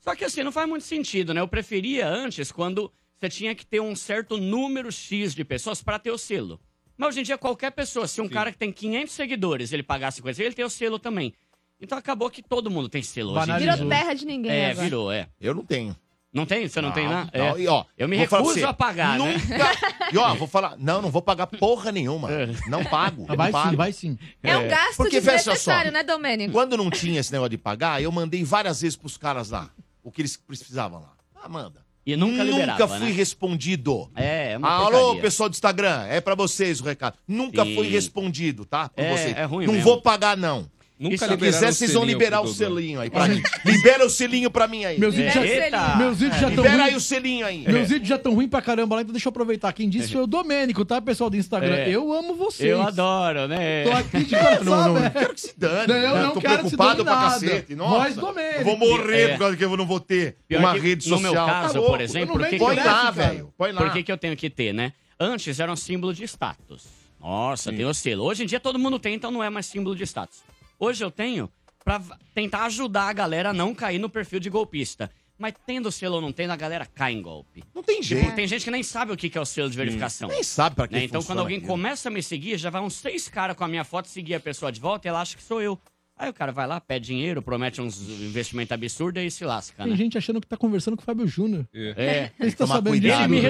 Speaker 13: Só que assim, não faz muito sentido, né? Eu preferia antes quando você tinha que ter um certo número X de pessoas para ter o selo. Mas hoje em dia, qualquer pessoa, se um cara que tem 500 seguidores, ele pagar 50 ele tem o selo também. Então acabou que todo mundo tem selo hoje em dia.
Speaker 4: Virou terra de ninguém
Speaker 13: É,
Speaker 4: agora.
Speaker 13: virou, é.
Speaker 2: Eu não tenho.
Speaker 13: Não tem? Você não, tem, né?
Speaker 2: não.
Speaker 13: É.
Speaker 2: E, ó,
Speaker 13: Eu me
Speaker 2: vou falar pra
Speaker 13: recuso
Speaker 2: você,
Speaker 13: a pagar, né?
Speaker 2: nunca- E ó, vou falar, não, não vou pagar porra nenhuma.
Speaker 13: É.
Speaker 2: Não pago.
Speaker 6: Ah,
Speaker 2: não
Speaker 6: vai
Speaker 2: pago.
Speaker 6: sim, vai sim.
Speaker 4: É um gasto
Speaker 2: Porque, veja
Speaker 4: desnecessário,
Speaker 2: só,
Speaker 4: né, Domênico?
Speaker 2: Quando não tinha esse negócio de pagar, eu mandei várias vezes pros caras lá o que eles precisavam lá. Ah, manda.
Speaker 13: E nunca liberava,
Speaker 2: Nunca fui
Speaker 13: né?
Speaker 2: respondido.
Speaker 13: É, é uma
Speaker 2: Alô,
Speaker 13: porcaria.
Speaker 2: pessoal do Instagram, é pra vocês o recado. Nunca
Speaker 13: Sim.
Speaker 2: fui respondido, tá? Por
Speaker 13: É,
Speaker 2: vocês.
Speaker 13: é ruim
Speaker 2: Não
Speaker 13: mesmo.
Speaker 2: vou pagar, não. Nunca
Speaker 7: Nunca
Speaker 2: Se quiser,
Speaker 7: liberaram
Speaker 2: vocês
Speaker 7: o
Speaker 2: vão
Speaker 7: um selinho
Speaker 2: liberar
Speaker 7: pro
Speaker 2: o
Speaker 7: Dodô.
Speaker 2: selinho aí. pra mim. Libera o selinho pra mim aí.
Speaker 6: Meus vídeos já,
Speaker 13: Ah,
Speaker 6: meus
Speaker 13: é,
Speaker 6: vídeos já tão
Speaker 2: Libera
Speaker 6: ruim-
Speaker 2: aí o selinho aí.
Speaker 6: Meus vídeos já estão ruins pra caramba lá, então deixa eu aproveitar. Quem disse foi o Domênico, tá, pessoal do Instagram?
Speaker 13: É.
Speaker 6: Eu amo vocês.
Speaker 13: Eu adoro, né?
Speaker 6: Tô aqui de coração,
Speaker 2: Não, não,
Speaker 6: velho.
Speaker 2: quero que se dane.
Speaker 6: Não, eu
Speaker 2: né?
Speaker 6: não
Speaker 2: tô
Speaker 6: quero que se
Speaker 2: preocupado
Speaker 6: dane
Speaker 2: pra
Speaker 6: nada.
Speaker 2: cacete.
Speaker 6: Nós,
Speaker 2: Nossa,
Speaker 6: Domênico.
Speaker 2: eu vou morrer
Speaker 13: É.
Speaker 2: por causa que eu não vou ter
Speaker 13: Pior
Speaker 2: uma
Speaker 13: que
Speaker 2: rede social.
Speaker 13: No meu
Speaker 2: Tá
Speaker 13: caso,
Speaker 2: louco,
Speaker 13: por exemplo,
Speaker 2: eu não
Speaker 13: por que
Speaker 2: venho
Speaker 13: que
Speaker 2: com
Speaker 13: eu-
Speaker 2: essa, cara. Põe lá,
Speaker 13: Por que,
Speaker 2: velho.
Speaker 13: que eu tenho que ter, né? Antes era um símbolo de status. Nossa, tem o selo. Hoje em dia todo mundo tem, então não é mais símbolo de status. Hoje eu tenho pra v- tentar ajudar a galera a não cair no perfil de golpista. Mas tendo selo ou não tendo, a galera cai em golpe.
Speaker 2: Não tem
Speaker 13: Tipo,
Speaker 2: jeito.
Speaker 13: tem gente que nem sabe o que que é o selo de verificação.
Speaker 2: Hum. Nem sabe pra que
Speaker 13: Né? Então,
Speaker 2: funciona
Speaker 13: quando alguém
Speaker 2: aquilo.
Speaker 13: começa a me seguir, já vai uns seis caras com a minha foto seguir a pessoa de volta e ela acha que sou eu. Aí o cara vai lá, pede dinheiro, promete uns investimentos absurdos e se lasca,
Speaker 6: Tem
Speaker 13: né?
Speaker 6: gente achando que tá conversando com o Fábio Júnior.
Speaker 13: É.
Speaker 6: Ele está
Speaker 13: Tomar
Speaker 6: sabendo
Speaker 13: cuidado.
Speaker 6: disso.
Speaker 13: Ele
Speaker 2: né?
Speaker 13: me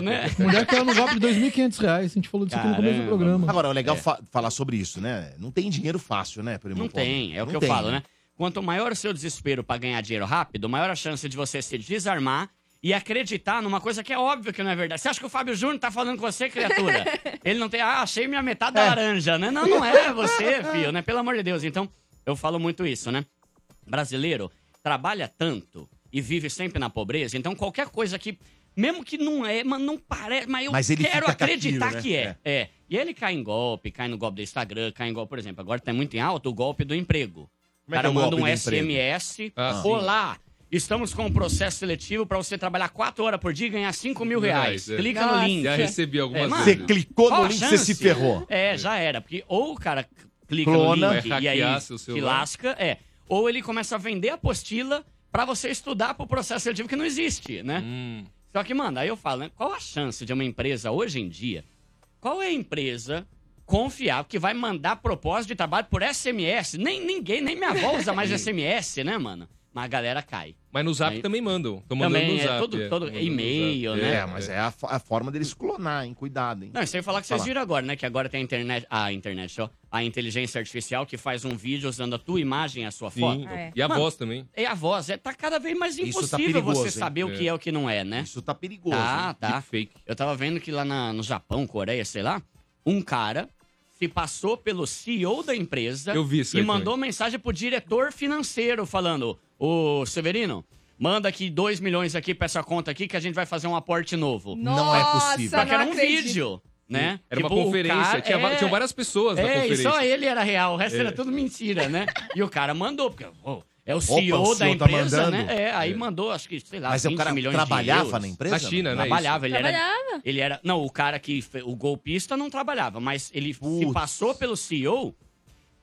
Speaker 13: né?
Speaker 6: Mulher que ela no golpe de 2.500 reais. A gente falou disso aqui no começo do programa.
Speaker 2: Agora, é legal fa- falar sobre isso, né? Não tem dinheiro fácil, né, primo?
Speaker 13: Não
Speaker 2: pobre?
Speaker 13: tem, é o
Speaker 2: Não
Speaker 13: que eu
Speaker 2: tem,
Speaker 13: falo, né? Quanto maior o seu desespero pra ganhar dinheiro rápido, maior a chance de você se desarmar e acreditar numa coisa que é óbvio que não é verdade. Você acha que o Fábio Júnior tá falando com você, criatura? Ele não tem, ah, achei minha metade
Speaker 2: É.
Speaker 13: da laranja, né? Não, não é você, filho, né? Pelo amor de Deus. Então, eu falo muito isso, né? Brasileiro trabalha tanto e vive sempre na pobreza, então qualquer coisa que mesmo que não é, mas não parece, mas eu
Speaker 2: Mas ele fica
Speaker 13: quero
Speaker 2: com
Speaker 13: acreditar
Speaker 2: aquilo, né?
Speaker 13: que é. É. E ele cai em golpe, cai no golpe do Instagram, cai em golpe, por exemplo, agora tá muito em alta o golpe do emprego. O
Speaker 2: Como é que
Speaker 13: cara
Speaker 2: é o
Speaker 13: manda
Speaker 2: golpe
Speaker 13: um
Speaker 2: do emprego?
Speaker 13: SMS,
Speaker 2: Ah, sim.
Speaker 13: olá, estamos com um processo seletivo pra você trabalhar 4 horas por dia e ganhar 5 mil reais.
Speaker 7: Reais, é.
Speaker 13: Clica
Speaker 7: Nossa.
Speaker 13: no link. É,
Speaker 7: Já recebi algumas
Speaker 13: mano,
Speaker 7: vezes. Você
Speaker 2: clicou
Speaker 13: qual
Speaker 2: no
Speaker 13: a
Speaker 2: link, você se
Speaker 13: chance?
Speaker 2: ferrou.
Speaker 13: É, já era, porque ou o cara clica
Speaker 2: Clona.
Speaker 13: no link
Speaker 7: Vai
Speaker 13: e
Speaker 7: hackear
Speaker 13: aí
Speaker 7: seu
Speaker 13: se
Speaker 7: celular.
Speaker 13: lasca, é. Ou ele começa a vender a apostila pra você estudar pro processo seletivo que não existe, né?
Speaker 7: Hum.
Speaker 13: Só que, mano, aí eu falo, né? Qual a chance de uma empresa hoje em dia? Qual é a empresa confiável que vai mandar proposta de trabalho por SMS? Nem ninguém, nem minha avó usa mais SMS, né, mano? Mas a galera cai.
Speaker 7: Mas no Zap
Speaker 13: Aí-
Speaker 7: também mandam. Tô mandando
Speaker 13: Também,
Speaker 7: no
Speaker 13: é
Speaker 7: Zap.
Speaker 13: todo- todo
Speaker 7: Tô mandando no
Speaker 13: e-mail,
Speaker 7: Zap.
Speaker 13: né?
Speaker 2: É, mas é a, fo- a forma deles clonar, hein? Cuidado, hein?
Speaker 13: Não, isso aí eu falar que vocês
Speaker 2: Fala.
Speaker 13: viram agora, né? Que agora tem a internet. A internet, ó. A inteligência artificial que faz um vídeo usando a tua imagem e a sua foto.
Speaker 7: Sim. E a voz também.
Speaker 13: É a voz. É, tá cada vez mais
Speaker 2: Isso
Speaker 13: impossível
Speaker 2: tá perigoso,
Speaker 13: você
Speaker 2: hein?
Speaker 13: saber o que
Speaker 7: É.
Speaker 13: é. o que não é, né?
Speaker 2: Isso tá perigoso.
Speaker 13: Tá,
Speaker 2: hein?
Speaker 13: tá.
Speaker 7: Fake.
Speaker 13: Eu tava vendo que lá na- no Japão, Coreia, sei lá, um cara se passou pelo CEO da empresa
Speaker 7: Eu vi isso
Speaker 13: e
Speaker 7: aí
Speaker 13: mandou mensagem pro diretor financeiro falando: Ô Severino, manda aqui 2 milhões aqui pra essa conta aqui que a gente vai fazer um aporte novo.
Speaker 2: Não é possível.
Speaker 13: Só que era um
Speaker 4: acredito.
Speaker 13: vídeo, né?
Speaker 7: Era uma
Speaker 13: Tipo, o
Speaker 7: conferência.
Speaker 13: cara-
Speaker 7: tinha, va-
Speaker 13: é.
Speaker 7: Tinham várias pessoas na
Speaker 13: É, e
Speaker 7: conferência.
Speaker 13: só ele era real, o resto
Speaker 7: É.
Speaker 13: era tudo mentira, né? E o cara mandou, porque pô, é o CEO
Speaker 2: o
Speaker 13: da
Speaker 2: CEO tá
Speaker 13: empresa, né?
Speaker 2: mandando?
Speaker 13: É, aí mandou, acho que, sei lá,
Speaker 2: Mas é
Speaker 13: 20
Speaker 2: o cara
Speaker 13: milhões de
Speaker 2: trabalhava
Speaker 13: euros.
Speaker 2: na empresa?
Speaker 7: Na China, né?
Speaker 13: Trabalhava, ele
Speaker 4: Trabalhava.
Speaker 13: era. Ele era. Não, o cara que. fe- O golpista não trabalhava, mas ele
Speaker 2: Putz.
Speaker 13: se passou pelo CEO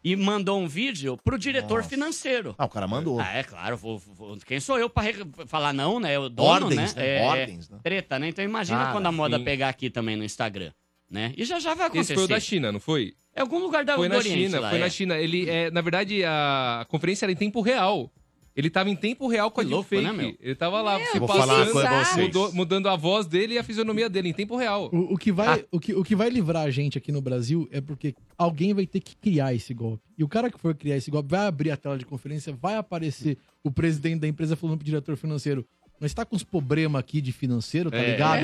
Speaker 13: e mandou um vídeo pro diretor
Speaker 2: Nossa.
Speaker 13: financeiro.
Speaker 2: Ah, o cara mandou.
Speaker 13: Ah, é claro, vou- vou- quem sou eu pra re- falar não, né? O dono,
Speaker 2: Ordens,
Speaker 13: né?
Speaker 2: né?
Speaker 13: É,
Speaker 2: Ordens, né?
Speaker 13: Treta, né? Então imagina
Speaker 2: Cara,
Speaker 13: quando a moda
Speaker 7: sim.
Speaker 13: pegar aqui também no Instagram, né? E já já vai
Speaker 7: Esse
Speaker 13: acontecer.
Speaker 7: foi o da China, não foi?
Speaker 13: É algum lugar da
Speaker 7: Foi
Speaker 13: do
Speaker 7: na
Speaker 13: Oriente
Speaker 7: China,
Speaker 13: lá,
Speaker 7: foi
Speaker 13: é.
Speaker 7: na China. Ele, é, na verdade, a conferência era em tempo real. Ele tava em tempo real com a
Speaker 13: Que
Speaker 7: deep
Speaker 13: louco,
Speaker 7: fake.
Speaker 13: né, meu?
Speaker 7: Ele tava lá,
Speaker 4: Meu,
Speaker 7: se
Speaker 2: Vou
Speaker 4: Vou
Speaker 2: falar
Speaker 4: passando.
Speaker 2: com vocês.
Speaker 7: mudou- mudando a voz dele e a fisionomia dele em tempo real.
Speaker 6: O, o que vai, o, que, o que vai livrar a gente aqui no Brasil é porque alguém vai ter que criar esse golpe. E o cara que for criar esse golpe vai abrir a tela de conferência, vai aparecer o presidente da empresa falando pro diretor financeiro. Mas tá com uns problemas aqui de financeiro, tá
Speaker 13: É.
Speaker 6: ligado?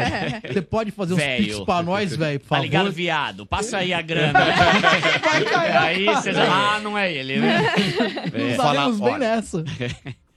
Speaker 6: Você pode fazer uns
Speaker 13: Velho.
Speaker 6: pix pra nós, velho, por
Speaker 13: Tá
Speaker 6: favor.
Speaker 13: ligado, viado? Passa aí a grana. aí você já. Ah, não é ele, né?
Speaker 2: Vou falar,
Speaker 6: Estaremos bem
Speaker 2: olha,
Speaker 6: nessa.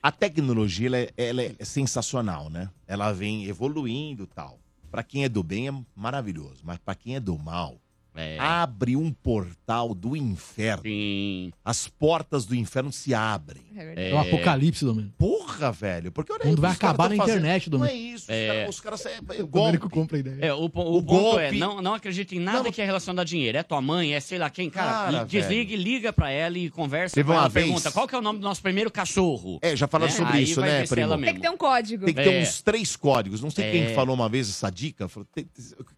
Speaker 2: A tecnologia, ela é, ela é sensacional, né? Ela vem evoluindo e tal. Pra quem é do bem é maravilhoso, mas pra quem é do mal,
Speaker 13: É.
Speaker 2: abre um portal do inferno.
Speaker 13: Sim.
Speaker 2: As portas do inferno se abrem.
Speaker 4: É verdade.
Speaker 6: É o apocalipse, Domênico.
Speaker 2: Porra, velho. Porque olha aí,
Speaker 6: Mundo vai
Speaker 2: os caras
Speaker 6: acabar
Speaker 2: tão
Speaker 6: na
Speaker 2: fazendo-
Speaker 6: internet,
Speaker 2: Não é
Speaker 6: Domênico.
Speaker 2: isso.
Speaker 13: É.
Speaker 2: Os caras. Os caras é, é
Speaker 6: O
Speaker 2: golpe.
Speaker 6: Domênico compra a ideia.
Speaker 13: É, o, po- o
Speaker 2: O
Speaker 13: ponto é,
Speaker 2: golpe.
Speaker 13: não, não acredita em nada
Speaker 2: Não,
Speaker 13: que é relacionado a dinheiro. É tua mãe, é sei lá quem. Cara,
Speaker 2: Cara,
Speaker 13: desliga, e liga pra ela e conversa
Speaker 2: Teve
Speaker 13: com
Speaker 2: uma
Speaker 13: ela.
Speaker 2: vez-
Speaker 13: Pergunta, qual que é o nome do nosso primeiro cachorro?
Speaker 2: É, já falaram
Speaker 13: Né?
Speaker 2: sobre
Speaker 13: Aí
Speaker 2: isso,
Speaker 13: vai
Speaker 2: né,
Speaker 13: ver se
Speaker 2: primo?
Speaker 13: ela
Speaker 4: Tem que ter um código.
Speaker 2: Tem que ter
Speaker 13: É.
Speaker 2: uns três códigos. Não sei
Speaker 13: É.
Speaker 2: quem que falou uma vez essa dica. falou, "Tem-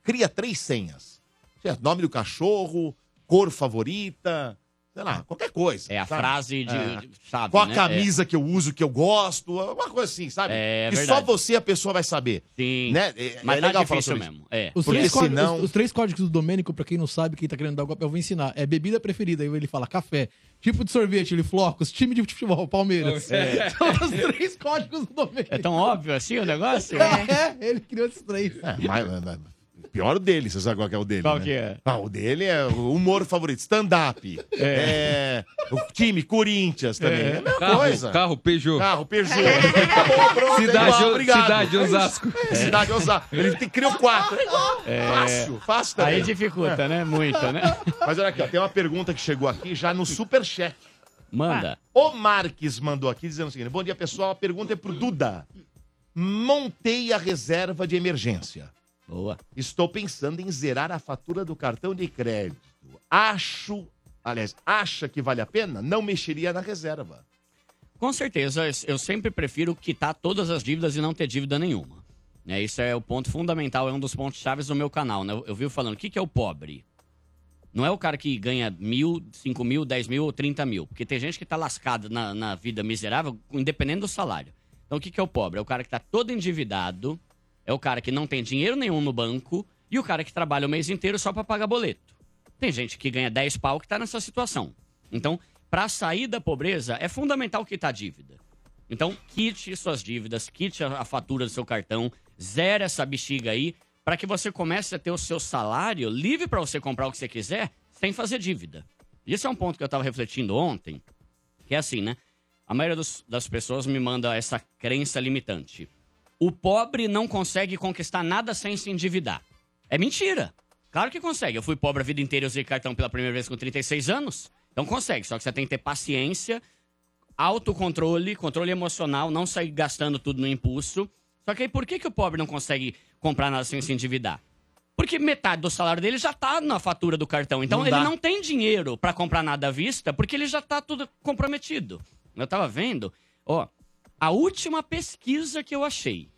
Speaker 2: Cria três senhas. Sei lá, Nome do cachorro, cor favorita, sei lá, qualquer coisa.
Speaker 13: É a
Speaker 2: sabe?
Speaker 13: frase de.
Speaker 2: É.
Speaker 13: de- Sabe?
Speaker 2: Qual a
Speaker 13: né?
Speaker 2: camisa que eu uso, que eu gosto, uma coisa assim, sabe?
Speaker 13: É, é
Speaker 2: e só
Speaker 13: verdade.
Speaker 2: você a pessoa vai saber.
Speaker 13: É, sim.
Speaker 2: Né? É,
Speaker 13: Mas
Speaker 2: é
Speaker 13: tá
Speaker 2: legal falar
Speaker 13: difícil
Speaker 2: sobre isso.
Speaker 13: mesmo. É.
Speaker 6: Os
Speaker 2: Porque
Speaker 6: três, códigos,
Speaker 2: senão-
Speaker 6: os, os três códigos do Domênico, pra quem não sabe, quem tá querendo dar golpe, eu vou ensinar. É bebida preferida, aí ele fala café. Tipo de sorvete, ele flocos. Time de futebol, Palmeiras. São os três códigos do
Speaker 13: É
Speaker 6: Domênico.
Speaker 13: tão óbvio assim o negócio?
Speaker 6: É, ele criou esses três.
Speaker 2: É, mas- mas- mas- Pior o dele, você sabe qual que é o dele.
Speaker 14: Qual
Speaker 2: né?
Speaker 14: que é?
Speaker 2: Ah, o dele é o humor favorito. Stand-up. É. O time, Corinthians também. É, a mesma
Speaker 7: Carro,
Speaker 2: coisa.
Speaker 7: carro, Peugeot.
Speaker 2: Carro, Peugeot. Acabou, pronto,
Speaker 7: Cidade-
Speaker 2: igual, obrigado.
Speaker 7: cidade,
Speaker 2: É isso.
Speaker 7: Osasco.
Speaker 2: É, cidade, Osasco. Ele te criou quatro.
Speaker 14: É.
Speaker 2: Fácil, fácil também.
Speaker 14: Aí dificulta, né? Muito, né?
Speaker 2: Mas olha aqui, ó, tem uma pergunta que chegou aqui já no superchat.
Speaker 13: Manda.
Speaker 2: o Marques mandou aqui dizendo o seguinte: Bom dia, pessoal. A pergunta é pro Duda. Montei a reserva de emergência.
Speaker 13: Boa.
Speaker 2: Estou pensando em zerar a fatura do cartão de crédito. Acho, aliás, acha que vale a pena? Não mexeria na reserva.
Speaker 13: Com certeza, eu sempre prefiro quitar todas as dívidas e não ter dívida nenhuma. Né, isso é o ponto fundamental, é um dos pontos chaves do meu canal. Né? Eu, eu vivo falando, o que, que é o pobre? Não é o cara que ganha mil, cinco mil, dez mil ou trinta mil. Porque tem gente que tá lascada na, na vida miserável, independente do salário. Então, o que, que é o pobre? É o cara que tá todo endividado, é o cara que não tem dinheiro nenhum no banco e o cara que trabalha o mês inteiro só para pagar boleto. Tem gente que ganha 10 pau que tá nessa situação. Então, para sair da pobreza, é fundamental quitar a dívida. Então, quite suas dívidas, quite a a fatura do seu cartão, zera essa bexiga aí, para que você comece a ter o seu salário livre para você comprar o que você quiser, sem fazer dívida. Isso é um ponto que eu estava refletindo ontem, que é assim, né? A maioria dos- das pessoas me manda essa crença limitante. O pobre não consegue conquistar nada sem se endividar. É mentira. Claro que consegue. Eu fui pobre a vida inteira e usei cartão pela primeira vez com 36 anos. Então consegue, só que você tem que ter paciência, autocontrole, controle emocional, não sair gastando tudo no impulso. Só que aí por que, que o pobre não consegue comprar nada sem se endividar? Porque metade do salário dele já tá na fatura do cartão. Então
Speaker 15: Não
Speaker 13: ele
Speaker 15: dá.
Speaker 13: não tem dinheiro pra comprar nada à vista, porque ele já tá tudo comprometido. Eu tava vendo, ó, a última pesquisa que eu achei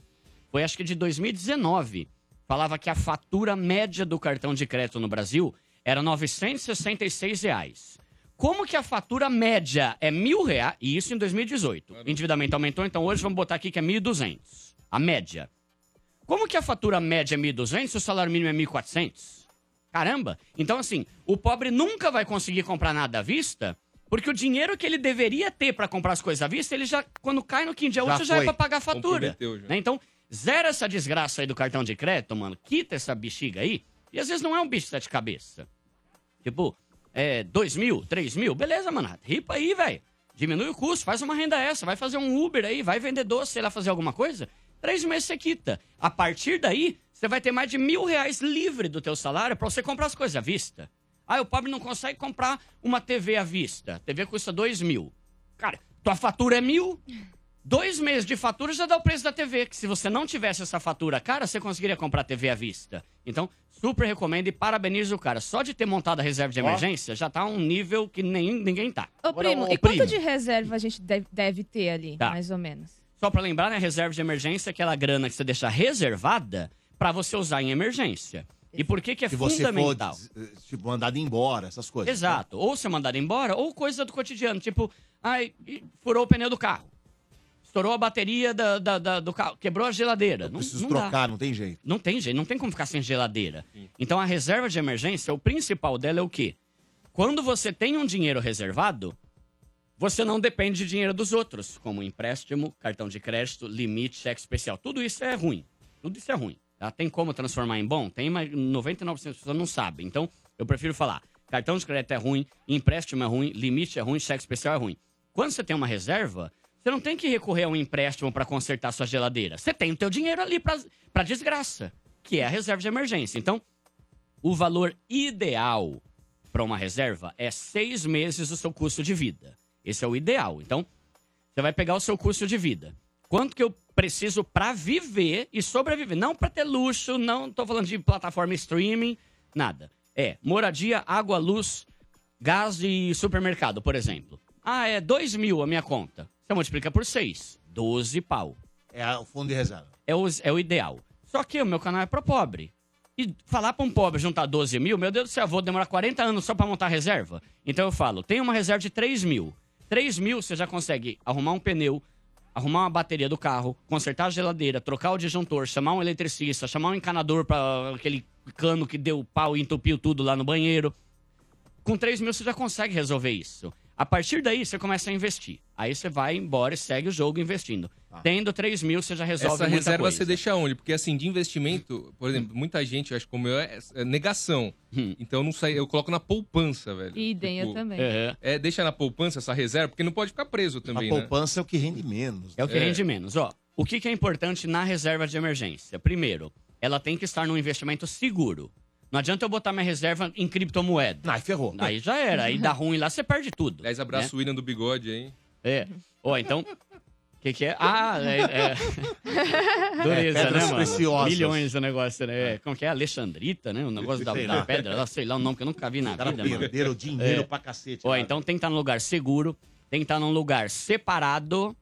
Speaker 13: foi acho que de 2019. Falava que a fatura média do cartão de crédito no Brasil era R$ 966 reais. Como que a fatura média é mil reais? E isso em 2018. O endividamento aumentou, então hoje vamos botar aqui que é 1.200. A média. Como que a fatura média é 1.200 se o salário mínimo é 1.400? Caramba! Então, assim, o pobre nunca vai conseguir comprar nada à vista, porque o dinheiro que ele deveria ter pra comprar as coisas à vista, ele já, quando cai no quinto dia
Speaker 7: Já
Speaker 13: útil, já é
Speaker 7: foi.
Speaker 13: pra pagar a fatura.
Speaker 7: Comprometeu já.
Speaker 13: né? Então, zera essa desgraça aí do cartão de crédito, mano. Quita essa bexiga aí. E às vezes não é um bicho de sete cabeças. Tipo, é, dois mil, três mil, beleza, mano. Ripa aí, velho. Diminui o custo, faz uma renda essa, vai fazer um Uber aí, vai vender doce, sei lá, fazer alguma coisa. Três meses você quita. A partir daí, você vai ter mais de mil reais livre do teu salário pra você comprar as coisas à vista. Ah, o pobre não consegue comprar uma TV à vista. A TV custa dois mil. Cara, tua fatura é mil. Dois meses de fatura já dá o preço da TV, que se você não tivesse essa fatura cara, você conseguiria comprar TV à vista. Então, super recomendo e parabenizo o cara. Só de ter montado a reserva de
Speaker 4: Ó.
Speaker 13: emergência, já tá um nível que nem, ninguém tá.
Speaker 4: Ô,
Speaker 13: Agora,
Speaker 4: primo,
Speaker 13: ô,
Speaker 4: e quanto de reserva a gente deve, deve ter ali,
Speaker 13: Tá.
Speaker 4: mais ou menos?
Speaker 13: Só pra lembrar, né, reserva de emergência é aquela grana que você deixa reservada pra você usar em emergência. E por que que é
Speaker 2: Se você for
Speaker 13: fundamental?
Speaker 2: eh, tipo, mandado embora, essas coisas.
Speaker 13: Exato. Ou ser mandado embora, ou coisa do cotidiano. Tipo, ai, e furou o pneu do carro. Estourou a bateria da- da- da- do carro. Quebrou a geladeira. não,
Speaker 2: Preciso
Speaker 13: não dá.
Speaker 2: trocar, não tem jeito.
Speaker 13: Não tem jeito, não tem como ficar sem geladeira. Então a reserva de emergência, o principal dela é o quê? Quando você tem um dinheiro reservado, você não depende de dinheiro dos outros, como empréstimo, cartão de crédito, limite, cheque especial. Tudo isso é ruim. Tudo isso é ruim. tá? Tem como transformar em bom? Tem, mas 99% das pessoas não sabem. Então, eu prefiro falar: cartão de crédito é ruim, empréstimo é ruim, limite é ruim, cheque especial é ruim. Quando você tem uma reserva, você não tem que recorrer a um empréstimo para consertar sua geladeira. Você tem o teu dinheiro ali para desgraça, que é a reserva de emergência. Então, o valor ideal para uma reserva é seis meses do seu custo de vida. Esse é o ideal. Então, você vai pegar o seu custo de vida. Quanto que eu preciso para viver e sobreviver? Não para ter luxo, não tô falando de plataforma streaming, nada. É moradia, água, luz, gás e supermercado, por exemplo. Ah, é dois mil a minha conta. Você multiplica por seis, 12 pau.
Speaker 2: É o fundo de reserva.
Speaker 13: É o, é o ideal. Só que o meu canal é pro pobre. E falar pra um pobre juntar 12 mil, meu Deus do céu, vou demorar 40 anos só pra montar reserva. Então eu falo, tem uma reserva de 3 mil. 3 mil você já consegue arrumar um pneu, arrumar uma bateria do carro, consertar a geladeira, trocar o disjuntor, chamar um eletricista, chamar um encanador pra aquele cano que deu pau e entupiu tudo lá no banheiro. Com 3 mil você já consegue resolver isso. A partir daí, você começa a investir. Aí você vai embora e segue o jogo investindo. Tendo 3 mil, você já resolve
Speaker 7: Tá. Essa
Speaker 13: muita
Speaker 7: reserva
Speaker 13: coisa.
Speaker 7: você deixa onde? Porque assim, de investimento, por exemplo, muita gente, eu acho que como eu, é, é negação.
Speaker 2: Hum.
Speaker 7: Então eu não sei, eu coloco na poupança, velho.
Speaker 4: Idem, eu também.
Speaker 7: Tipo, É, é, deixa na poupança essa reserva, porque não pode ficar preso também, né?
Speaker 13: é o que rende menos. É o que
Speaker 7: É.
Speaker 13: rende menos. Ó, o que, que é importante na reserva de emergência? Primeiro, ela tem que estar num investimento seguro. Não adianta eu botar minha reserva em criptomoeda. Aí ferrou. Aí já era. Aí dá ruim lá, você perde tudo. né?
Speaker 7: Aliás,
Speaker 2: né?
Speaker 7: abraço o William do bigode, hein?
Speaker 13: É. Ó, então... O que, que é? Ah, é- é... Dureza,
Speaker 7: É, pedras
Speaker 13: né, mano?
Speaker 7: preciosas.
Speaker 13: Milhões o negócio, né? É, Como que é? Alexandrita, né? O negócio da,
Speaker 15: Sei
Speaker 13: da
Speaker 15: lá.
Speaker 13: pedra, lá, sei lá, o nome que eu nunca vi na
Speaker 15: caras
Speaker 13: vida, mano.
Speaker 15: perderam dinheiro pra cacete,
Speaker 13: É. Ó,
Speaker 15: cara.
Speaker 13: então tem que estar num lugar seguro, tem que estar num lugar separado.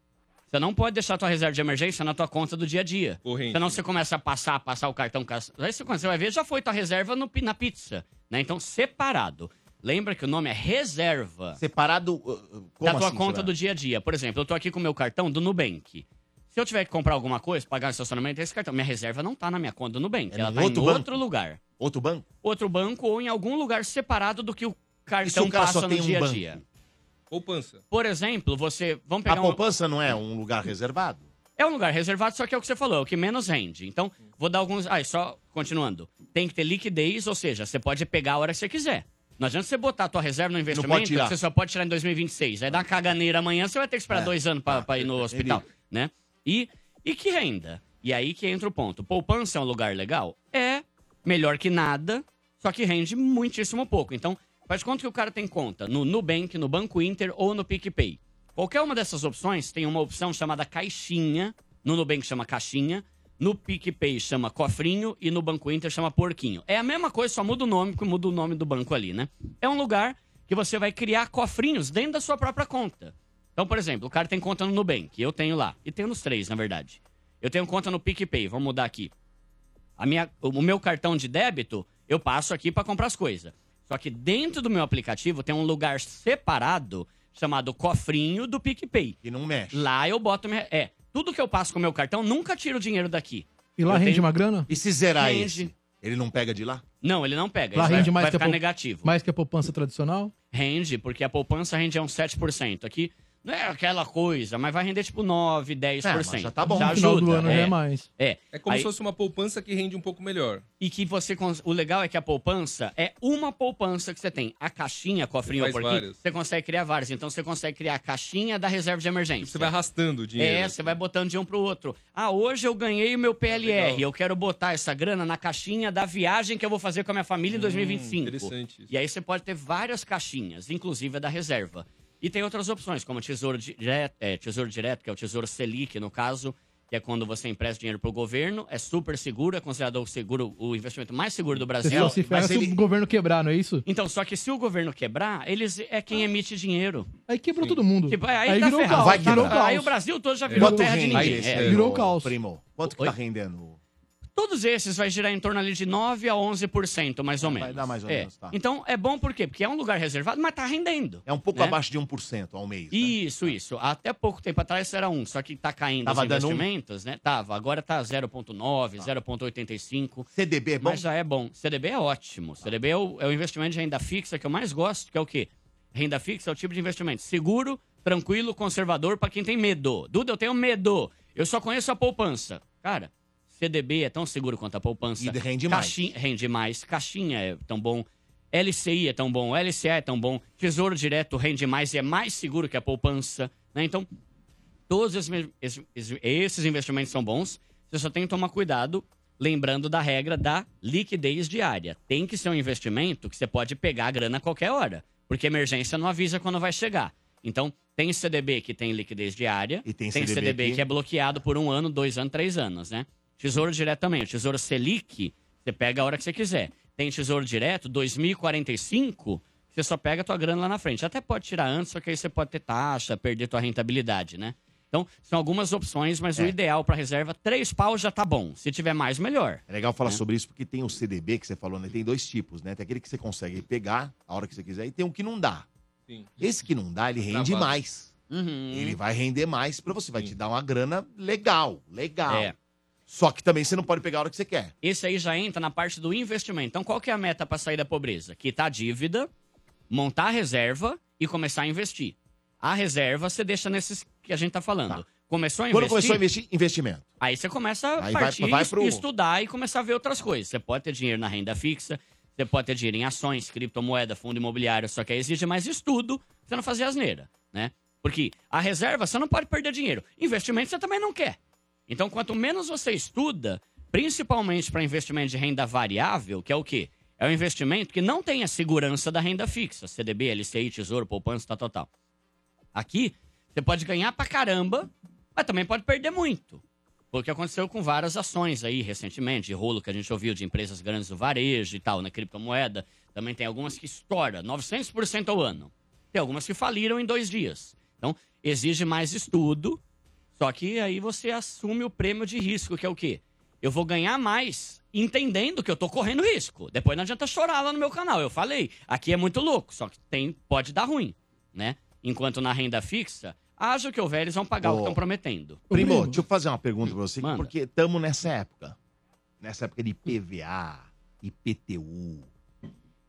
Speaker 13: Você não pode deixar a tua reserva de emergência na tua conta do dia a dia.
Speaker 7: Corrente.
Speaker 13: Senão você começa a passar, passar o cartão. cas- Aí você, quando você vai ver, já foi tua reserva no pi- na pizza, né? Então, separado. Lembra que o nome é reserva. Separado uh, da tua
Speaker 15: assim,
Speaker 13: conta
Speaker 15: será?
Speaker 13: do dia a dia. Por exemplo, eu tô aqui com o meu cartão do Nubank. Se eu tiver que comprar alguma coisa, pagar um estacionamento, esse cartão, minha reserva não tá na minha conta do Nubank. ela
Speaker 15: É no
Speaker 13: tá
Speaker 15: outro
Speaker 13: em
Speaker 15: banco?
Speaker 13: outro lugar.
Speaker 15: Outro banco?
Speaker 13: Outro banco ou em algum lugar separado do que o
Speaker 15: E se
Speaker 13: cartão
Speaker 15: o cara
Speaker 13: passa
Speaker 15: só
Speaker 13: no
Speaker 15: tem um
Speaker 13: dia a
Speaker 15: banco?
Speaker 13: dia.
Speaker 7: Poupança.
Speaker 13: Por exemplo, você. Vamos
Speaker 15: A
Speaker 13: pegar um.
Speaker 15: poupança não é um lugar reservado?
Speaker 13: É um lugar reservado, só que é o que você falou, é o que menos rende. Então, vou dar alguns. Ah, e só continuando. Tem que ter liquidez, ou seja, você pode pegar a hora que você quiser. Não adianta você botar a tua reserva no investimento,
Speaker 15: tirar.
Speaker 13: você só pode tirar em 2026. Aí dá uma caganeira amanhã, você vai ter que esperar dois anos pra, pra ir no hospital, né? E, e que renda? E aí que entra o ponto. Poupança é um lugar legal? É melhor que nada, só que rende muitíssimo pouco. Então, faz conta que o cara tem conta no Nubank, no Banco Inter ou no PicPay. Qualquer uma dessas opções tem uma opção chamada caixinha, no Nubank chama caixinha, no PicPay chama cofrinho e no Banco Inter chama porquinho. É a mesma coisa, só muda o nome, porque muda o nome do banco ali, né? É um lugar que você vai criar cofrinhos dentro da sua própria conta. Então, por exemplo, o cara tem conta no Nubank, eu tenho lá, e tenho nos três, na verdade. Eu tenho conta no PicPay, vamos mudar aqui. A minha, o meu cartão de débito, eu passo aqui pra comprar as coisas. Só que dentro do meu aplicativo tem um lugar separado chamado cofrinho do PicPay. E não mexe. Lá eu boto minha. É, tudo que eu passo com o meu cartão, nunca tiro o dinheiro daqui.
Speaker 6: E lá
Speaker 13: Eu
Speaker 6: rende
Speaker 13: tenho-
Speaker 6: uma grana?
Speaker 15: E se zerar
Speaker 13: Rende.
Speaker 15: esse? Ele não pega de lá?
Speaker 13: Não, ele não pega.
Speaker 6: Lá
Speaker 13: ele
Speaker 6: rende
Speaker 13: vai,
Speaker 6: mais
Speaker 13: vai
Speaker 6: que a
Speaker 13: ficar
Speaker 6: pou-
Speaker 13: negativo.
Speaker 6: Mais que a poupança tradicional?
Speaker 13: Rende, porque a poupança rende a uns 7%. Aqui não é aquela coisa, mas vai render tipo 9, 10%.
Speaker 15: Ah,
Speaker 7: É, mas já tá bom.
Speaker 13: Já
Speaker 7: No final
Speaker 13: ajuda.
Speaker 7: do ano
Speaker 13: é.
Speaker 7: já é mais.
Speaker 13: É.
Speaker 7: É como
Speaker 13: Aí-
Speaker 7: se fosse uma poupança que rende um pouco melhor.
Speaker 13: E que você. cons- O legal é que a poupança é uma poupança que você tem. A caixinha, cofrinho
Speaker 7: Você
Speaker 13: ou
Speaker 7: faz
Speaker 13: porquinho,
Speaker 7: várias.
Speaker 13: você consegue criar várias. Então você consegue criar a caixinha da reserva de emergência.
Speaker 7: Você vai né? arrastando o dinheiro.
Speaker 13: É, você vai botando de um pro outro. Ah, hoje eu ganhei o meu PLR. eu quero botar essa grana na caixinha da viagem que eu vou fazer com a minha família em 2025.
Speaker 7: Hum, interessante
Speaker 13: E aí você pode ter várias caixinhas, inclusive a da reserva. E tem outras opções, como tesouro direto, é, tesouro direto, que é o tesouro Selic, no caso, que é quando você empresta dinheiro pro governo, é super seguro, é considerado o seguro, o investimento mais seguro do
Speaker 6: Você
Speaker 13: Brasil.
Speaker 6: só se ferra se o governo quebrar, não é isso?
Speaker 13: Então, só que se o governo quebrar, eles é quem emite dinheiro.
Speaker 6: Aí quebrou todo mundo.
Speaker 13: Tipo, aí,
Speaker 6: Hum. Aí
Speaker 13: tá
Speaker 6: virou
Speaker 13: ferrado.
Speaker 6: caos,
Speaker 13: Tá-
Speaker 6: virou
Speaker 13: Aí
Speaker 6: caos.
Speaker 13: o Brasil todo já virou terra de ninguém. É.
Speaker 15: Virou caos. Primo, quanto que tá rendendo?
Speaker 13: Todos esses vai girar em torno ali de 9 a 11%, mais ou menos.
Speaker 15: vai dar mais ou
Speaker 13: É.
Speaker 15: menos, tá.
Speaker 13: Então é bom por quê? Porque é um lugar reservado, mas tá rendendo.
Speaker 15: É um pouco
Speaker 13: né?
Speaker 15: abaixo de 1% ao mês. né?
Speaker 13: Isso, isso. Até pouco tempo atrás era um, só que tá caindo
Speaker 15: É. Tava
Speaker 13: os
Speaker 15: dando um?
Speaker 13: investimentos, né? Tava. Agora tá 0,9, 0,85. CDB é bom? Mas já é bom. CDB é ótimo.
Speaker 15: Tá.
Speaker 13: CDB é o, é o investimento de renda fixa que eu mais gosto, que é o quê? Renda fixa é o tipo de investimento seguro, tranquilo, conservador pra quem tem medo. Duda, eu tenho medo. Eu só conheço a poupança. Cara, CDB é tão seguro quanto a poupança.
Speaker 15: E rende mais.
Speaker 13: Caixinha- rende mais. Caixinha é tão bom. LCI é tão bom. LCA é tão bom. Tesouro Direto rende mais e é mais seguro que a poupança. né? Então, todos esses, esses- esses investimentos são bons. Você só tem que tomar cuidado, lembrando da regra da liquidez diária. Tem que ser um investimento que você pode pegar a grana a qualquer hora, porque emergência não avisa quando vai chegar. Então, tem CDB que tem liquidez diária, e tem,
Speaker 15: CDB
Speaker 13: CDB,
Speaker 15: que-
Speaker 13: que é bloqueado por um ano, dois anos, três anos, né? Tesouro direto também. O Tesouro Selic, você pega a hora que você quiser. Tem Tesouro Direto, 2045, você só pega a tua grana lá na frente. Até pode tirar antes, só que aí você pode ter taxa, perder tua rentabilidade, né? Então, são algumas opções, mas o ideal para reserva, três paus já tá bom. Se tiver mais, melhor.
Speaker 15: É legal falar sobre isso porque tem o CDB que você falou, né? Tem dois tipos, né? Tem aquele que você consegue pegar a hora que você quiser e tem o que não dá.
Speaker 7: Sim.
Speaker 15: Esse que não dá, ele rende
Speaker 7: Travado.
Speaker 15: mais.
Speaker 2: Uhum.
Speaker 13: Uhum.
Speaker 15: Ele vai render mais pra você, vai te dar uma grana legal, legal.
Speaker 13: É.
Speaker 15: Só que também você não pode pegar a hora que você quer.
Speaker 13: Esse aí já entra na parte do investimento. Então, qual que é a meta para sair da pobreza? Quitar a dívida, montar a reserva e começar a investir. A reserva você deixa nesses que a gente tá falando. Começou a investir.
Speaker 15: Quando começou a investir, investimento.
Speaker 13: Aí você começa a
Speaker 15: Aí vai-
Speaker 13: partir
Speaker 15: vai
Speaker 13: e
Speaker 15: pro-
Speaker 13: estudar e começar a ver outras coisas. Você pode ter dinheiro na renda fixa, você pode ter dinheiro em ações, criptomoeda, fundo imobiliário, só que aí exige mais estudo pra você não fazer asneira, né? Porque a reserva você não pode perder dinheiro. Investimento você também não quer. Então, quanto menos você estuda, principalmente para investimento de renda variável, que é o quê? É um investimento que não tem a segurança da renda fixa. CDB, LCI, Tesouro, Poupança, tal, tal, tal. Aqui, você pode ganhar pra caramba, mas também pode perder muito. Foi o que aconteceu com várias ações aí recentemente, de rolo que a gente ouviu de empresas grandes do varejo e tal, na criptomoeda. Também tem algumas que estoura 900% ao ano. Tem algumas que faliram em dois dias. Então, exige mais estudo, só que aí você assume o prêmio de risco, que é o quê? Eu vou ganhar mais entendendo que eu tô correndo risco. Depois não adianta chorar lá no meu canal. Eu falei, aqui é muito louco, só que tem, pode dar ruim, né? Enquanto na renda fixa, haja o que houver, eles vão pagar o que
Speaker 15: Ô,
Speaker 13: estão prometendo.
Speaker 15: Primo, deixa eu fazer uma pergunta pra você, porque estamos nessa época. Nessa época de PVA, IPTU.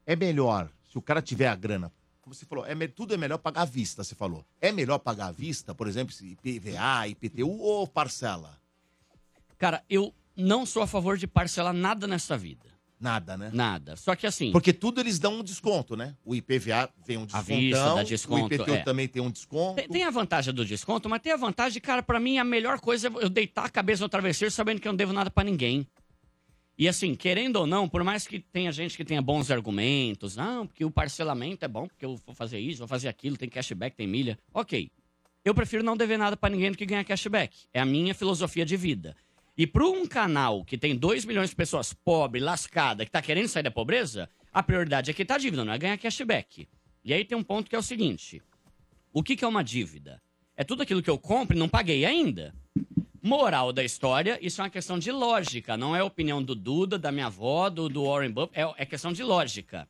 Speaker 15: É melhor, se o cara tiver a grana, como você falou, é, me- tudo é melhor pagar à vista, você falou. É melhor pagar à vista, por exemplo, se IPVA, IPTU ou parcela?
Speaker 13: Cara, eu não sou a favor de parcelar nada nessa vida.
Speaker 15: Nada, né?
Speaker 13: Nada. Só que assim.
Speaker 15: Porque tudo eles dão um desconto, né? O IPVA vem um
Speaker 13: À
Speaker 15: desconto.
Speaker 13: vista, dá desconto,
Speaker 15: O IPTU
Speaker 13: é.
Speaker 15: também tem um desconto.
Speaker 13: Tem, tem a vantagem do desconto, mas tem a vantagem, cara, pra mim a melhor coisa é eu deitar a cabeça no travesseiro sabendo que eu não devo nada pra ninguém. E assim, querendo ou não, por mais que tenha gente que tenha bons argumentos, não, porque o parcelamento é bom, porque eu vou fazer isso, vou fazer aquilo, tem cashback, tem milha. Ok. Eu prefiro não dever nada pra ninguém do que ganhar cashback. É a minha filosofia de vida. E para um canal que tem 2 milhões de pessoas pobre, lascada, que tá querendo sair da pobreza, a prioridade é quitar a dívida, não é ganhar cashback. E aí tem um ponto que é o seguinte: o que, que é uma dívida? É tudo aquilo que eu compro e não paguei ainda. Moral da história, isso é uma questão de lógica, não é opinião do Duda, da minha avó, do, do Warren Buffett, é, é questão de lógica.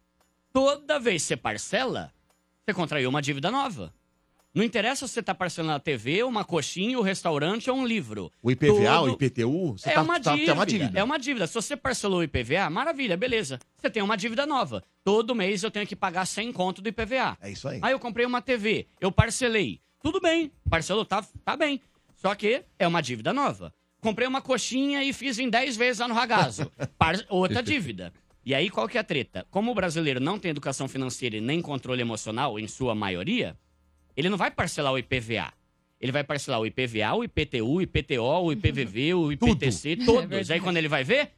Speaker 13: Toda vez que você parcela, você contraiu uma dívida nova. Não interessa se você está parcelando a TV, uma coxinha, o restaurante ou um livro.
Speaker 15: O IPVA,
Speaker 13: Todo-
Speaker 15: o IPTU, você
Speaker 13: é,
Speaker 15: tá,
Speaker 13: uma
Speaker 15: tá-
Speaker 13: dívida,
Speaker 15: é uma dívida.
Speaker 13: É uma dívida. Se você parcelou o IPVA, maravilha, beleza. Você tem uma dívida nova. Todo mês eu tenho que pagar 100 conto do IPVA.
Speaker 15: É isso aí.
Speaker 13: Aí eu comprei uma TV, eu parcelei. Tudo bem, parcelou, tá, tá bem. Só que é uma dívida nova. Comprei uma coxinha e fiz em 10 vezes lá no ragazo. Par- Outra dívida. E aí qual que é a treta? Como o brasileiro não tem educação financeira e nem controle emocional, em sua maioria, ele não vai parcelar o IPVA. Ele vai parcelar o IPVA, o IPTU, o IPTO, o IPVV, o
Speaker 15: É
Speaker 13: IPTC, todos. Aí quando ele vai ver,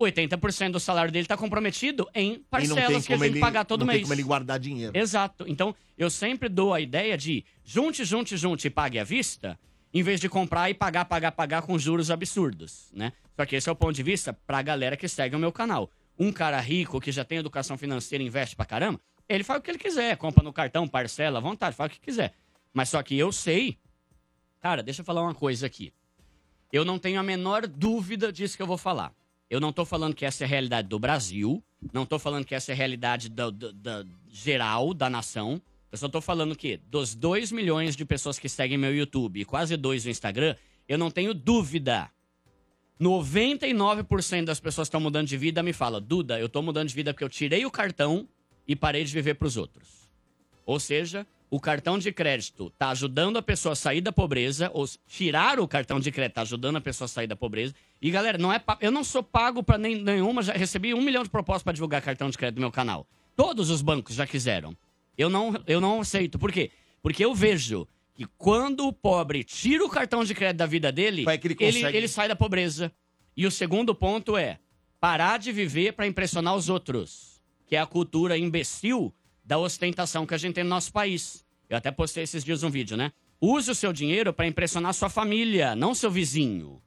Speaker 13: 80% do salário dele está comprometido em parcelas que ele tem que pagar todo
Speaker 15: não
Speaker 13: mês.
Speaker 15: tem como ele guardar dinheiro.
Speaker 13: Exato. Então, eu sempre dou a ideia de junte, junte, junte e pague à vista, em vez de comprar e pagar, pagar, pagar com juros absurdos, né? Só que esse é o ponto de vista pra galera que segue o meu canal. Um cara rico que já tem educação financeira e investe pra caramba, ele faz o que ele quiser, compra no cartão, parcela, à vontade, faz o que quiser. Mas só que eu sei. Cara, deixa eu falar uma coisa aqui. Eu não tenho a menor dúvida disso que eu vou falar. Eu não tô falando que essa é a realidade do Brasil, não tô falando que essa é a realidade da, da- da- geral da nação. Eu só tô falando que dos 2 milhões de pessoas que seguem meu YouTube e quase 2 no Instagram, eu não tenho dúvida. 99% das pessoas que estão mudando de vida me fala: "Duda, eu tô mudando de vida porque eu tirei o cartão e parei de viver pros outros". Ou seja, o cartão de crédito está ajudando a pessoa a sair da pobreza, ou s- tirar o cartão de crédito está ajudando a pessoa a sair da pobreza. E galera, não é pa- eu não sou pago para nem nenhuma, já recebi um milhão de propostas para divulgar cartão de crédito no meu canal. Todos os bancos já quiseram. Eu não, eu não aceito. Por quê? Porque eu vejo que quando o pobre tira o cartão de crédito da vida dele,
Speaker 15: ele consegue-
Speaker 13: ele, ele sai da pobreza. E o segundo ponto é parar de viver para impressionar os outros, que é a cultura imbecil da ostentação que a gente tem no nosso país. Eu até postei esses dias um vídeo, né? Use o seu dinheiro para impressionar sua família, não seu vizinho.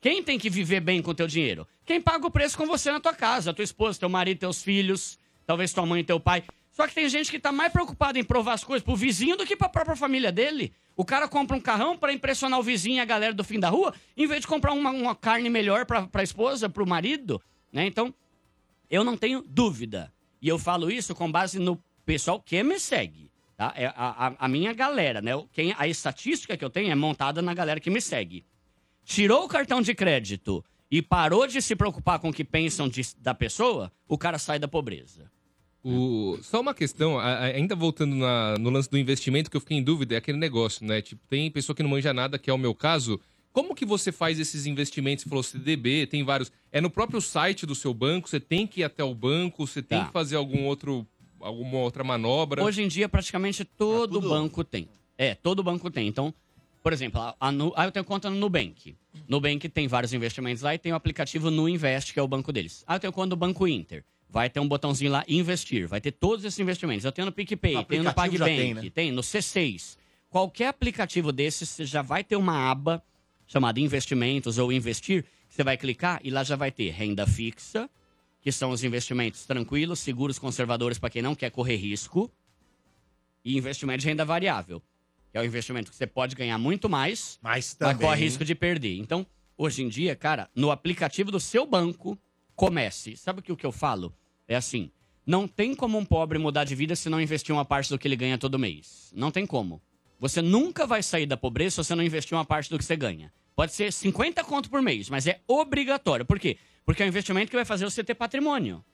Speaker 13: Quem tem que viver bem com o teu dinheiro? Quem paga o preço com você na tua casa, tua esposa, teu marido, teus filhos, talvez tua mãe e teu pai. Só que tem gente que tá mais preocupada em provar as coisas pro vizinho do que pra própria família dele. O cara compra um carrão pra impressionar o vizinho e a galera do fim da rua, em vez de comprar uma, uma carne melhor pra, pra esposa, pro marido, né? Então, eu não tenho dúvida. E eu falo isso com base no pessoal que me segue. Tá? É a, a- a minha galera, né? O- Quem, a estatística que eu tenho é montada na galera que me segue. Tirou o cartão de crédito e parou de se preocupar com o que pensam de- da pessoa, o cara sai da pobreza.
Speaker 7: O- Só uma questão, a- a- ainda voltando na- no lance do investimento, que eu fiquei em dúvida, é aquele negócio, né? Tipo, tem pessoa que não manja nada, que é o meu caso. Como que você faz esses investimentos? Você falou CDB, tem vários. É no próprio site do seu banco? Você tem que ir até o banco? Você tem
Speaker 13: Tá.
Speaker 7: que fazer algum outro, alguma outra manobra?
Speaker 13: Hoje em dia, praticamente todo banco tem. É, todo banco tem. Então, por exemplo, a, a Nu- ah, eu tenho conta no Nubank. Nubank tem vários investimentos lá e tem o aplicativo Nu Invest, que é o banco deles. Ah, eu tenho conta no Banco Inter. Vai ter um botãozinho lá, investir. Vai ter todos esses investimentos. Eu tenho no PicPay,
Speaker 16: No
Speaker 13: tenho no
Speaker 16: aplicativo já
Speaker 13: PagBank,
Speaker 16: tem,
Speaker 13: tem,
Speaker 16: né?
Speaker 13: no C6. Qualquer aplicativo desses, você já vai ter uma aba chamada investimentos ou investir. que Você vai clicar e lá já vai ter renda fixa, que são os investimentos tranquilos, seguros, conservadores para quem não quer correr risco e investimento de renda variável. Que é o investimento que você pode ganhar muito mais,
Speaker 15: mas
Speaker 2: Tá
Speaker 13: Mas corre
Speaker 15: também-
Speaker 13: risco de perder. Então, hoje em dia, cara, no aplicativo do seu banco, comece. Sabe o que, o que eu falo? É assim, não tem como um pobre mudar de vida se não investir uma parte do que ele ganha todo mês. Não tem como. Você nunca vai sair da pobreza se você não investir uma parte do que você ganha. Pode ser 50 conto por mês, mas é obrigatório. Por quê? Porque é um investimento que vai fazer você ter patrimônio.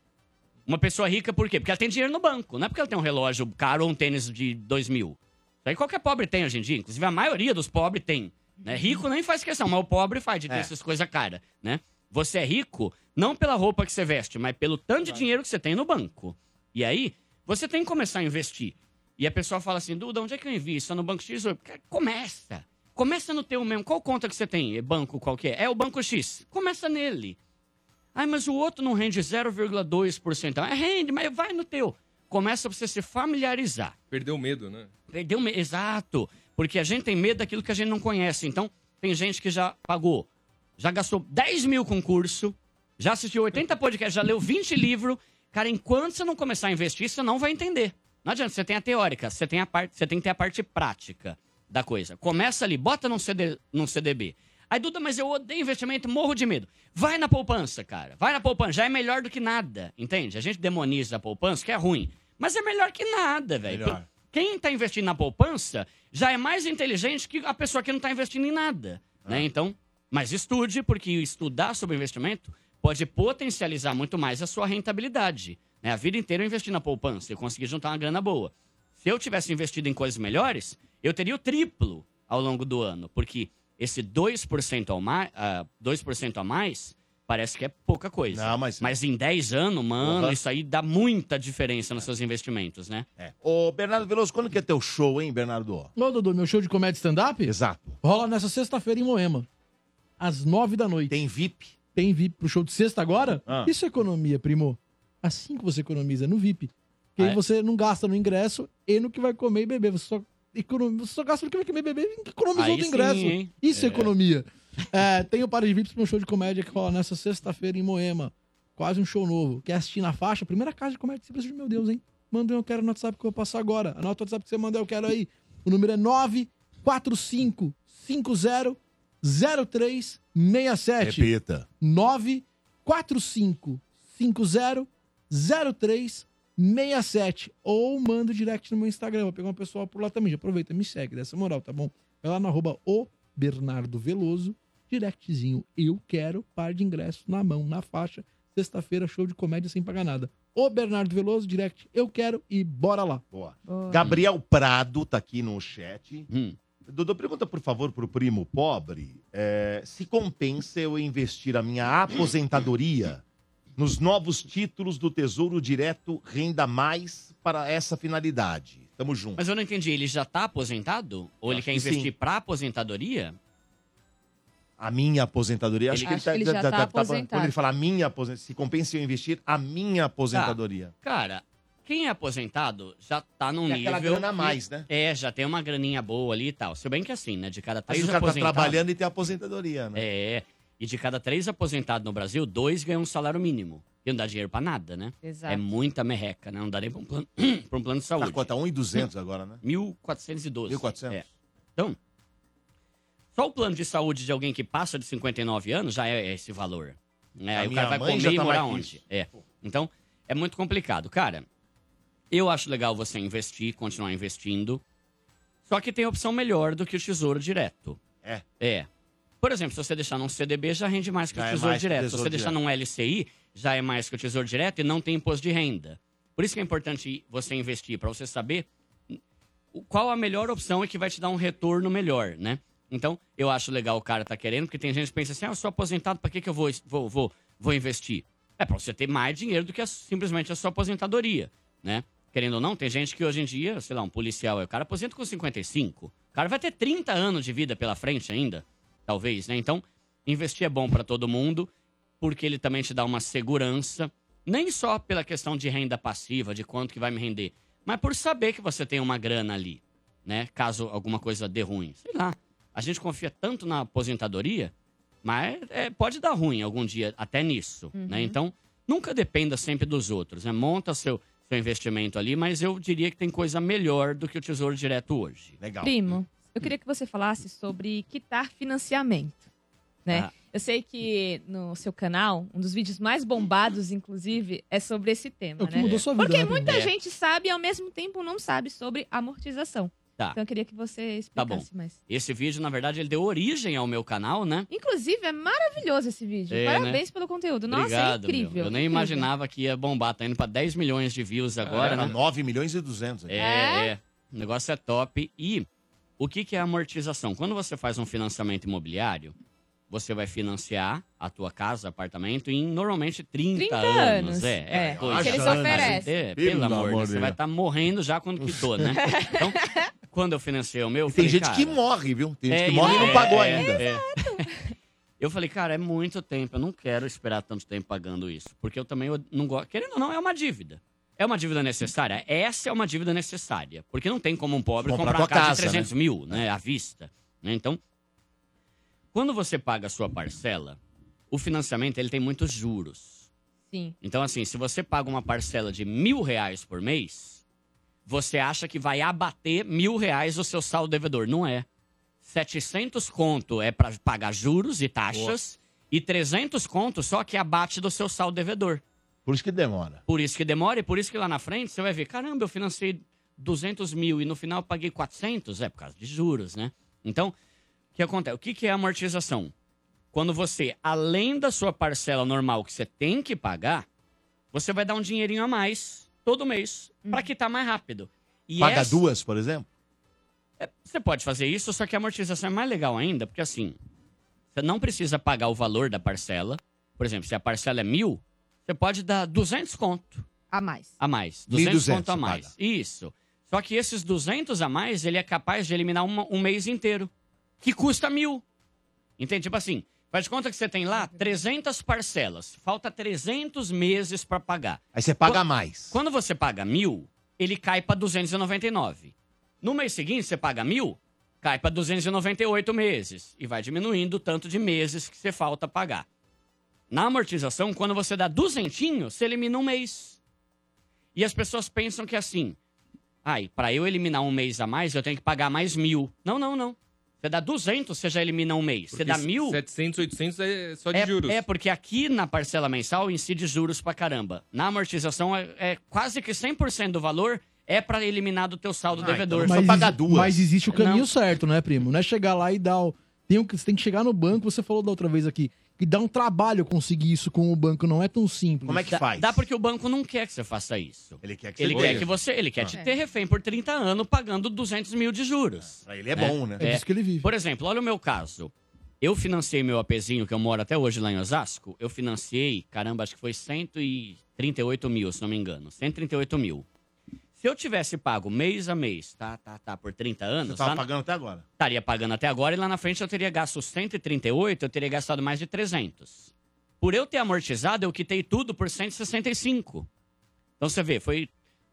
Speaker 13: Uma pessoa rica, por quê? Porque ela tem dinheiro no banco. Não é porque ela tem um relógio caro ou um tênis de 2 mil. Isso aí qualquer pobre tem hoje em dia. Inclusive, a maioria dos pobres tem. né? Rico nem faz questão, mas o pobre faz de ter
Speaker 16: É.
Speaker 13: essas coisas caras, né? Você é rico não pela roupa que você veste, mas pelo tanto de dinheiro que você tem no banco. E aí, você tem que começar a investir. E a pessoa fala assim, Duda, onde é que eu invisto? É no Banco X? ou-" Cara, Começa. Começa no teu mesmo. Qual conta que você tem? É Banco qual que é? É o Banco X. Começa nele. Ai, mas o outro não rende 0,2%. Ah, rende, mas vai no teu. Começa pra você se familiarizar.
Speaker 7: Perdeu o medo, né?
Speaker 13: Perdeu medo. Exato. Porque a gente tem medo daquilo que a gente não conhece. Então, tem gente que já pagou, já gastou 10 mil com curso, já assistiu 80 podcasts, já leu 20 livros. Cara, enquanto você não começar a investir, você não vai entender. Não adianta, você tem a teórica, você tem, a parte, você tem que ter a parte prática da coisa. Começa ali, bota num, CD, num CDB. Aí, Duda, mas eu odeio investimento, morro de medo. Vai na poupança, cara. Vai na poupança, já é melhor do que nada, entende? A gente demoniza a poupança, que é ruim. Mas é melhor que nada, velho.
Speaker 16: Melhor.
Speaker 13: Quem tá investindo na poupança já é mais inteligente que a pessoa que não tá investindo em nada, né? Então, mas estude, porque estudar sobre investimento pode potencializar muito mais a sua rentabilidade. né? A vida inteira eu investi na poupança, eu consegui juntar uma grana boa. Se eu tivesse investido em coisas melhores, eu teria o triplo ao longo do ano, porque esse 2% ao ah, mais, 2% a mais parece que é pouca coisa. mas... em 10 anos, mano,
Speaker 15: Porra.
Speaker 13: isso aí dá muita diferença nos seus investimentos, né?
Speaker 15: É. Ô, Bernardo Veloso, quando que é teu show, hein, Bernardo?
Speaker 6: Ô, Dudu, meu show de comédia stand-up?
Speaker 15: Exato.
Speaker 6: Rola nessa sexta-feira em Moema. Às nove da noite.
Speaker 15: Tem VIP?
Speaker 6: Tem VIP pro show de sexta agora?
Speaker 15: Ah.
Speaker 6: Isso é economia, primo. Assim que você economiza, no VIP. Porque
Speaker 13: Ah,
Speaker 6: aí
Speaker 13: é?
Speaker 6: você não gasta no ingresso e no que vai comer e beber. Você só, economiza, você só gasta no que vai comer e beber e economizou
Speaker 13: Aí
Speaker 6: do
Speaker 13: sim,
Speaker 6: ingresso.
Speaker 13: hein?
Speaker 6: Isso é
Speaker 13: É.
Speaker 6: economia. É, tem o Para de VIPs pro meu show de comédia que rola nessa sexta-feira em Moema. Quase um show novo. Quer assistir na faixa? Primeira casa de comédia que você precisa, meu Deus, hein? Manda um eu quero no WhatsApp que eu vou passar agora. Anota o WhatsApp que você mandou eu quero aí. O número é
Speaker 13: É,
Speaker 6: 945500367.
Speaker 2: É
Speaker 15: Repita.
Speaker 6: 945500367. Ou manda o direct no meu Instagram. Vou pegar um pessoal por lá também. Já aproveita, me segue, dessa moral, tá bom? Vai lá no arroba o Bernardo Veloso, directzinho. Eu quero par de ingressos na mão, na faixa. Sexta-feira, show de comédia sem pagar nada. O Bernardo Veloso, direct, eu quero e bora lá.
Speaker 15: Boa. Gabriel Prado tá aqui no chat.
Speaker 13: Hum.
Speaker 15: Dudu, pergunta, por favor, pro primo pobre é, se compensa eu investir a minha aposentadoria nos novos títulos do Tesouro Direto Renda Mais para essa finalidade. Tamo junto.
Speaker 13: Mas eu não entendi, ele já tá aposentado? Ou ele
Speaker 15: Acho
Speaker 13: quer
Speaker 15: que sim.
Speaker 13: investir pra aposentadoria?
Speaker 15: A minha aposentadoria, acho
Speaker 13: Ele-
Speaker 15: que ele,
Speaker 13: Acho
Speaker 15: tá,
Speaker 13: que ele
Speaker 15: tá-
Speaker 13: já
Speaker 15: tá-
Speaker 13: tá
Speaker 15: tá-
Speaker 13: aposentado.
Speaker 15: Quando ele fala minha aposentadoria, se compensa eu investir a minha
Speaker 13: Tá.
Speaker 15: aposentadoria.
Speaker 13: Cara, quem é aposentado já tá num
Speaker 15: Tem
Speaker 13: nível.
Speaker 15: aquela grana a
Speaker 13: que-
Speaker 15: mais, né?
Speaker 13: É, já tem uma graninha boa ali e tal. Se bem que assim, né? De cada
Speaker 15: Mas
Speaker 13: três
Speaker 15: o cara tá
Speaker 13: aposentados.
Speaker 15: trabalhando e tem aposentadoria, né?
Speaker 13: É. E de cada três aposentados no Brasil, dois ganham um salário mínimo. E não dá dinheiro pra nada, né?
Speaker 4: Exato.
Speaker 13: É muita merreca, né? Não dá nem pra um plano, pra um plano de saúde. Tá
Speaker 15: quanto? é 1,200 agora, né?
Speaker 13: 1.412. 1.400? É. Então, só o plano de saúde de alguém que passa de 59 anos já é esse valor. Né?
Speaker 16: A
Speaker 13: Aí o
Speaker 16: minha
Speaker 13: cara vai
Speaker 16: mãe
Speaker 13: comer
Speaker 16: já
Speaker 13: e
Speaker 16: tá
Speaker 13: morar
Speaker 16: mais que
Speaker 13: onde?
Speaker 16: isso.
Speaker 13: É. Então, é muito complicado. Cara, eu acho legal você investir, continuar investindo. Só que tem opção melhor do que o tesouro direto.
Speaker 15: É.
Speaker 13: É. Por exemplo, se você deixar num CDB, já rende mais que
Speaker 16: Já
Speaker 13: o
Speaker 16: é
Speaker 13: tesouro
Speaker 16: mais que o
Speaker 13: direto. se
Speaker 16: Tesouro
Speaker 13: você deixar
Speaker 16: Direto.
Speaker 13: num LCI, já é mais que o tesouro direto e não tem imposto de renda. Por isso que é importante você investir, para você saber o- qual a melhor opção e que vai te dar um retorno melhor, né? Então, eu acho legal o cara tá querendo, porque tem gente que pensa assim, ah, eu sou aposentado, para que, que eu vou, vou, vou, vou investir? É para você ter mais dinheiro do que a- simplesmente a sua aposentadoria, né? Querendo ou não, tem gente que hoje em dia, sei lá, um policial, é o cara aposenta com 55. O cara vai ter 30 anos de vida pela frente ainda, talvez, né? Então, investir é bom para todo mundo, porque ele também te dá uma segurança, nem só pela questão de renda passiva, de quanto que vai me render, mas por saber que você tem uma grana ali, né? Caso alguma coisa dê ruim. Sei lá. A gente confia tanto na aposentadoria, mas é, pode dar ruim algum dia até nisso,
Speaker 16: Uhum.
Speaker 13: né? Então, nunca dependa sempre dos outros, né? Monta seu, seu investimento ali, mas eu diria que tem coisa melhor do que o Tesouro Direto hoje. Legal.
Speaker 4: Primo, eu queria que você falasse sobre quitar financiamento, né?
Speaker 13: Ah.
Speaker 4: Eu sei que no seu canal, um dos vídeos mais bombados, inclusive, é sobre esse tema,
Speaker 6: É o que
Speaker 4: né?
Speaker 6: mudou sua vida,
Speaker 4: Porque
Speaker 6: né, Primo?
Speaker 4: muita
Speaker 6: É.
Speaker 4: gente sabe e ao mesmo tempo não sabe sobre amortização.
Speaker 13: Tá.
Speaker 4: Então eu queria que você
Speaker 13: Tá bom.
Speaker 4: explicasse mais.
Speaker 13: Esse vídeo, na verdade, ele deu origem ao meu canal, né?
Speaker 4: Inclusive, é maravilhoso esse vídeo.
Speaker 13: É,
Speaker 4: Parabéns
Speaker 13: né?
Speaker 4: pelo conteúdo. Nossa, é
Speaker 13: meu.
Speaker 4: incrível.
Speaker 13: Eu nem
Speaker 4: incrível.
Speaker 13: imaginava que ia bombar. Tá indo pra 10 milhões de views agora,
Speaker 15: É,
Speaker 13: né?
Speaker 15: 9 milhões e 200.
Speaker 13: É, é. O negócio é top. E o que, que é amortização? Quando você faz um financiamento imobiliário, você vai financiar a tua casa, apartamento, em normalmente 30,
Speaker 4: 30
Speaker 13: anos.
Speaker 4: anos.
Speaker 13: É,
Speaker 4: É, que eles
Speaker 13: coisa.
Speaker 4: oferecem.
Speaker 13: É,
Speaker 15: Pelo
Speaker 13: pelo amor,
Speaker 15: amor
Speaker 13: né?
Speaker 15: de
Speaker 13: você vai
Speaker 15: Deus.
Speaker 13: estar morrendo já quando quitou, né? Então, quando eu financei o meu, eu
Speaker 15: Tem
Speaker 13: falei,
Speaker 15: gente
Speaker 13: cara,
Speaker 15: que morre, viu? Tem gente
Speaker 13: é,
Speaker 15: que morre e não
Speaker 13: é,
Speaker 15: pagou
Speaker 13: é,
Speaker 15: ainda.
Speaker 13: é. Eu falei, cara, é muito tempo, eu não quero esperar tanto tempo pagando isso. Porque eu também eu não gosto. Querendo ou não, é uma dívida. É uma dívida necessária? Essa é uma dívida necessária. Porque não tem como um pobre
Speaker 15: Comprar
Speaker 13: comprar,
Speaker 15: tua
Speaker 13: uma casa,
Speaker 15: casa,
Speaker 13: de 300 mil, né? À vista. né? Então, quando você paga a sua parcela, o financiamento ele tem muitos juros.
Speaker 4: Sim.
Speaker 13: Então, assim, se você paga uma parcela de mil reais por mês, você acha que vai abater mil reais o seu saldo devedor. Não é. 700 conto é para pagar juros e taxas, e 300 conto só que abate do seu saldo devedor.
Speaker 15: Por isso que demora.
Speaker 13: Por isso que demora e por isso que lá na frente você vai ver, caramba, eu financei 200 mil e no final eu paguei 400, é por causa de juros, né? Então, o que acontece? O que que é amortização? Quando você, além da sua parcela normal que você tem que pagar, você vai dar um dinheirinho a mais todo mês pra quitar mais rápido. E
Speaker 15: Paga
Speaker 13: essa-
Speaker 15: duas, por exemplo?
Speaker 13: você pode fazer isso, só que a amortização é mais legal ainda, porque assim, você não precisa pagar o valor da parcela. Por exemplo, se a parcela é mil, você pode dar 200 conto
Speaker 4: A mais.
Speaker 13: a mais. 200
Speaker 4: 1.200
Speaker 13: conto a
Speaker 4: você
Speaker 13: mais. Isso. Só que esses 200 a mais, ele é capaz de eliminar uma- um mês inteiro, que custa mil. Entende? Tipo assim, faz de conta que você tem lá 300 parcelas, falta 300 meses pra pagar.
Speaker 15: Aí você paga mais.
Speaker 13: Quando você paga mil, ele cai pra 299. No mês seguinte, você paga mil, cai pra 298 meses. E vai diminuindo o tanto de meses que você falta pagar. Na amortização, quando você dá duzentinho, você elimina um mês. E as pessoas pensam que é assim, ai, pra eu eliminar um mês a mais, eu tenho que pagar mais mil. Não, não, não. Você dá 200, você já elimina um mês. você
Speaker 7: Porque
Speaker 13: dá mil...
Speaker 7: 700, 800 é só de
Speaker 13: é,
Speaker 7: juros.
Speaker 13: É, porque aqui na parcela mensal incide juros pra caramba. Na amortização, é, é quase que 100% do valor é pra eliminar do teu saldo devedor.
Speaker 6: Mas, exi- mas existe o caminho certo, né, primo? Não é chegar lá e dar o. Tem o que, você tem que chegar no banco, você falou da outra vez aqui, que dá um trabalho conseguir isso com o banco, não é tão simples.
Speaker 13: Dá- Dá porque o banco não quer que você faça isso. Ele quer
Speaker 6: que
Speaker 13: ele
Speaker 6: você
Speaker 13: quer
Speaker 6: ganhe.
Speaker 13: que você, Ele quer te
Speaker 6: Ah.
Speaker 13: ter refém por 30 anos pagando 200 mil de juros.
Speaker 15: Pra ele é bom, né? É disso
Speaker 6: que ele vive.
Speaker 13: Por exemplo, olha o meu caso. Eu financiei meu apezinho, que eu moro até hoje lá em Osasco. Eu financiei, caramba, acho que foi 138 mil, se não me engano. 138 mil. Se eu tivesse pago mês a mês, tá, tá, tá, por 30 anos...
Speaker 15: Você tava
Speaker 13: lá na-
Speaker 15: pagando até agora.
Speaker 13: estaria pagando até agora e lá na frente eu teria gasto 138, eu teria gastado mais de 300. Por eu ter amortizado, eu quitei tudo por 165. Então você vê, foi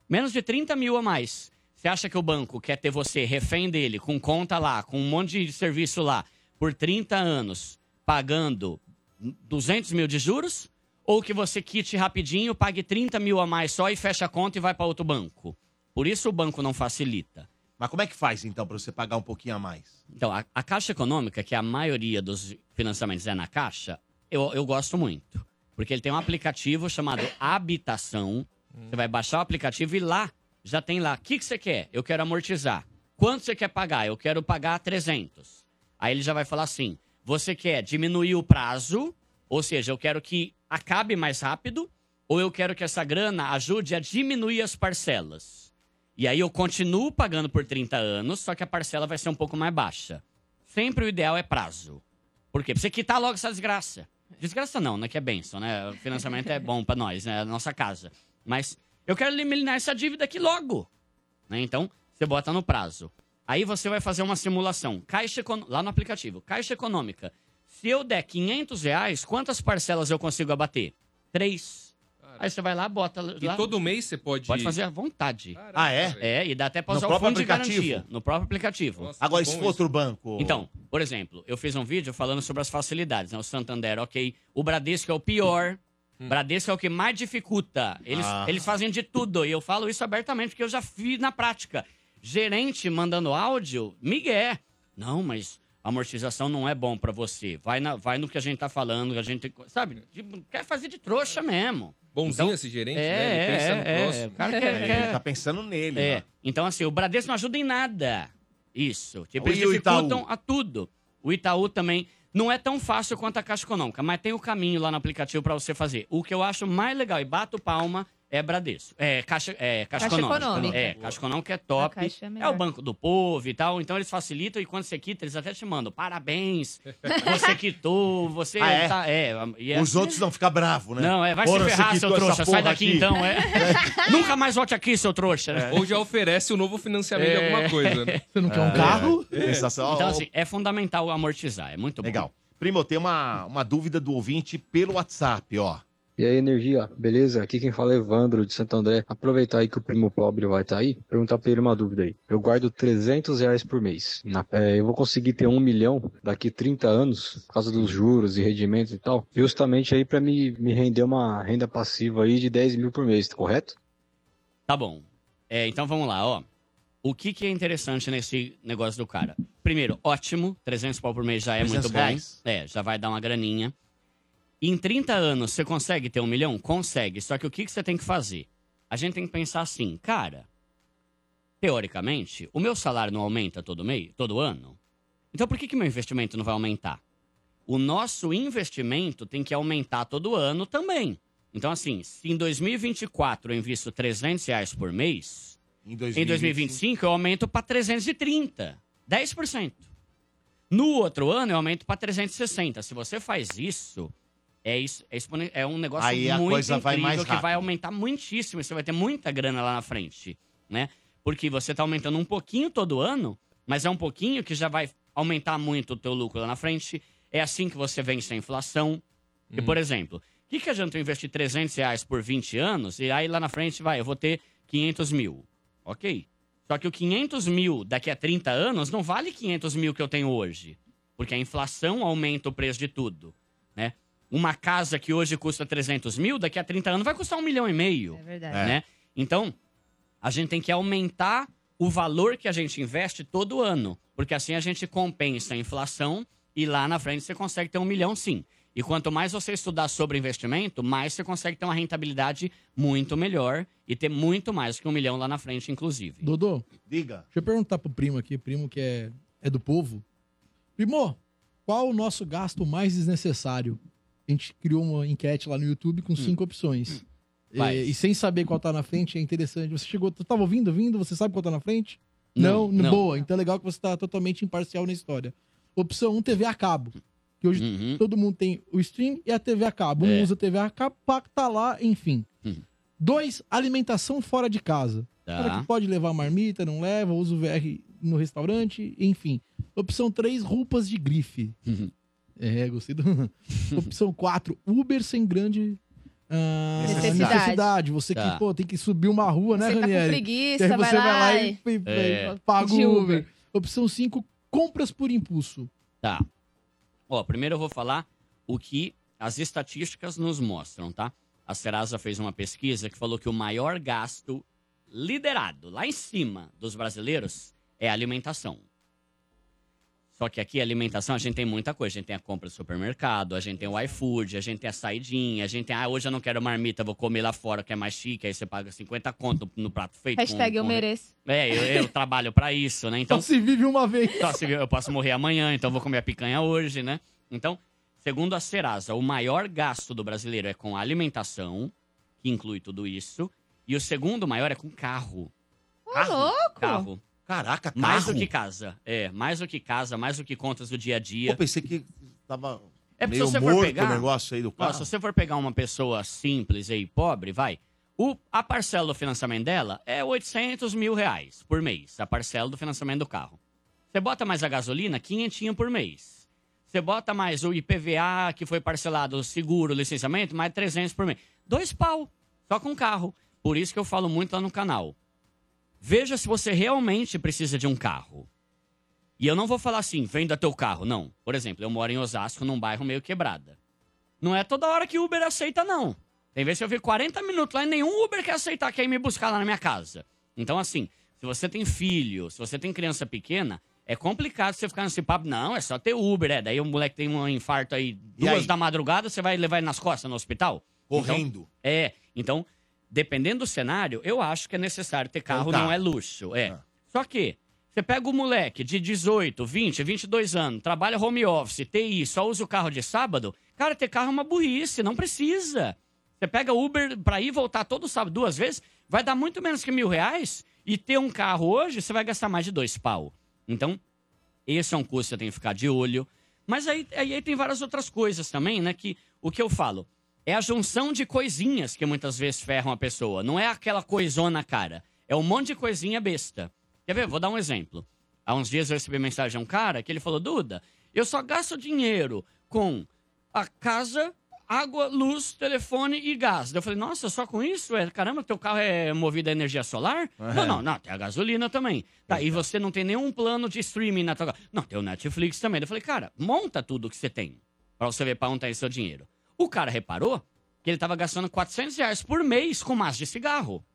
Speaker 13: menos de 30 mil a mais. Você acha que o banco quer ter você refém dele, com conta lá, com um monte de serviço lá, por 30 anos, pagando 200 mil de juros? Ou que você quite rapidinho, pague 30 mil a mais só e fecha a conta e vai para outro banco? Por isso o banco não facilita.
Speaker 15: Mas como é que faz, então, pra você pagar um pouquinho a mais?
Speaker 13: Então, a, a Caixa Econômica, que é a maioria dos financiamentos é na Caixa, eu, eu gosto muito. Porque ele tem um aplicativo chamado Habitação. Você vai baixar o aplicativo e lá já tem lá. O que, que você quer? Eu quero amortizar. Quanto você quer pagar? Eu quero pagar 300. Aí ele já vai falar assim: você quer diminuir o prazo, ou seja, eu quero que acabe mais rápido, ou eu quero que essa grana ajude a diminuir as parcelas. E aí eu continuo pagando por 30 anos, só que a parcela vai ser um pouco mais baixa. Sempre o ideal é prazo. Por quê? Pra você quitar logo essa desgraça. Desgraça não, né? Que é benção, né? O financiamento é bom pra nós, né? A nossa casa. Mas eu quero eliminar essa dívida aqui logo. né? Então, você bota no prazo. Aí você vai fazer uma simulação. Caixa Econo- Lá no aplicativo. Caixa econômica. Se eu der 500 reais, quantas parcelas eu consigo abater? Três. Aí você vai lá, bota
Speaker 7: E
Speaker 13: lá-
Speaker 7: todo mês você pode.
Speaker 13: Pode fazer à vontade.
Speaker 15: ah, é?
Speaker 13: É, e dá até pra
Speaker 15: No
Speaker 13: usar o
Speaker 15: próprio
Speaker 13: fundo de
Speaker 15: aplicativo?
Speaker 13: garantia. No próprio aplicativo.
Speaker 15: Agora, e se for outro banco?
Speaker 13: tá Então, por exemplo, eu fiz um vídeo falando sobre as facilidades, né? O Santander, ok. O Bradesco é o pior.
Speaker 7: Hum.
Speaker 13: Bradesco é o que mais dificulta. Eles,
Speaker 16: Ah.
Speaker 13: eles fazem de tudo. E eu falo isso abertamente, porque eu já vi na prática. Gerente mandando áudio, Miguel. Não, mas a amortização não é bom pra você. Vai, na- vai no que a gente tá falando, que a gente. Sabe? Tipo, quer fazer de trouxa mesmo.
Speaker 7: Bonzinho esse gerente,
Speaker 13: é,
Speaker 7: né? Ele pensa no
Speaker 13: é, é,
Speaker 7: próximo.
Speaker 13: O cara quer,
Speaker 7: É,
Speaker 13: quer-
Speaker 7: ele tá
Speaker 15: pensando nele.
Speaker 13: É.
Speaker 15: né?
Speaker 13: Então, assim, o Bradesco não ajuda em nada. Isso. Tipo,
Speaker 15: E
Speaker 13: eles
Speaker 15: o Itaú?
Speaker 13: dificultam a tudo. O Itaú também não é tão fácil quanto a Caixa Econômica, mas tem o caminho lá no aplicativo pra você fazer. O que eu acho mais legal, e bato palma, é Bradesco. É Caixa, é, Caixa,
Speaker 4: Caixa
Speaker 13: Econômica.
Speaker 4: Econômica.
Speaker 13: É, Caixa Econômica é top.
Speaker 4: A Caixa é
Speaker 13: É,
Speaker 4: melhor.
Speaker 13: o Banco do Povo e tal. Então, eles facilitam e quando você quita, eles até te mandam parabéns, você quitou, você
Speaker 15: Ah, é?
Speaker 13: tá... É, e é-
Speaker 15: Os outros não ficam bravos, né?
Speaker 13: Não, é, vai
Speaker 15: Ora,
Speaker 13: se
Speaker 15: você
Speaker 13: ferrar,
Speaker 15: quitou
Speaker 13: seu
Speaker 15: essa
Speaker 13: trouxa.
Speaker 15: porra
Speaker 13: Sai daqui,
Speaker 15: aqui. É.
Speaker 13: então, é. Nunca mais volte aqui, seu trouxa.
Speaker 7: Ou já oferece o um novo financiamento de
Speaker 13: É.
Speaker 7: alguma coisa, né?
Speaker 13: Você não
Speaker 15: quer um É. carro? É. Sensacional.
Speaker 13: Então, assim, é fundamental amortizar, é muito
Speaker 15: Legal. Primo, tem uma, uma dúvida do ouvinte pelo WhatsApp, ó.
Speaker 17: E aí, energia, beleza? Aqui quem fala é Evandro de Santo André. Aproveitar aí que o primo pobre vai estar aí, perguntar pra ele uma dúvida aí. Eu guardo 300 reais por mês. Na- é, eu vou conseguir ter um milhão daqui 30 anos, por causa dos juros e rendimentos e tal, justamente aí pra me, me render uma renda passiva aí de 10 mil por mês, correto?
Speaker 13: Tá bom. É, então vamos lá, ó. O que, que é interessante nesse negócio do cara? Primeiro, ótimo, 300 pau por mês já é
Speaker 16: 300
Speaker 13: muito bom.
Speaker 16: reais.
Speaker 13: É, já vai dar uma graninha. Em 30 anos, você consegue ter um milhão? Consegue. Só que o que, que você tem que fazer? A gente tem que pensar assim, cara, teoricamente, o meu salário não aumenta todo mês, todo ano? Então por que, que meu investimento não vai aumentar? O nosso investimento tem que aumentar todo ano também. Então, assim, se em 2024 eu invisto 300 reais por mês,
Speaker 15: em
Speaker 13: 2025, eu aumento para 330, 10%. No outro ano eu aumento para 360. Se você faz isso, é, isso, é, expone- é um negócio
Speaker 15: Aí a
Speaker 13: muito
Speaker 15: coisa vai
Speaker 13: incrível
Speaker 15: mais
Speaker 13: que vai
Speaker 15: rápido.
Speaker 13: aumentar muitíssimo. e Você vai ter muita grana lá na frente, né? Porque você tá aumentando um pouquinho todo ano, mas é um pouquinho que já vai aumentar muito o teu lucro lá na frente. É assim que você vence a inflação. E,
Speaker 15: Uhum.
Speaker 13: por exemplo, o que, que adianta eu investir 300 reais por 20 anos e aí lá na frente, vai, eu vou ter 500 mil. Ok. Só que o 500 mil daqui a 30 anos não vale 500 mil que eu tenho hoje. Porque a inflação aumenta o preço de tudo, né? Uma casa que hoje custa 300 mil, daqui a 30 anos vai custar um milhão e meio. É
Speaker 4: verdade.
Speaker 13: Né? Então, a gente tem que aumentar o valor que a gente investe todo ano, porque assim a gente compensa a inflação e lá na frente você consegue ter um milhão sim. E quanto mais você estudar sobre investimento, mais você consegue ter uma rentabilidade muito melhor e ter muito mais que um milhão lá na frente, inclusive.
Speaker 6: Dodô,
Speaker 15: Diga.
Speaker 6: deixa eu perguntar pro primo aqui, primo que é, é do povo. Primo, qual o nosso gasto mais desnecessário? A gente criou uma enquete lá no YouTube com cinco opções.
Speaker 13: Vai.
Speaker 6: E, e sem saber qual tá na frente, é interessante. Você chegou, tu tava ouvindo, ouvindo, você sabe qual tá na frente?
Speaker 13: Não,
Speaker 6: Não,
Speaker 13: não.
Speaker 6: boa. Então é legal que você tá totalmente imparcial na história. Opção 1, TV a cabo. Que hoje todo mundo tem o stream e a TV a cabo. Um
Speaker 13: Uhum. É. Uhum.
Speaker 6: usa TV a cabo, pá, tá lá, enfim. Dois, alimentação fora de casa.
Speaker 13: Tá.
Speaker 6: O Cara que pode levar marmita, não leva, usa o VR no restaurante, enfim. Opção 3, roupas de grife.
Speaker 13: Uhum.
Speaker 6: É, gostei do... Opção 4, Uber sem grande... ah,
Speaker 4: Necessidade.
Speaker 6: Você
Speaker 13: Tá.
Speaker 6: que, pô, tem que subir uma rua, né,
Speaker 4: Você tá com
Speaker 6: Ranieri?
Speaker 4: preguiça,
Speaker 6: E
Speaker 4: vai
Speaker 6: aí você
Speaker 4: lá
Speaker 6: vai lá e,
Speaker 4: e-
Speaker 6: e-
Speaker 13: É.
Speaker 6: e paga
Speaker 4: De
Speaker 6: o
Speaker 4: Uber.
Speaker 6: Uber. Opção 5, compras por impulso.
Speaker 13: Tá. Ó, primeiro eu vou falar o que as estatísticas nos mostram, tá? A Serasa fez uma pesquisa que falou que o maior gasto liderado lá em cima dos brasileiros é a alimentação. Só que aqui, alimentação, a gente tem muita coisa. A gente tem a compra do supermercado, a gente tem o iFood, a gente tem a saidinha, a gente tem, ah, hoje eu não quero marmita, vou comer lá fora, que é mais chique, aí você paga 50 conto no prato feito. com-
Speaker 4: Hashtag eu
Speaker 13: com-
Speaker 4: mereço.
Speaker 13: É, eu, eu trabalho pra isso, né? Então,
Speaker 6: Só se vive uma vez.
Speaker 13: só Então, se eu posso morrer amanhã, então eu vou comer a picanha hoje, né? Então, segundo a Serasa, o maior gasto do brasileiro é com alimentação, que inclui tudo isso. E o segundo maior é com carro.
Speaker 4: Ô, louco!
Speaker 13: Carro.
Speaker 15: Caraca, carro?
Speaker 13: Mais do que casa. É, mais do que casa, mais do que contas do dia a dia. Eu
Speaker 15: pensei que tava
Speaker 13: é porque
Speaker 15: meio
Speaker 13: se você
Speaker 15: morto
Speaker 13: for pegar,
Speaker 15: o negócio aí do carro.
Speaker 13: Ó, se você for pegar uma pessoa simples aí, pobre, vai. O, a parcela do financiamento dela é 800 mil reais por mês. A parcela do financiamento do carro. Você bota mais a gasolina, 500 por mês. Você bota mais o IPVA que foi parcelado, o seguro, o licenciamento, mais 300 por mês. Dois pau, só com carro. Por isso que eu falo muito lá no canal. Veja se você realmente precisa de um carro. E eu não vou falar assim, venda teu carro, não. Por exemplo, eu moro em Osasco, num bairro meio quebrada. Não é toda hora que Uber aceita, não. Tem vezes que eu fico 40 minutos lá e nenhum Uber quer aceitar, quer ir me buscar lá na minha casa. Então, assim, se você tem filho, se você tem criança pequena, é complicado você ficar nesse papo, não, é só ter Uber, é. Daí o moleque tem um infarto aí, duas
Speaker 15: aí?
Speaker 13: da madrugada, você vai levar ele nas costas no hospital?
Speaker 15: Correndo.
Speaker 13: Então, é, então, dependendo do cenário, eu acho que é necessário ter carro,
Speaker 15: carro.
Speaker 13: não é luxo, é. Só que, você pega o moleque de 18, 20, 22 anos, trabalha home office, TI, só usa o carro de sábado, cara, ter carro é uma burrice, não precisa. Você pega Uber pra ir e voltar todo sábado duas vezes, vai dar muito menos que mil reais, e ter um carro hoje, você vai gastar mais de dois pau. Então, esse é um custo que você tem que ficar de olho. Mas aí, aí, aí tem várias outras coisas também, né? Que o que eu falo é a junção de coisinhas que muitas vezes ferram a pessoa. Não é aquela coisona cara. É um monte de coisinha besta. Quer ver? Vou dar um exemplo. Há uns dias eu recebi mensagem de um cara que ele falou: Duda, eu só gasto dinheiro com a casa, água, luz, telefone e gás. Daí Eu falei: Nossa, só com isso? É, Caramba, teu carro é movido a energia solar?
Speaker 16: É.
Speaker 13: Não, não, não, tem a gasolina também. Tá, e você não tem nenhum plano de streaming na tua casa. Não, tem o Netflix também. Daí Eu falei, cara, monta tudo que você tem pra você ver pra onde tá esse seu dinheiro. O cara reparou que ele tava gastando 400 reais por mês com maço de cigarro.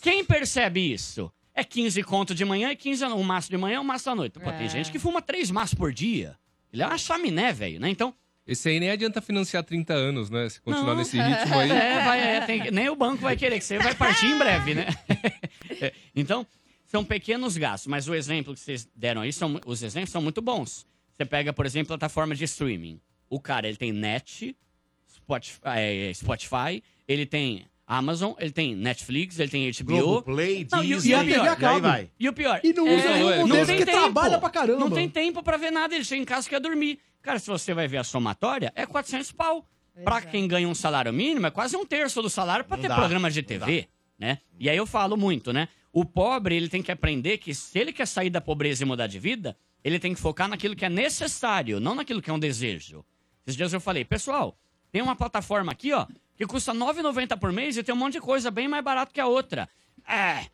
Speaker 13: Quem percebe isso? É 15 conto de manhã e 15 à no- um maço de manhã um maço à noite. Pô, tem gente que fuma três maços por dia. Ele é uma chaminé, velho, né? Então,
Speaker 7: Esse aí nem adianta financiar 30 anos, né? Se continuar
Speaker 13: Não.
Speaker 7: nesse ritmo aí.
Speaker 13: É, vai, é, tem- nem o banco vai querer que você vai partir em breve, né? É, Então, são pequenos gastos, mas o exemplo que vocês deram aí, são, os exemplos são muito bons. Você pega, por exemplo, a plataforma de streaming. O cara, ele tem Net, Spotify, é, Spotify, ele tem Amazon, ele tem Netflix, ele tem HBO.
Speaker 15: Globoplay,
Speaker 13: e o-
Speaker 15: Disney.
Speaker 13: e o pior-
Speaker 15: E a TV a cabo.
Speaker 13: vai. E o pior, é,
Speaker 6: E não usa nenhum
Speaker 13: não
Speaker 6: desses
Speaker 13: tem
Speaker 6: que
Speaker 13: tempo.
Speaker 6: trabalha pra caramba.
Speaker 13: Não tem tempo pra ver nada, ele chega em casa e quer dormir. Cara, se você vai ver a somatória, é 400 pau. Pra quem ganha um salário mínimo, é quase um terço do salário pra
Speaker 16: Não
Speaker 13: ter
Speaker 16: dá,
Speaker 13: programa de
Speaker 16: não
Speaker 13: TV, né? E aí eu falo muito, né? O pobre, ele tem que aprender que se ele quer sair da pobreza e mudar de vida, ele tem que focar naquilo que é necessário, não naquilo que é um desejo. Esses dias eu falei, pessoal, tem uma plataforma aqui, ó, que custa R$ 9,90 por mês e tem um monte de coisa bem mais barato que a outra. É,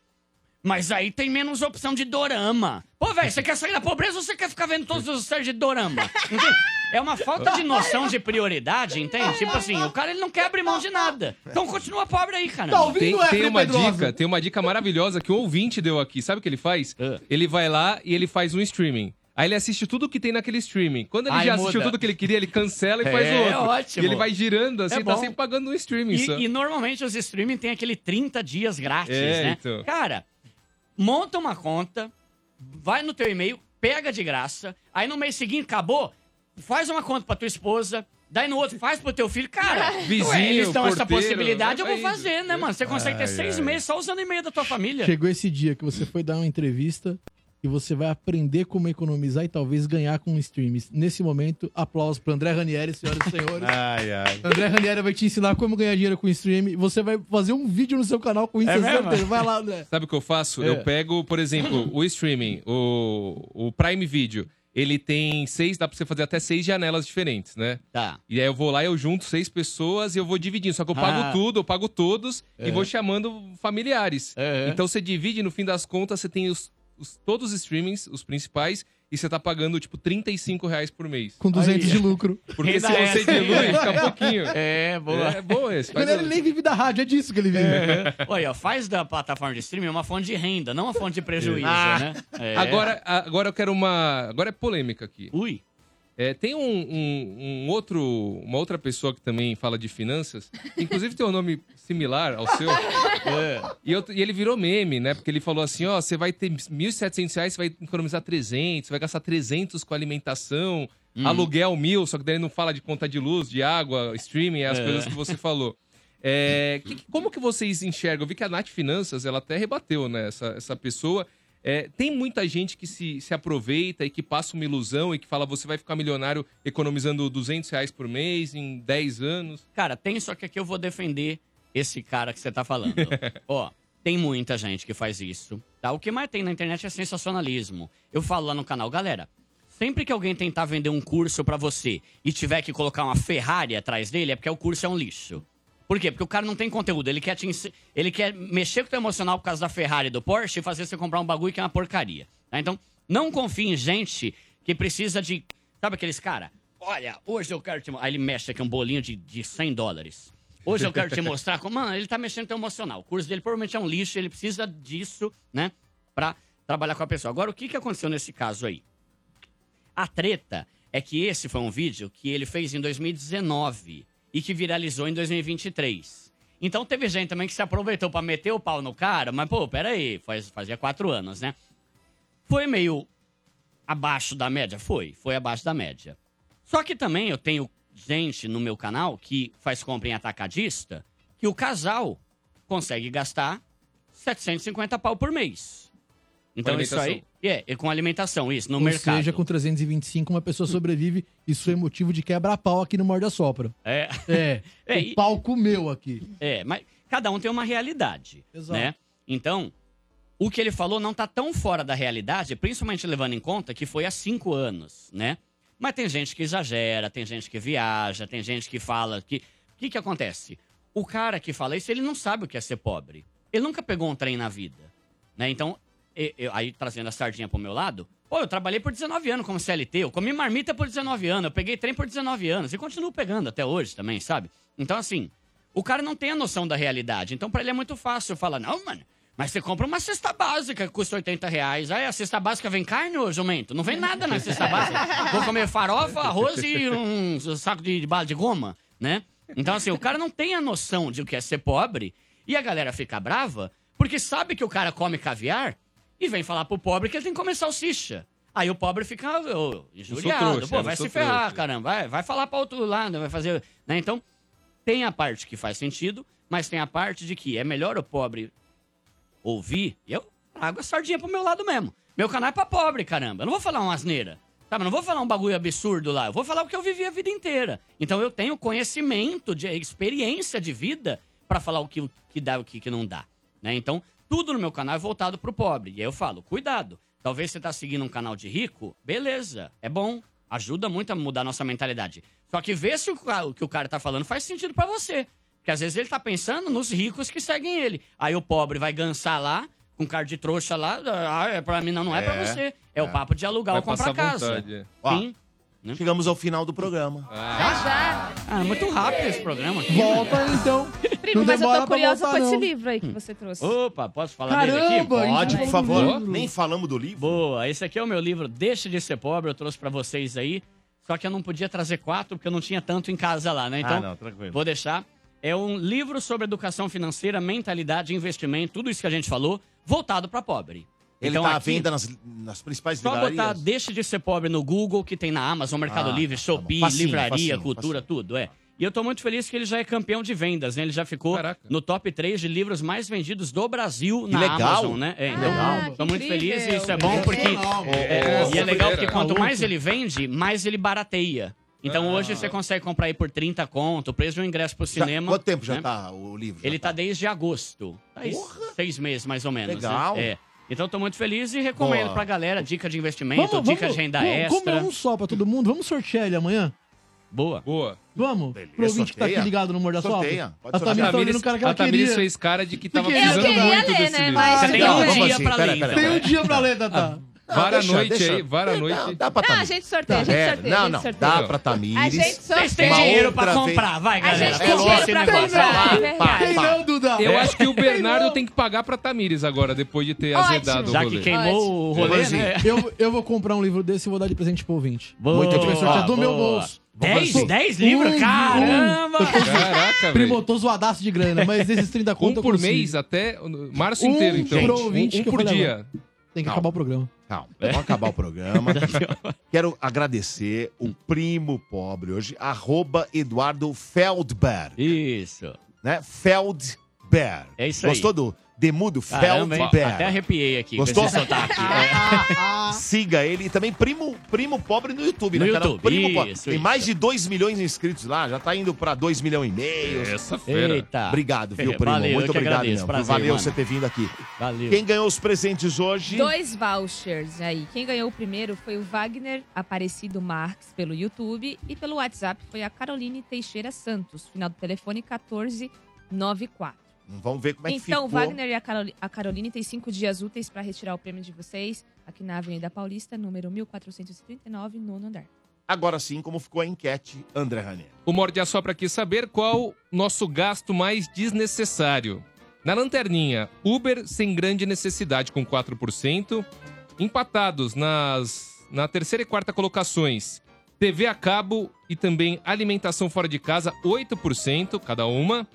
Speaker 13: mas aí tem menos opção de dorama. Pô, velho, você quer sair da pobreza ou você quer ficar vendo todos os séries de dorama? Entende? É uma falta de noção de prioridade, entende? Tipo assim, o cara ele não quer abrir mão de nada. Então continua pobre aí, cara.
Speaker 7: tem, tem uma dica, tem uma dica maravilhosa que um ouvinte deu aqui. Sabe o que ele faz?
Speaker 13: Ah.
Speaker 7: Ele vai lá e ele faz um streaming. Aí ele assiste tudo que tem naquele streaming. Quando ele
Speaker 13: Aí
Speaker 7: já
Speaker 13: muda.
Speaker 7: assistiu tudo que ele queria, ele cancela e
Speaker 13: É,
Speaker 7: faz o outro.
Speaker 13: ótimo.
Speaker 7: E ele vai girando assim,
Speaker 13: É
Speaker 7: tá
Speaker 13: bom.
Speaker 7: sempre pagando um streaming. só.
Speaker 13: E, e normalmente os streaming tem aquele 30 dias grátis,
Speaker 7: É,
Speaker 13: né?
Speaker 7: então.
Speaker 13: Cara, monta uma conta, vai no teu e-mail, pega de graça, aí no mês seguinte acabou, faz uma conta pra tua esposa, daí no outro faz pro teu filho. Cara,
Speaker 16: Vizinho,
Speaker 13: ué, eles dão essa
Speaker 16: porteiro,
Speaker 13: possibilidade, eu
Speaker 16: vai
Speaker 13: vou
Speaker 16: indo.
Speaker 13: fazer, né, mano? Você consegue ter
Speaker 6: Ai,
Speaker 13: seis
Speaker 6: ai.
Speaker 13: meses só usando e-mail da tua família.
Speaker 6: Chegou esse dia que você foi dar uma entrevista e você vai aprender como economizar e talvez ganhar com streams. Nesse momento, aplausos para André Ranieri, senhoras e senhores.
Speaker 15: Ai, ai.
Speaker 6: André Ranieri vai te ensinar como ganhar dinheiro com stream. e Você vai fazer um vídeo no seu canal com isso,
Speaker 7: É
Speaker 6: eu
Speaker 7: mesmo?
Speaker 6: certeza. Vai lá, André.
Speaker 7: Sabe o que eu faço?
Speaker 6: É.
Speaker 7: Eu pego, por exemplo, o streaming, o, o Prime Video. Ele tem seis, dá pra você fazer até seis janelas diferentes, né?
Speaker 13: Tá.
Speaker 7: E aí eu vou lá, eu junto seis pessoas e eu vou dividindo. Só que eu pago
Speaker 16: Ah.
Speaker 7: tudo, eu pago todos
Speaker 16: É.
Speaker 7: e vou chamando
Speaker 6: É.
Speaker 7: familiares. Então você divide, no fim das contas, você tem os, os- todos os streamings, os principais, e você tá pagando, tipo, 35 reais por mês.
Speaker 6: Com 200 de lucro.
Speaker 7: Porque se você dilui, fica pouquinho.
Speaker 13: É, boa.
Speaker 7: É bom esse.
Speaker 6: Mas ele nem vive da rádio, é disso que ele vive.
Speaker 13: Olha, ó, faz da plataforma de streaming uma fonte de renda, não uma fonte de prejuízo,
Speaker 7: Ah.
Speaker 13: né? É.
Speaker 7: Agora, agora eu quero uma. Agora é polêmica aqui.
Speaker 13: Ui.
Speaker 7: tem um, um- um outro, uma outra pessoa que também fala de finanças, inclusive tem um nome similar ao seu. E, eu- e ele virou meme, né? Porque ele falou assim: ó, você vai ter 1.700 reais, você vai economizar 300, você vai gastar 300 com alimentação,
Speaker 15: Uhum.
Speaker 7: aluguel mil, só que daí ele não fala de conta de luz, de água, streaming, as
Speaker 16: É.
Speaker 7: coisas que você falou. É, que- que- como que vocês enxergam? Eu vi que a Nath Finanças, ela até rebateu, né? Essa, essa pessoa. É, tem muita gente que se, se aproveita e que passa uma ilusão e que fala você vai ficar milionário economizando 200 reais por mês em 10 anos.
Speaker 13: Cara, tem só que aqui eu vou defender esse cara que você tá falando. Ó, tem muita gente que faz isso, tá? O que mais tem na internet é sensacionalismo. Eu falo lá no canal, galera, sempre que alguém tentar vender um curso pra você e tiver que colocar uma Ferrari atrás dele, é porque o curso é um lixo. Por quê? Porque o cara não tem conteúdo, ele quer, te ensi- ele quer mexer com o teu emocional por causa da Ferrari e do Porsche e fazer você comprar um bagulho que é uma porcaria. tá? Então, não confie em gente que precisa de... Sabe aqueles cara? Olha, hoje eu quero te mostrar. Aí ele mexe aqui um bolinho de, de 100 dólares. Hoje eu quero te mostrar como. Mano, ele tá mexendo teu emocional. O curso dele provavelmente é um lixo, ele precisa disso, né? Pra trabalhar com a pessoa. Agora, o que, que aconteceu nesse caso aí? A treta é que esse foi um vídeo que ele fez em 2019 e que viralizou em 2023. Então teve gente também que se aproveitou pra meter o pau no cara, mas pô, peraí, faz, fazia quatro anos, né? Foi meio abaixo da média? Foi, foi abaixo da média. Só que também eu tenho gente no meu canal que faz compra em atacadista, que o casal consegue gastar 750 pau por mês. Então isso aí,
Speaker 6: alimentação.
Speaker 13: é, e com alimentação, isso, no
Speaker 6: Ou
Speaker 13: mercado.
Speaker 6: seja, com 325 uma pessoa sobrevive. Isso é motivo de quebra-pau aqui no Morde a Sopra.
Speaker 13: É.
Speaker 6: É,
Speaker 13: É,
Speaker 6: o
Speaker 13: e-
Speaker 6: pau comeu aqui.
Speaker 13: É, mas cada um tem uma realidade,
Speaker 6: Exato.
Speaker 13: né? Então, o que ele falou não tá tão fora da realidade, principalmente levando em conta que foi há cinco anos, né? Mas tem gente que exagera, tem gente que viaja, tem gente que fala que... O que que acontece? O cara que fala isso, ele não sabe o que é ser pobre. Ele nunca pegou um trem na vida, né? Então, e- eu- aí trazendo a sardinha pro meu lado, pô, eu trabalhei por 19 anos como CLT, eu comi marmita por 19 anos, eu peguei trem por 19 anos e continuo pegando até hoje também, sabe? Então, assim, o cara não tem a noção da realidade. Então, pra ele é muito fácil falar, não, mano, mas você compra uma cesta básica que custa 80 reais. Aí a cesta básica vem carne ou jumento? Não vem nada na cesta básica. Vou comer farofa, arroz e um saco de, de bala de goma, né? Então, assim, o cara não tem a noção de o que é ser pobre. E a galera fica brava porque sabe que o cara come caviar e vem falar pro pobre que ele tem que comer salsicha. Aí o pobre fica "Ah, ô, injuriado.
Speaker 16: trouxa,
Speaker 13: Pô,
Speaker 16: eu
Speaker 13: vai
Speaker 16: sou
Speaker 13: se ferrar,
Speaker 16: trouxa.
Speaker 13: caramba. Vai, vai falar pra outro lado, vai fazer... Né? Então, tem a parte que faz sentido, mas tem a parte de que é melhor o pobre ouvir, eu trago a sardinha pro meu lado mesmo. Meu canal é pra pobre, caramba. Eu não vou falar uma asneira. Tá, mas não vou falar um bagulho absurdo lá. Eu vou falar o que eu vivi a vida inteira. Então eu tenho conhecimento, de experiência de vida pra falar o que, o que dá e o que, que não dá. né? Então, tudo no meu canal é voltado pro pobre. E aí eu falo, cuidado. Talvez você tá seguindo um canal de rico, beleza, é bom. Ajuda muito a mudar a nossa mentalidade. Só que vê se o, ca- o que o cara tá falando faz sentido pra você. Porque às vezes ele tá pensando nos ricos que seguem ele. Aí o pobre vai gançar lá, com cara de trouxa lá, ah, é pra mim não, não é, pra
Speaker 15: É,
Speaker 13: você. É, o papo de alugar
Speaker 15: Vai
Speaker 13: ou comprar
Speaker 15: passar
Speaker 13: casa.
Speaker 7: é.
Speaker 15: vontade.
Speaker 13: Sim.
Speaker 15: Chegamos ao final do programa.
Speaker 13: Ah, é muito rápido esse programa aqui.
Speaker 6: Volta
Speaker 13: né?
Speaker 6: então.
Speaker 4: Primo, mas eu
Speaker 6: demora
Speaker 4: tô
Speaker 6: pra
Speaker 4: curiosa
Speaker 6: voltar,
Speaker 4: com esse
Speaker 6: não.
Speaker 4: livro aí que
Speaker 13: Hum.
Speaker 4: você trouxe.
Speaker 13: Opa, posso falar dele aqui?
Speaker 4: Caramba,
Speaker 15: Pode, por favor.
Speaker 13: Nem
Speaker 15: falamos do livro.
Speaker 13: Boa, esse aqui é o meu livro Deixe de Ser Pobre, eu trouxe pra vocês aí. Só que eu não podia trazer quatro, porque eu não tinha tanto em casa lá, né? Então,
Speaker 15: Ah, não, tranquilo.
Speaker 13: vou deixar. É um livro sobre educação financeira, mentalidade, investimento, tudo isso que a gente falou, voltado pra pobre.
Speaker 15: Ele
Speaker 13: então,
Speaker 15: tá à
Speaker 13: aqui-
Speaker 15: venda nas, nas principais
Speaker 13: Só botar
Speaker 15: livrarias.
Speaker 13: Deixe de Ser Pobre no Google, que tem na Amazon, Mercado
Speaker 15: Ah,
Speaker 13: Livre,
Speaker 15: tá
Speaker 13: Shopee,
Speaker 15: bom. Facinho,
Speaker 13: livraria,
Speaker 15: facinho,
Speaker 13: cultura, tudo, é. E eu tô muito feliz que ele já é campeão de vendas, né? Ele já ficou no top 3 de livros mais vendidos do Brasil na
Speaker 15: legal.
Speaker 13: Amazon, né? É,
Speaker 15: Que
Speaker 13: então,
Speaker 15: legal.
Speaker 13: Tô muito
Speaker 15: incrível.
Speaker 13: feliz e isso é bom porque... É,
Speaker 15: É,
Speaker 13: e é legal
Speaker 15: é,
Speaker 13: porque
Speaker 15: é,
Speaker 13: quanto
Speaker 15: maluco. Ah.
Speaker 13: mais ele vende, mais ele barateia. Então hoje você consegue comprar aí por 30 conto, o preço de um ingresso pro
Speaker 15: Já-
Speaker 13: cinema.
Speaker 15: quanto tempo já
Speaker 13: né?
Speaker 15: tá o livro?
Speaker 13: Ele tá desde agosto. Tá isso, seis meses, mais ou menos. né?
Speaker 15: Legal.
Speaker 13: É. Então, tô muito feliz e recomendo
Speaker 15: Boa.
Speaker 13: pra galera dica de investimento, dica de renda
Speaker 6: vamos, vamos
Speaker 13: extra.
Speaker 6: comer um só pra todo mundo. Vamos sortear ele amanhã?
Speaker 13: Boa.
Speaker 7: Boa.
Speaker 6: Vamos? Pro ouvinte que tá aqui
Speaker 7: sorteia.
Speaker 6: ligado no Morda Sopra.
Speaker 7: Sorteia, pode
Speaker 6: A Tamir
Speaker 7: sortear.
Speaker 6: tá olhando o cara que
Speaker 7: A
Speaker 6: ela
Speaker 7: Tamiris
Speaker 6: queria.
Speaker 7: fez cara de que tava
Speaker 6: Fiquei-
Speaker 7: precisando muito
Speaker 4: né,
Speaker 7: desse livro.
Speaker 6: né, Mas-
Speaker 4: então,
Speaker 7: Calma,
Speaker 6: Tem um
Speaker 7: vamos
Speaker 6: dia
Speaker 7: assim,
Speaker 6: pra
Speaker 7: pera,
Speaker 6: ler,
Speaker 7: pera,
Speaker 6: Tem um
Speaker 7: pera.
Speaker 6: dia pra ler, Tatá.
Speaker 7: Vara a
Speaker 15: deixa,
Speaker 7: noite
Speaker 15: deixa.
Speaker 7: aí, vara a
Speaker 15: Dá-
Speaker 7: noite.
Speaker 15: dá pra tá
Speaker 4: Ah, a gente sorteia, a gente
Speaker 15: É,
Speaker 4: sorteia. a
Speaker 15: Não,
Speaker 4: gente
Speaker 15: não.
Speaker 4: sorteia.
Speaker 15: Dá pra Tamires.
Speaker 4: A gente sorteia. Vocês têm
Speaker 15: Uma
Speaker 4: dinheiro
Speaker 15: outra
Speaker 4: pra
Speaker 15: vez.
Speaker 4: comprar, vai, A galera. gente tem
Speaker 15: É
Speaker 4: dinheiro
Speaker 15: lógico.
Speaker 4: pra comprar, é
Speaker 13: Ah,
Speaker 4: verdade.
Speaker 13: tá.
Speaker 15: Pá,
Speaker 4: Tem
Speaker 15: pá.
Speaker 4: não, Duda?
Speaker 6: É.
Speaker 7: Eu acho que o Bernardo tem que pagar pra Tamires agora, depois de ter
Speaker 4: Ótimo.
Speaker 7: azedado
Speaker 13: Já
Speaker 7: o
Speaker 13: que
Speaker 7: rolê.
Speaker 13: queimou o rolê,
Speaker 7: Sim.
Speaker 13: né?
Speaker 6: Eu, eu vou comprar um livro desse e vou dar de presente pro ouvinte.
Speaker 13: Boa,
Speaker 6: Muito bem, sortear do
Speaker 13: boa.
Speaker 6: meu bolso.
Speaker 13: Dez?
Speaker 6: Vou fazer-
Speaker 13: Dez livros?
Speaker 6: Um, um.
Speaker 13: Caramba!
Speaker 6: Eu tô zo-
Speaker 7: Caraca, velho.
Speaker 6: Primo, eu tô zoadaço de grana, mas esses 30
Speaker 7: Um
Speaker 6: conto eu
Speaker 7: por
Speaker 6: consigo.
Speaker 7: mês até uh, março
Speaker 6: Um
Speaker 7: inteiro, então.
Speaker 6: pro ouvinte
Speaker 7: um
Speaker 6: que eu
Speaker 7: por
Speaker 6: falei
Speaker 7: dia.
Speaker 6: agora. Tem que acabar o programa.
Speaker 15: Calma,
Speaker 13: É.
Speaker 15: vamos acabar o programa. Quero agradecer o primo pobre hoje, arroba Eduardo Feldberg.
Speaker 13: Isso.
Speaker 2: né? Feldberg.
Speaker 13: É isso aí.
Speaker 2: Gostou do Demudo
Speaker 13: Caramba, hein?
Speaker 2: Feldberg?
Speaker 13: Até arrepiei aqui. com
Speaker 2: Gostou?
Speaker 13: esse sotaque.
Speaker 2: Siga ele e também primo, primo Pobre no YouTube,
Speaker 13: No
Speaker 2: né, cara?
Speaker 13: YouTube,
Speaker 2: Primo Pobre.
Speaker 13: isso,
Speaker 2: Tem
Speaker 13: isso.
Speaker 2: mais de 2 milhões de inscritos lá, já tá indo pra 2 milhões e meio.
Speaker 13: Essa fera. Eita.
Speaker 2: Obrigado, viu, primo?
Speaker 13: É. Valeu, eu
Speaker 2: Muito
Speaker 13: que
Speaker 2: obrigado,
Speaker 13: agradeço.
Speaker 2: meu.
Speaker 13: Prazer,
Speaker 2: Valeu
Speaker 13: mano.
Speaker 2: você ter vindo aqui.
Speaker 13: Valeu.
Speaker 2: Quem ganhou os presentes hoje?
Speaker 4: Dois vouchers aí. Quem ganhou o primeiro foi o Wagner Aparecido Marques pelo YouTube e pelo WhatsApp foi a Caroline Teixeira Santos, final do telefone 1494.
Speaker 2: Vamos ver como é que
Speaker 4: então,
Speaker 2: ficou.
Speaker 4: o Wagner e a, Caroli- a Caroline têm cinco dias úteis para retirar o prêmio de vocês aqui na Avenida Paulista, número 1439, nono andar.
Speaker 2: Agora sim, como ficou a enquete, André Ranieri.
Speaker 7: O Morde a Sopra quis saber qual nosso gasto mais desnecessário. Na lanterninha, Uber sem grande necessidade com 4%. Empatados nas, na terceira e quarta colocações, TV a cabo e também alimentação fora de casa, 8% cada uma.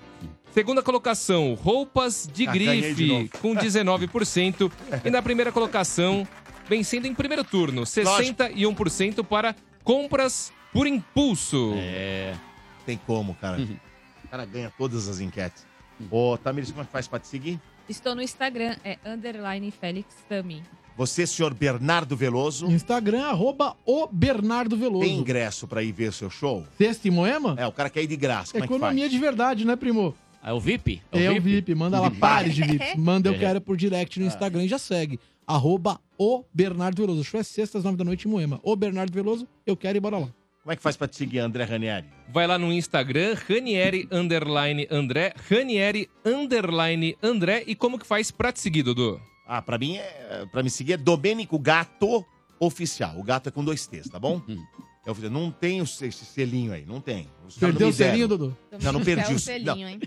Speaker 7: Segunda colocação, roupas de
Speaker 2: Ah, ganhei de
Speaker 7: grife
Speaker 2: novo.
Speaker 7: com 19%. e na primeira colocação, vencendo em primeiro turno, 61% para compras por impulso.
Speaker 13: É.
Speaker 2: Tem como, cara.
Speaker 6: Uhum.
Speaker 2: O cara ganha todas as enquetes. Ô, Tamiris, como é que faz pra te seguir?
Speaker 4: Estou no Instagram, é underline Félix Tami.
Speaker 2: Você, senhor Bernardo Veloso,
Speaker 6: Instagram, arroba o Bernardo Veloso.
Speaker 2: tem ingresso pra ir ver o seu show?
Speaker 6: Sexta em Moema?
Speaker 2: É, o cara quer ir de graça. Como é que
Speaker 6: Economia
Speaker 2: faz?
Speaker 6: de verdade, né, primo?
Speaker 13: É o VIP?
Speaker 6: É, o VIP. Manda lá, pare de VIPs. Manda eu
Speaker 13: É.
Speaker 6: quero por direct
Speaker 2: Ah.
Speaker 6: no Instagram e já segue. Arroba o Bernardo Veloso. O show é sexta às nove da noite em Moema. O Bernardo Veloso, eu quero e bora lá.
Speaker 2: Como é que faz pra te seguir, André Ranieri?
Speaker 7: Vai lá no Instagram, Ranieri underline André, Ranieri underline André. E como que faz pra te seguir, Dudu?
Speaker 2: Ah, pra mim é. Pra me seguir é Domênico Gato Oficial. O gato é com dois T's, tá bom?
Speaker 6: Uhum.
Speaker 2: Eu falei, não tem o se- esse selinho aí, não tem. Os caras
Speaker 6: Perdeu
Speaker 2: não me
Speaker 6: o selinho,
Speaker 2: deram.
Speaker 6: Dudu?
Speaker 4: Então,
Speaker 2: Não, não perdi
Speaker 6: É o
Speaker 2: o
Speaker 6: selinho,
Speaker 2: não.
Speaker 4: hein?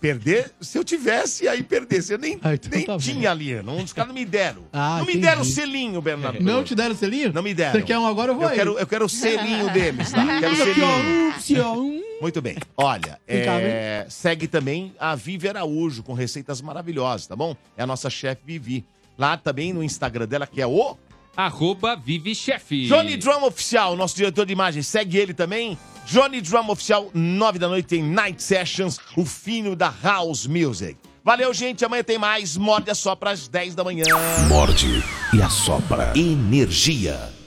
Speaker 2: Perder, se eu tivesse, aí perdesse. Eu nem, nem tinha ali. Não, os caras não me deram.
Speaker 6: então tá Ah,
Speaker 2: não me deram o
Speaker 6: entendi. É.
Speaker 2: selinho, Bernardo.
Speaker 6: Não te deram o selinho?
Speaker 2: Não me deram.
Speaker 6: Você quer um agora, eu vou
Speaker 2: eu
Speaker 6: aí.
Speaker 2: quero, eu quero o selinho deles, tá? Quero o
Speaker 6: Aqui, ó, um,
Speaker 2: selinho.
Speaker 6: ó, um.
Speaker 2: Muito bem. Olha,
Speaker 6: Vem cá,
Speaker 2: é, segue também a Vivi Araújo com receitas maravilhosas, tá bom? É a nossa chefe Vivi. Lá também no Instagram dela, que é o
Speaker 7: Arroba Vive Chefe.
Speaker 2: Johnny Drum Oficial, nosso diretor de imagem. Segue ele também. Johnny Drum Oficial, nove da noite, tem Night Sessions, o fino da House Music. Valeu, gente. Amanhã tem mais. Morde só para as 10 da manhã.
Speaker 18: Morde e assopra. Energia.